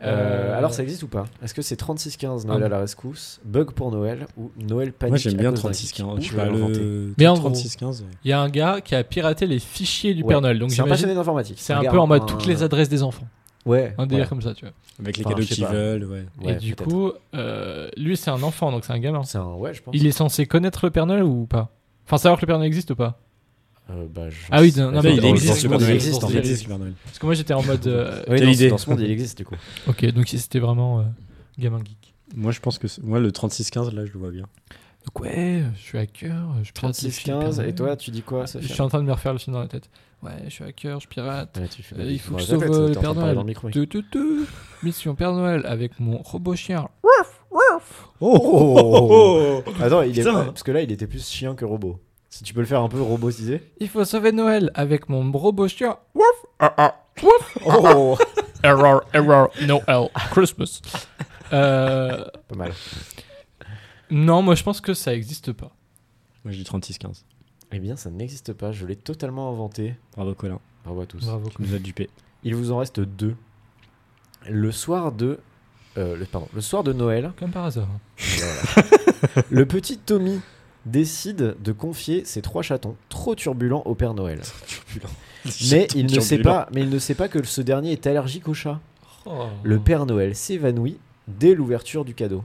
S1: Euh,
S3: Euh,
S1: alors ça existe ou pas Est-ce que c'est 3615 Noël
S3: Ah.
S1: à la rescousse, Bug pour Noël ou Noël panique
S2: Moi j'aime
S1: à
S2: bien
S1: cause d'un
S2: 36-15.
S1: geek
S2: Je suis
S1: Ouh,
S2: pas
S1: l'ai inventé.
S2: le.
S3: Mais en gros,
S2: 36-15. ouais.
S3: Il y a un gars qui a piraté les fichiers du
S1: Ouais.
S3: Père Noël. Donc
S1: C'est un
S3: j'imagine
S1: passionné d'informatique.
S3: c'est
S1: Un
S3: un
S1: gars-
S3: peu en mode
S1: un-
S3: toutes les adresses des enfants.
S1: Ouais.
S3: Un
S1: voilà.
S3: délire comme ça, tu vois.
S2: Avec les
S1: Enfin,
S2: cadeaux
S1: je sais
S2: qu'ils
S1: pas.
S2: veulent, ouais.
S1: Ouais,
S3: et du
S1: peut-être.
S3: coup, euh, lui c'est un enfant donc c'est un gamin.
S1: C'est un. Ouais, je pense.
S3: Il est censé connaître le Père Noël ou pas Enfin savoir que le Père Noël existe ou pas
S1: Euh, bah, je
S3: Ah oui,
S1: sais
S3: non,
S1: pas.
S3: non,
S2: Là,
S3: mais
S2: il
S3: dans-
S2: existe,
S3: dans
S2: ce
S3: ce
S2: Père
S3: monde,
S2: Noël.
S3: il
S1: existe, en
S2: Il
S1: fait.
S2: existe, le Père Noël.
S3: Parce que moi j'étais en mode. euh,
S1: Oui,
S2: Quelle
S1: dans,
S2: idée.
S1: dans ce monde, il existe du coup.
S3: ok, donc c'était vraiment euh, gamin geek.
S2: Moi je pense que. c'est- Moi le 36-15 là, je le vois bien.
S3: Donc ouais, je suis hacker, je pirate les fichiers du Père
S1: 36-15, et
S3: Noël.
S1: toi, tu dis quoi,
S3: Ah, Je
S1: Sophia
S3: suis en train de me refaire le film dans la tête. Ouais, je suis hacker, je pirate.
S1: Ouais, tu fais la
S3: Euh,
S1: vie.
S3: il faut
S1: Ouais,
S3: que je
S1: répète,
S3: sauve,
S1: t'es
S3: euh,
S1: en
S3: le
S1: train de
S3: Père
S1: parler
S3: Noël.
S1: dans le micro, oui.
S3: Tu, tu, tu. Mission Père Noël avec mon robot chien.
S1: Oh Attends, il est...
S2: Putain.
S1: parce que là, il était plus chien que robot. Si tu peux le faire un peu robotisé.
S3: Il faut sauver Noël avec mon robot chien.
S1: Oh
S3: Error, error, Noël, Christmas. Euh,
S1: Pas mal.
S3: non, moi je pense que ça existe pas.
S2: Moi j'ai dit 36-15.
S1: Eh bien, ça n'existe pas, je l'ai totalement inventé.
S2: Bravo Colin,
S1: Bravo à tous.
S3: Bravo.
S2: tu nous as <laughs> dupé.
S1: Il vous en reste deux. Le soir de. euh, le, pardon, le soir de
S3: <laughs>
S1: Noël,
S3: Comme par hasard.
S1: le petit Tommy décide de confier ses trois chatons trop turbulents au Père Noël. Mais il, ne sait pas, mais il ne sait pas que ce dernier est allergique aux chats.
S3: Oh.
S1: Le Père Noël s'évanouit dès l'ouverture du cadeau.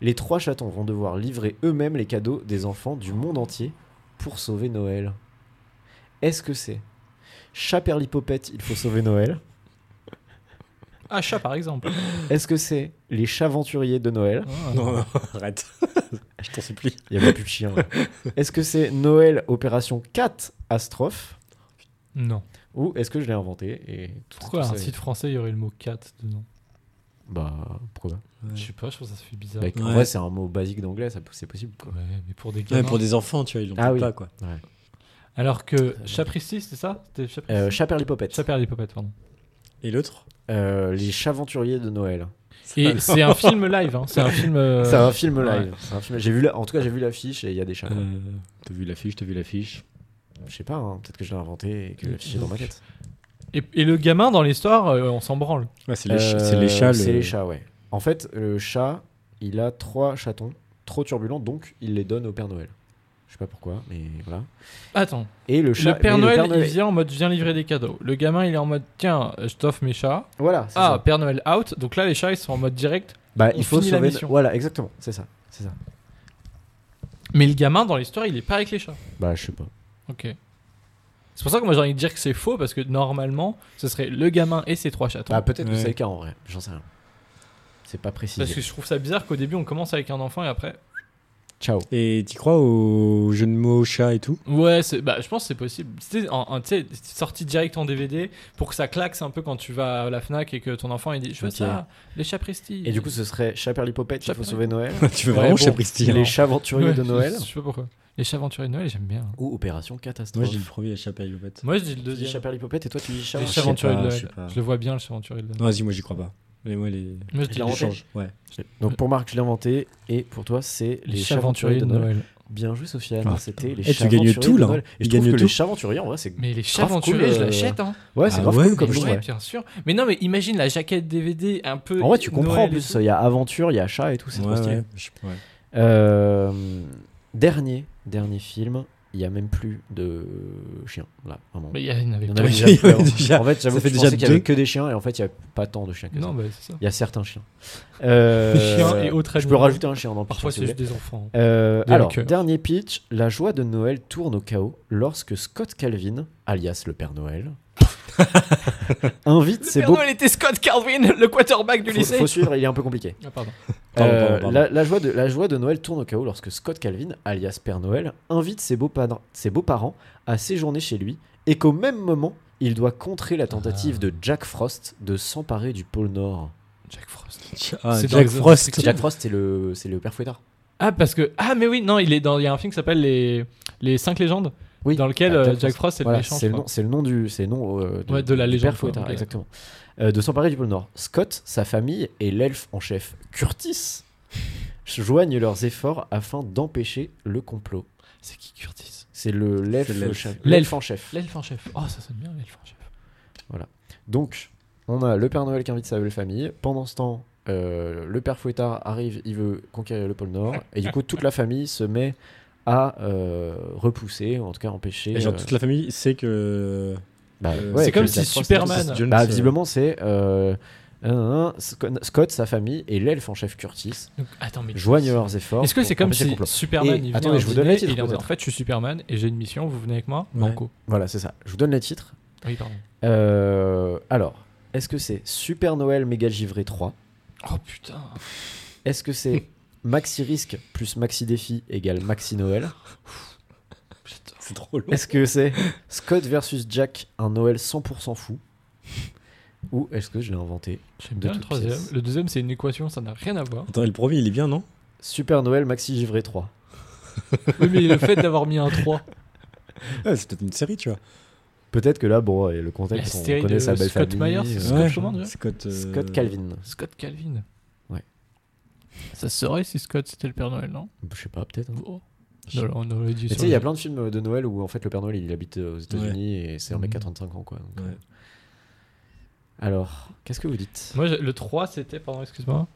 S1: Les trois chatons vont devoir livrer eux-mêmes les cadeaux des enfants du monde entier pour sauver Noël. Est-ce que c'est Chat perlipopette, il faut sauver Noël
S3: Ah, chat par exemple.
S1: Est-ce que c'est les chats aventuriers de Noël
S3: Ah.
S2: <laughs> Non, non, arrête. <laughs> je t'en supplie.
S1: Il n'y a même plus de chien.
S2: <laughs>
S1: là. Est-ce que c'est Noël opération 4 astrophe
S3: Non.
S1: ou est-ce que je l'ai inventé et tout-
S3: Pourquoi
S1: tout
S3: un
S1: ça-
S3: site français il y aurait le mot cat dedans
S1: Bah pourquoi
S3: Je sais pas, je trouve que ça se fait bizarre.
S1: Bah, En
S2: Ouais.
S1: vrai, c'est un mot basique d'anglais, ça c'est possible quoi.
S3: Ouais, mais pour des
S2: Ouais,
S3: gamins.
S2: pour des enfants, tu vois, ils l'ont
S1: Ah oui.
S2: pas quoi.
S3: Alors que Chapristi, c'est ça C'était Chapristi
S1: Euh, chat perlipopette.
S3: Chat perlipopette, pardon.
S2: Et l'autre
S1: Euh, les chats aventuriers de Noël. <laughs>
S3: Et c'est un film live, hein. c'est un film. euh,
S1: C'est un film
S3: ouais.
S1: live. C'est un film- J'ai vu la- En tout cas, j'ai vu l'affiche et il y a des chats. quoi.
S2: Euh, T'as vu l'affiche, t'as vu l'affiche.
S1: Je sais pas, hein, peut-être que je l'ai inventé et que
S3: Euh,
S1: l'affiche est dans ma
S3: donc-
S1: tête.
S3: Et, et le gamin dans l'histoire, euh, on s'en branle.
S2: Ouais, c'est les, ch- c'est les
S1: Euh,
S2: chats. le-
S1: C'est les chats, ouais. En fait, le chat, il a trois chatons trop turbulents, donc il les donne au Père Noël. Je sais pas pourquoi, mais voilà.
S3: Attends,
S1: Et le chat.
S3: le Père,
S1: mais
S3: Noël, il vient en mode je viens livrer des cadeaux. Le gamin, il est en mode tiens, euh, je t'offre mes chats.
S1: Voilà, c'est
S3: Ah,
S1: ça.
S3: Père Noël out. Donc là, les chats, ils sont en mode direct.
S1: Bah,
S3: on
S1: il faut
S3: finit la
S1: sauver.
S3: mission.
S1: Voilà, exactement, c'est ça. C'est ça.
S3: Mais le gamin dans l'histoire, il est pas avec les chats.
S1: Bah, je sais pas.
S3: Ok. C'est pour ça que moi j'ai envie de dire que c'est faux parce que normalement, ce serait le gamin et ses trois chatons.
S1: Bah, peut-être que
S2: Ouais.
S1: c'est le cas en vrai, j'en sais rien. C'est pas précisé.
S3: parce que je trouve ça bizarre qu'au début on commence avec un enfant et après.
S1: Ciao.
S2: Et tu crois aux jeux de mots chat et tout <laughs>
S3: Ouais, c'est- bah, je pense que c'est possible. C'était en- en- tu sais, c'est sorti direct en DVD pour que ça claque un peu quand tu vas à la Fnac et que ton enfant il dit Je veux
S1: Ok.
S3: ça, les chats Presti.
S1: Et du coup, ce serait chat perlipopette, il faut
S3: Chat
S1: sauver Noël.
S2: <laughs> Tu veux
S3: Ouais,
S2: vraiment
S3: bon.
S2: chat Pristine
S1: Les chats aventuriers
S3: Ouais,
S1: de
S3: je-
S1: Noël.
S3: Je, sais pas pourquoi. Les chats aventuriers de Noël, j'aime bien. hein.
S1: Ou opération
S2: Moi,
S1: catastrophe.
S2: j'ai le premier chat Périopète.
S3: Moi je dis
S1: Tu
S3: le
S1: dis chat
S3: deuxième.
S1: perlipopette et toi tu dis chat.
S3: Les
S2: je
S3: chats
S2: sais
S3: aventuriers de
S2: pas, je sais
S3: Noël.
S2: pas.
S3: Je le vois bien, le chat aventurier de Noël.
S2: Non, vas-y, moi, j'y crois pas. Mais moi, les.
S3: Moi je dis
S1: l'as
S3: les
S1: inventé
S3: chats-
S2: change. Ouais.
S1: Donc pour Marc, je l'ai inventé. Et pour toi, c'est
S3: les chats aventuriers de Noël.
S1: Bien joué, Sofiane.
S2: Ah.
S1: C'était les
S2: Eh, tu
S1: chats
S2: gagnes
S1: aventuriers
S2: tout,
S1: de
S2: là,
S1: Noël. Et
S2: hein. Tu
S1: je trouve
S2: gagnes
S1: que
S2: tout.
S1: les chats aventuriers, en vrai, c'est.
S3: Mais les chats
S1: Grave
S3: aventuriers,
S1: cool,
S3: je
S1: euh,
S3: l'achète hein.
S1: Ouais, c'est
S2: Ah
S1: grave
S2: ouais,
S1: cool comme
S3: Mais
S1: jeu.
S3: ouais,
S1: ouais.
S3: bien sûr. Mais non, mais imagine la jaquette DVD un peu.
S1: En vrai, tu
S3: Noël
S1: comprends en
S3: et
S1: plus.
S3: tout.
S1: Il y a aventure, il y a chat et tout, c'est
S2: Ouais,
S1: trop stylé.
S2: ouais, je- ouais.
S1: Euh, dernier, dernier film. Il y a même plus de chiens. Là, vraiment.
S3: Mais il y en avait
S1: Il y en
S3: pas.
S1: avait
S2: oui,
S1: déjà
S2: il y en
S1: plus
S2: avait
S1: avant. <laughs>
S2: déjà-
S1: En fait, j'avoue
S2: ça fait
S1: que je
S2: déjà
S1: pensais qu'il y avait
S2: deux.
S1: que des chiens et en fait, il n'y a pas tant de chiens que ça.
S3: Non, bah, c'est ça.
S1: Il y a certains chiens. Euh,
S3: <laughs> Des chiens et autres
S1: Je peux
S3: animaux.
S1: rajouter un chien dans le pitch,
S3: Parfois,
S1: si
S3: c'est
S1: vous
S3: juste
S1: voulez.
S3: des enfants. hein.
S1: Euh,
S3: des
S1: alors,
S3: hackers.
S1: dernier pitch, la joie de Noël tourne au chaos lorsque Scott Calvin, alias le Père
S3: <laughs>
S1: Noël, invite ses beaux...
S3: Noël était Scott Calvin, le quarterback du
S1: Faut, faut suivre, il est un peu compliqué.
S3: Ah, pardon.
S2: Pardon, pardon,
S1: Euh,
S2: pardon.
S1: La, la joie de, la joie de Noël tourne au chaos lorsque Scott Calvin, alias Père Noël, invite ses beaux-parents ses beaux-parents à séjourner chez lui et qu'au même moment, il doit contrer la tentative
S3: Ah.
S1: de Jack Frost de s'emparer du pôle Nord.
S3: Jack Frost.
S2: Ah,
S3: C'est dans
S2: Jack
S3: les-
S2: Frost.
S1: Jack Frost, c'est le, c'est le Père Fouettard.
S3: Ah, parce que. Ah, mais oui, non, il est dans. Il y a un film qui s'appelle Les. Les 5 légendes,
S1: Oui,
S3: dans lequel
S1: Ah,
S3: euh,
S1: Jack
S3: Jack Frost c'est
S1: Voilà,
S3: le méchant.
S1: c'est
S3: je
S1: le nom,
S3: crois.
S1: c'est le nom du, c'est le nom euh,
S3: Ouais, de la
S1: du Père
S3: légende, quoi.
S1: Fouettard,
S3: Ok,
S1: exactement. Euh, de s'emparer du pôle Nord. Scott, sa famille et l'elfe en chef Curtis se joignent leurs efforts afin d'empêcher le complot.
S3: C'est qui Curtis
S1: C'est le l'elfe,
S2: C'est l'elfe.
S1: chef-
S3: L'elfe.
S1: l'elfe en chef.
S3: L'elfe en chef. Oh, ça sonne bien, l'elfe en chef.
S1: Donc, on a le Père Noël qui invite sa belle famille. Pendant ce temps, euh, le Père Fouettard arrive, il veut conquérir le pôle Nord. Et du coup, toute la famille se met à euh, repousser, ou en tout cas empêcher.
S2: Et genre,
S1: euh,
S2: toute la famille sait que.
S1: bah,
S2: euh,
S1: ouais,
S3: c'est comme
S1: que
S3: si
S1: Jack Frost-
S3: Superman-
S2: Curtis Jones,
S1: Bah,
S2: euh,
S1: visiblement, c'est euh, un, un, Sc- Scott, sa famille et l'elfe en chef Curtis
S3: Donc, attends, mais.
S1: joignent leurs efforts.
S3: Est-ce que
S1: pour
S3: c'est comme
S1: empêcher le
S3: si
S1: complot.
S3: Superman
S1: Et-
S3: il venait
S1: attendez,
S3: à un
S1: je vous donne les
S3: dîner et
S1: titres,
S3: il est en mode,
S1: peut-être.
S3: En fait, je suis Superman et j'ai une mission, vous venez avec moi
S2: Ouais.
S3: Banco.
S1: Voilà, c'est ça. Je vous donne les titres.
S3: Oui, pardon.
S1: Euh, alors, est-ce que c'est Super Noël Méga Givré 3
S3: Oh putain.
S1: Est-ce que c'est Maxi Risque plus Maxi Défi égale Maxi Noël
S2: C'est trop long.
S1: Est-ce que c'est Scott versus Jack, un Noël 100% fou Ou est-ce que je l'ai inventé
S3: J'aime
S1: De
S3: bien le
S1: toutes
S3: troisième.
S1: pièces.
S3: Le deuxième, c'est une équation, ça n'a rien à voir.
S2: Attends, et le premier, il est bien, non
S1: Super Noël Maxi Givré 3.
S3: Oui, mais le fait d'avoir mis un 3,
S2: Ouais, C'est peut-être une série, tu vois.
S1: Peut-être que là, bon, et le contexte,
S3: La
S1: on
S3: série de
S1: connaît sa belle
S3: Scott
S1: famille.
S3: Myers, c'est
S1: euh,
S3: Scott
S2: Ouais,
S3: comment, déjà
S2: Scott, euh,
S1: Scott Calvin.
S3: Scott Calvin.
S1: Ouais.
S3: Ça serait si Scott c'était le Père Noël, non
S1: Je sais pas, peut-être. hein.
S3: oh. Non, non, on aurait dit
S1: Mais
S3: sur
S1: tu sais, il y a
S3: le-
S1: plein de films de Noël où en fait le Père Noël il habite euh, aux États-Unis et c'est un
S3: Mhm.
S1: mec à 35 ans quoi. Donc,
S2: Ouais.
S1: euh, Alors, qu'est-ce que vous dites
S3: Moi, j'ai- le 3, c'était, pardon, excuse-moi.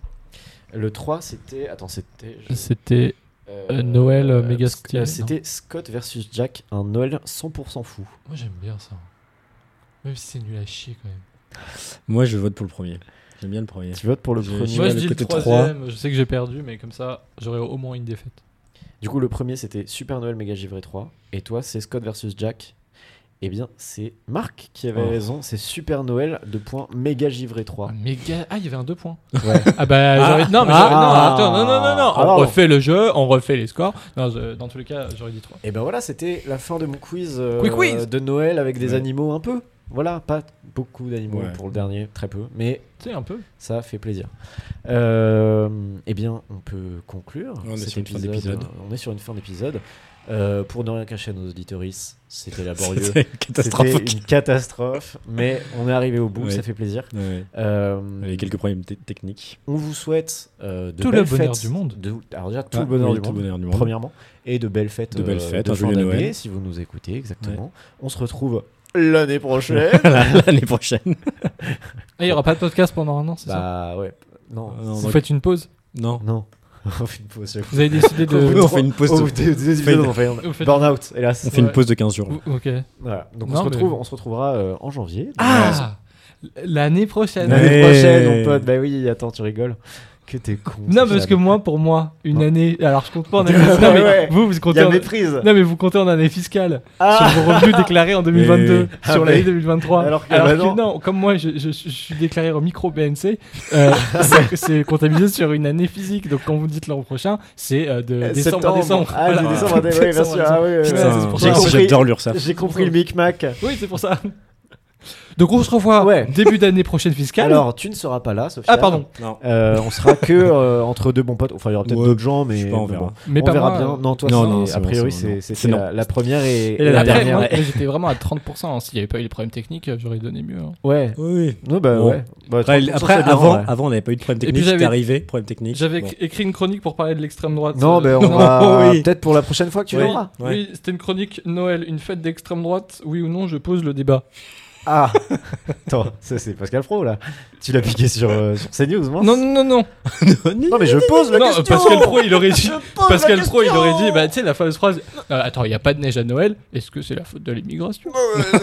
S1: Le 3 c'était. Attends, c'était. je-
S3: C'était.
S1: euh,
S3: euh, Noël, euh, méga
S1: Sc-
S3: stylé,
S1: euh, C'était Scott versus Jack, un Noël 100% fou.
S3: Moi, j'aime bien ça. Même si c'est nul à chier quand même.
S2: Moi, je vote pour le premier. J'aime bien le premier.
S1: Tu votes pour le
S2: Je-
S1: premier.
S2: j'y
S3: Moi,
S2: vais
S3: je
S2: avec
S3: dis le
S2: côté trois.
S3: troisième. Je sais que j'ai perdu, mais comme ça, j'aurais au moins une défaite.
S1: Du coup, le premier c'était Super Noël Méga Givré 3. Et toi, c'est Scott versus Jack. Eh bien, c'est Marc qui avait
S2: Oh.
S1: raison. C'est Super Noël de point Méga Givré 3.
S3: Ah, méga... ah, il y avait un 2 points.
S1: Ouais.
S3: <laughs> Ah bah,
S2: Ah.
S3: j'aurais- non, mais
S1: Ah.
S3: j'aurais- non, attends, non, non, non, non.
S1: Alors.
S3: on refait le jeu, on refait les scores. Non, je- dans tous les cas, j'aurais dit 3.
S1: Et ben voilà, c'était la fin de mon quiz, euh,
S3: Quick quiz
S1: de Noël avec des
S2: Ouais.
S1: animaux un peu. Voilà, pas beaucoup d'animaux
S2: Ouais.
S1: pour le dernier, très peu, mais
S3: Tu sais, un peu.
S1: ça fait plaisir. Euh, eh bien, on peut conclure.
S2: On est
S1: cet
S2: sur une fin d'épisode.
S1: On est sur une fin d'épisode. Euh, pour ne rien cacher à nos auditoristes, c'était
S2: <laughs>
S1: laborieux.
S2: C'était catastrophique.
S1: C'était une catastrophe, mais on est arrivé au bout,
S2: Ouais.
S1: ça fait plaisir.
S2: Ouais.
S1: Euh,
S2: Il y a quelques problèmes te- techniques.
S1: on vous souhaite euh, de
S3: Tout le
S1: belles
S3: bonheur
S1: fêtes
S3: du monde.
S1: de- alors déjà, tout
S2: Ah,
S1: le bonheur
S2: oui,
S1: du
S2: tout
S1: monde
S2: le bonheur du monde.
S1: premièrement, et de belles fêtes
S2: De belles
S1: euh,
S2: fêtes,
S1: de
S2: un
S1: fin
S2: joyeux
S1: d'année,
S2: Noël.
S1: si vous nous écoutez, exactement. On se retrouve l'année prochaine.
S2: <laughs> l'année prochaine.
S3: Et Ah, il n'y aura pas de podcast pendant un an, c'est ça
S1: <laughs> bah ouais. Non.
S2: Ah, Non,
S3: Vous faites une pause
S2: non.
S1: Non. <laughs> on fait une pause.
S3: Vous avez
S1: <laughs>
S3: décidé
S1: Au bout de
S3: de.
S2: on
S1: trois-
S2: fait une pause
S1: au
S2: de-
S1: bout de- des épisodes,
S2: fait une-
S1: on fait un-
S3: on fait-
S1: Burnout, hélas.
S2: On fait une
S3: Ouais.
S2: pause de 15 jours. là.
S3: Ou- Ok.
S1: Voilà. Donc on
S3: Non,
S1: se retrouve,
S3: mais-
S1: on se retrouvera euh, en janvier.
S3: Ah L'année prochaine.
S2: Ouais.
S1: L'année prochaine,
S2: Ouais.
S1: mon pote. Bah oui, attends, tu rigoles. Que t'es con.
S3: Non,
S1: c'est
S3: parce que
S1: la-
S3: moi, pour moi, une
S1: Non.
S3: année. Alors, je
S1: <laughs>
S3: compte pas en année.
S1: Ouais,
S3: Non, mais
S1: ouais.
S3: vous, vous
S1: Il y
S3: comptez
S1: a
S3: en.
S1: méprise.
S3: Non, mais vous comptez en année fiscale
S1: Ah
S3: sur vos revenus déclarés en 2022,
S1: <laughs> Mais- Ah,
S3: sur
S1: mais-
S3: l'année 2023.
S1: Alors que- bah non.
S3: non, comme moi, je, je- je suis déclaré au micro BNC,
S1: <laughs>
S3: euh, c'est- c'est comptabilisé sur une année physique. Donc quand vous dites l'an prochain, c'est euh, de
S1: Euh,
S3: décembre
S1: septembre.
S3: à <laughs> décembre.
S1: Ah, de décembre à dé- ouais, bien
S3: Décembre
S1: sûr.
S3: à
S1: Ah oui, oui,
S3: Putain,
S1: oui.
S3: c'est pour
S1: J'ai
S3: ça.
S1: compris. <laughs>
S2: J'adore l'URSSAF.
S1: J'ai compris le micmac.
S3: Oui, c'est pour ça. Donc on se revoit
S1: Ah Ouais.
S3: début d'année prochaine fiscale.
S1: Alors, tu ne seras pas là, Sophia.
S3: ah pardon,
S2: Non.
S1: Euh, on sera que euh, entre deux bons potes. Enfin, il y aura peut-être
S2: Ouais,
S1: d'autres gens, mais
S2: je sais pas, on
S1: mais
S2: verra.
S1: bon.
S3: mais
S1: on
S3: pas
S1: verra
S3: moi.
S1: bien. Non, toi,
S2: Non,
S1: c'est-
S2: non, c'est
S1: a
S2: bon,
S1: priori,
S2: c'est bon,
S1: c'est
S2: non.
S1: c'est-
S2: C'est
S1: c'est
S2: non.
S1: la, la première et,
S3: Et la,
S2: la
S3: dernière,
S2: dernière,
S3: moi,
S2: ouais.
S3: moi, j'étais vraiment à 30%. hein. S'il n'y avait pas eu les problèmes techniques, j'aurais donné mieux. hein.
S1: Ouais.
S2: Oui.
S1: Non, bah
S2: Bon.
S1: ouais. Bah,
S2: Après,
S1: 30%,
S2: après,
S1: c'est bien,
S2: avant, Ah,
S1: ouais.
S2: avant, on n'avait pas eu de problème
S3: puis
S2: technique.
S3: j'avais-
S2: C'était arrivé, problème technique.
S3: J'avais
S2: Bon.
S3: écrit une chronique pour parler de l'extrême droite.
S1: Non, mais
S3: Euh,
S1: on va
S2: Oh, oui.
S1: peut-être pour la prochaine fois que tu
S2: Oui.
S1: verras.
S2: Ouais.
S3: Oui, c'était une chronique Noël, une fête d'extrême droite. Oui ou non, je pose le débat.
S1: Ah <laughs> Attends, ça c'est Pascal Pro là. Tu l'as piqué sur, euh, sur CNews, moi
S3: Non, non, non, non.
S1: Non, mais je pose la
S3: non,
S1: question
S3: Pascal Pro, il aurait dit.
S1: pose
S3: Pascal
S1: la
S3: Pro, il
S1: question
S3: aurait dit, bah, tu sais, la fameuse phrase. euh, attends, il n'y a pas de neige à Noël. Est-ce que c'est la faute de l'immigration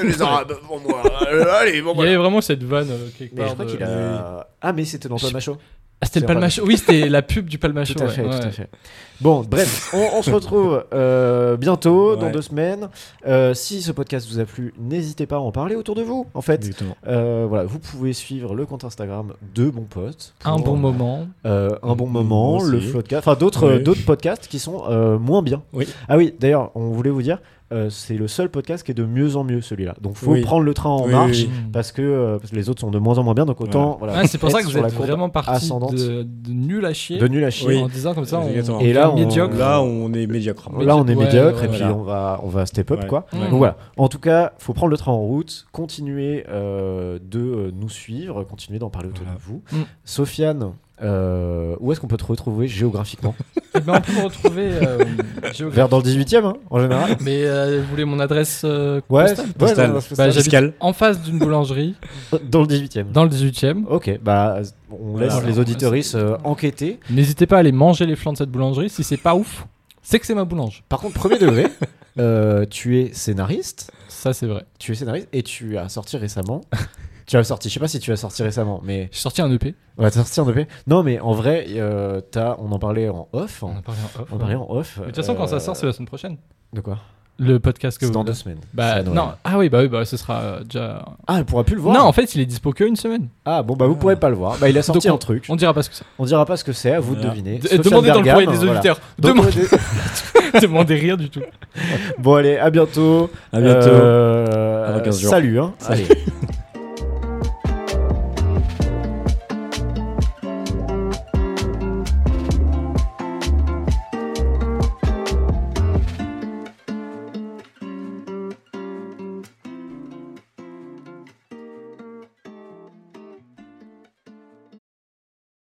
S4: les Arabes pour moi. Euh, Allez, bon,
S3: Il y avait vraiment cette vanne euh, quelque
S1: Mais je
S3: part.
S1: crois
S3: de-
S1: qu'il a. Ah, mais c'était dans
S3: Je-
S1: Tom Macho.
S3: Ah, c'était
S1: C'est
S3: le Palmacho. Oui, c'était la pub du
S1: Tout
S3: Palmacho.
S1: à
S3: ouais,
S1: fait, tout à
S3: ouais.
S1: fait. Bon, bref, on, on se retrouve euh, bientôt, dans
S2: Ouais.
S1: deux semaines. Euh, si ce podcast vous a plu, n'hésitez pas à en parler autour de vous, en fait. <laughs>
S2: Exactement.
S1: Euh, voilà, vous pouvez suivre le compte Instagram de Bon Pote.
S3: Un
S1: pour,
S3: bon moment.
S1: euh, un bon moment,
S2: Moi aussi.
S1: le floodcast, enfin d'autres
S2: Oui.
S1: d'autres podcasts qui sont euh, moins bien.
S2: Oui.
S1: Ah oui, d'ailleurs, on voulait vous dire, euh, c'est le seul podcast qui est de mieux en mieux celui-là. Donc faut
S2: Oui.
S1: prendre le train en
S2: Oui,
S1: marche
S2: oui,
S3: Mm.
S1: Parce, que, euh, parce que les autres sont de moins en moins bien, donc autant. Voilà.
S3: Ah, c'est pour ça
S1: Bah, être
S3: que vous
S1: sur la
S3: êtes
S1: courbe
S3: vraiment parti
S1: ascendante.
S3: de, de nul à chier.
S1: de nul à chier.
S2: Oui.
S3: En disant comme ça, on.
S2: Exactement.
S1: Et là, on-
S3: Médiocre.
S2: Là, on est médiocre.
S1: Là, on est
S3: Ouais,
S1: médiocre
S3: ouais,
S1: et puis
S2: voilà.
S1: on va on va step up
S2: Ouais.
S1: quoi.
S3: Ouais.
S1: Donc voilà. En tout cas, faut prendre le train en route, continuer euh, de euh, nous suivre, continuer d'en parler autour
S2: Voilà.
S1: de vous.
S3: Mm.
S1: Sofiane, euh, où est-ce qu'on peut te retrouver géographiquement <laughs>
S3: Eh ben, on peut me retrouver. euh, géographiquement.
S1: Vers dans le 18e hein, en général.
S3: Mais euh, vous voulez mon adresse euh,
S1: Ouais,
S3: postale
S1: ouais,
S2: Postal.
S1: dans- dans-
S3: Bah, j'habite
S2: Fiscal.
S3: en face d'une boulangerie,
S1: dans le 18e.
S3: dans le 18ème.
S1: Ok, bah on laisse
S2: Voilà.
S1: les auditorices euh, enquêter.
S3: N'hésitez pas à aller manger les flancs de cette boulangerie. Si c'est pas ouf, c'est que c'est ma boulange.
S1: Par contre, premier degré, euh, tu es scénariste.
S3: Ça, c'est vrai.
S1: tu es scénariste et tu as sorti récemment. tu as sorti, je sais pas si tu as sorti récemment, mais
S3: J'ai sorti un E EP.
S1: on va sorti un EP. Non, mais en vrai, euh, t'as- on en parlait en off.
S3: On
S1: en-
S3: a parlé en off.
S1: on en parlait en off. euh,
S3: Mais de toute façon, quand ça sort, c'est la semaine prochaine.
S1: de quoi
S3: Le podcast que
S1: C'est
S3: vous.
S1: dans deux semaines.
S3: Bah
S1: C'est à Noël.
S3: non. Ah oui, bah oui, bah ce sera euh, déjà.
S1: Ah, elle pourra plus le voir.
S3: Non, en fait, il est dispo que une semaine.
S1: Ah bon, bah vous pourrez pas le voir. Bah il a sorti
S3: Donc,
S1: un truc.
S3: On dira pas ce que c'est.
S1: On dira pas ce que c'est. À vous de
S2: Voilà.
S1: deviner.
S3: D-
S1: Sofiane
S3: Demandez dans le
S1: Bergam,
S3: foyer des
S1: voilà.
S3: auditeurs.
S1: Donc,
S3: Demandez-
S1: demandez-
S3: Demandez rien du <laughs> tout.
S1: <laughs> bon allez, à bientôt.
S2: À bientôt.
S1: Euh,
S2: Dans 15 jours.
S1: Salut. Hein. Allez.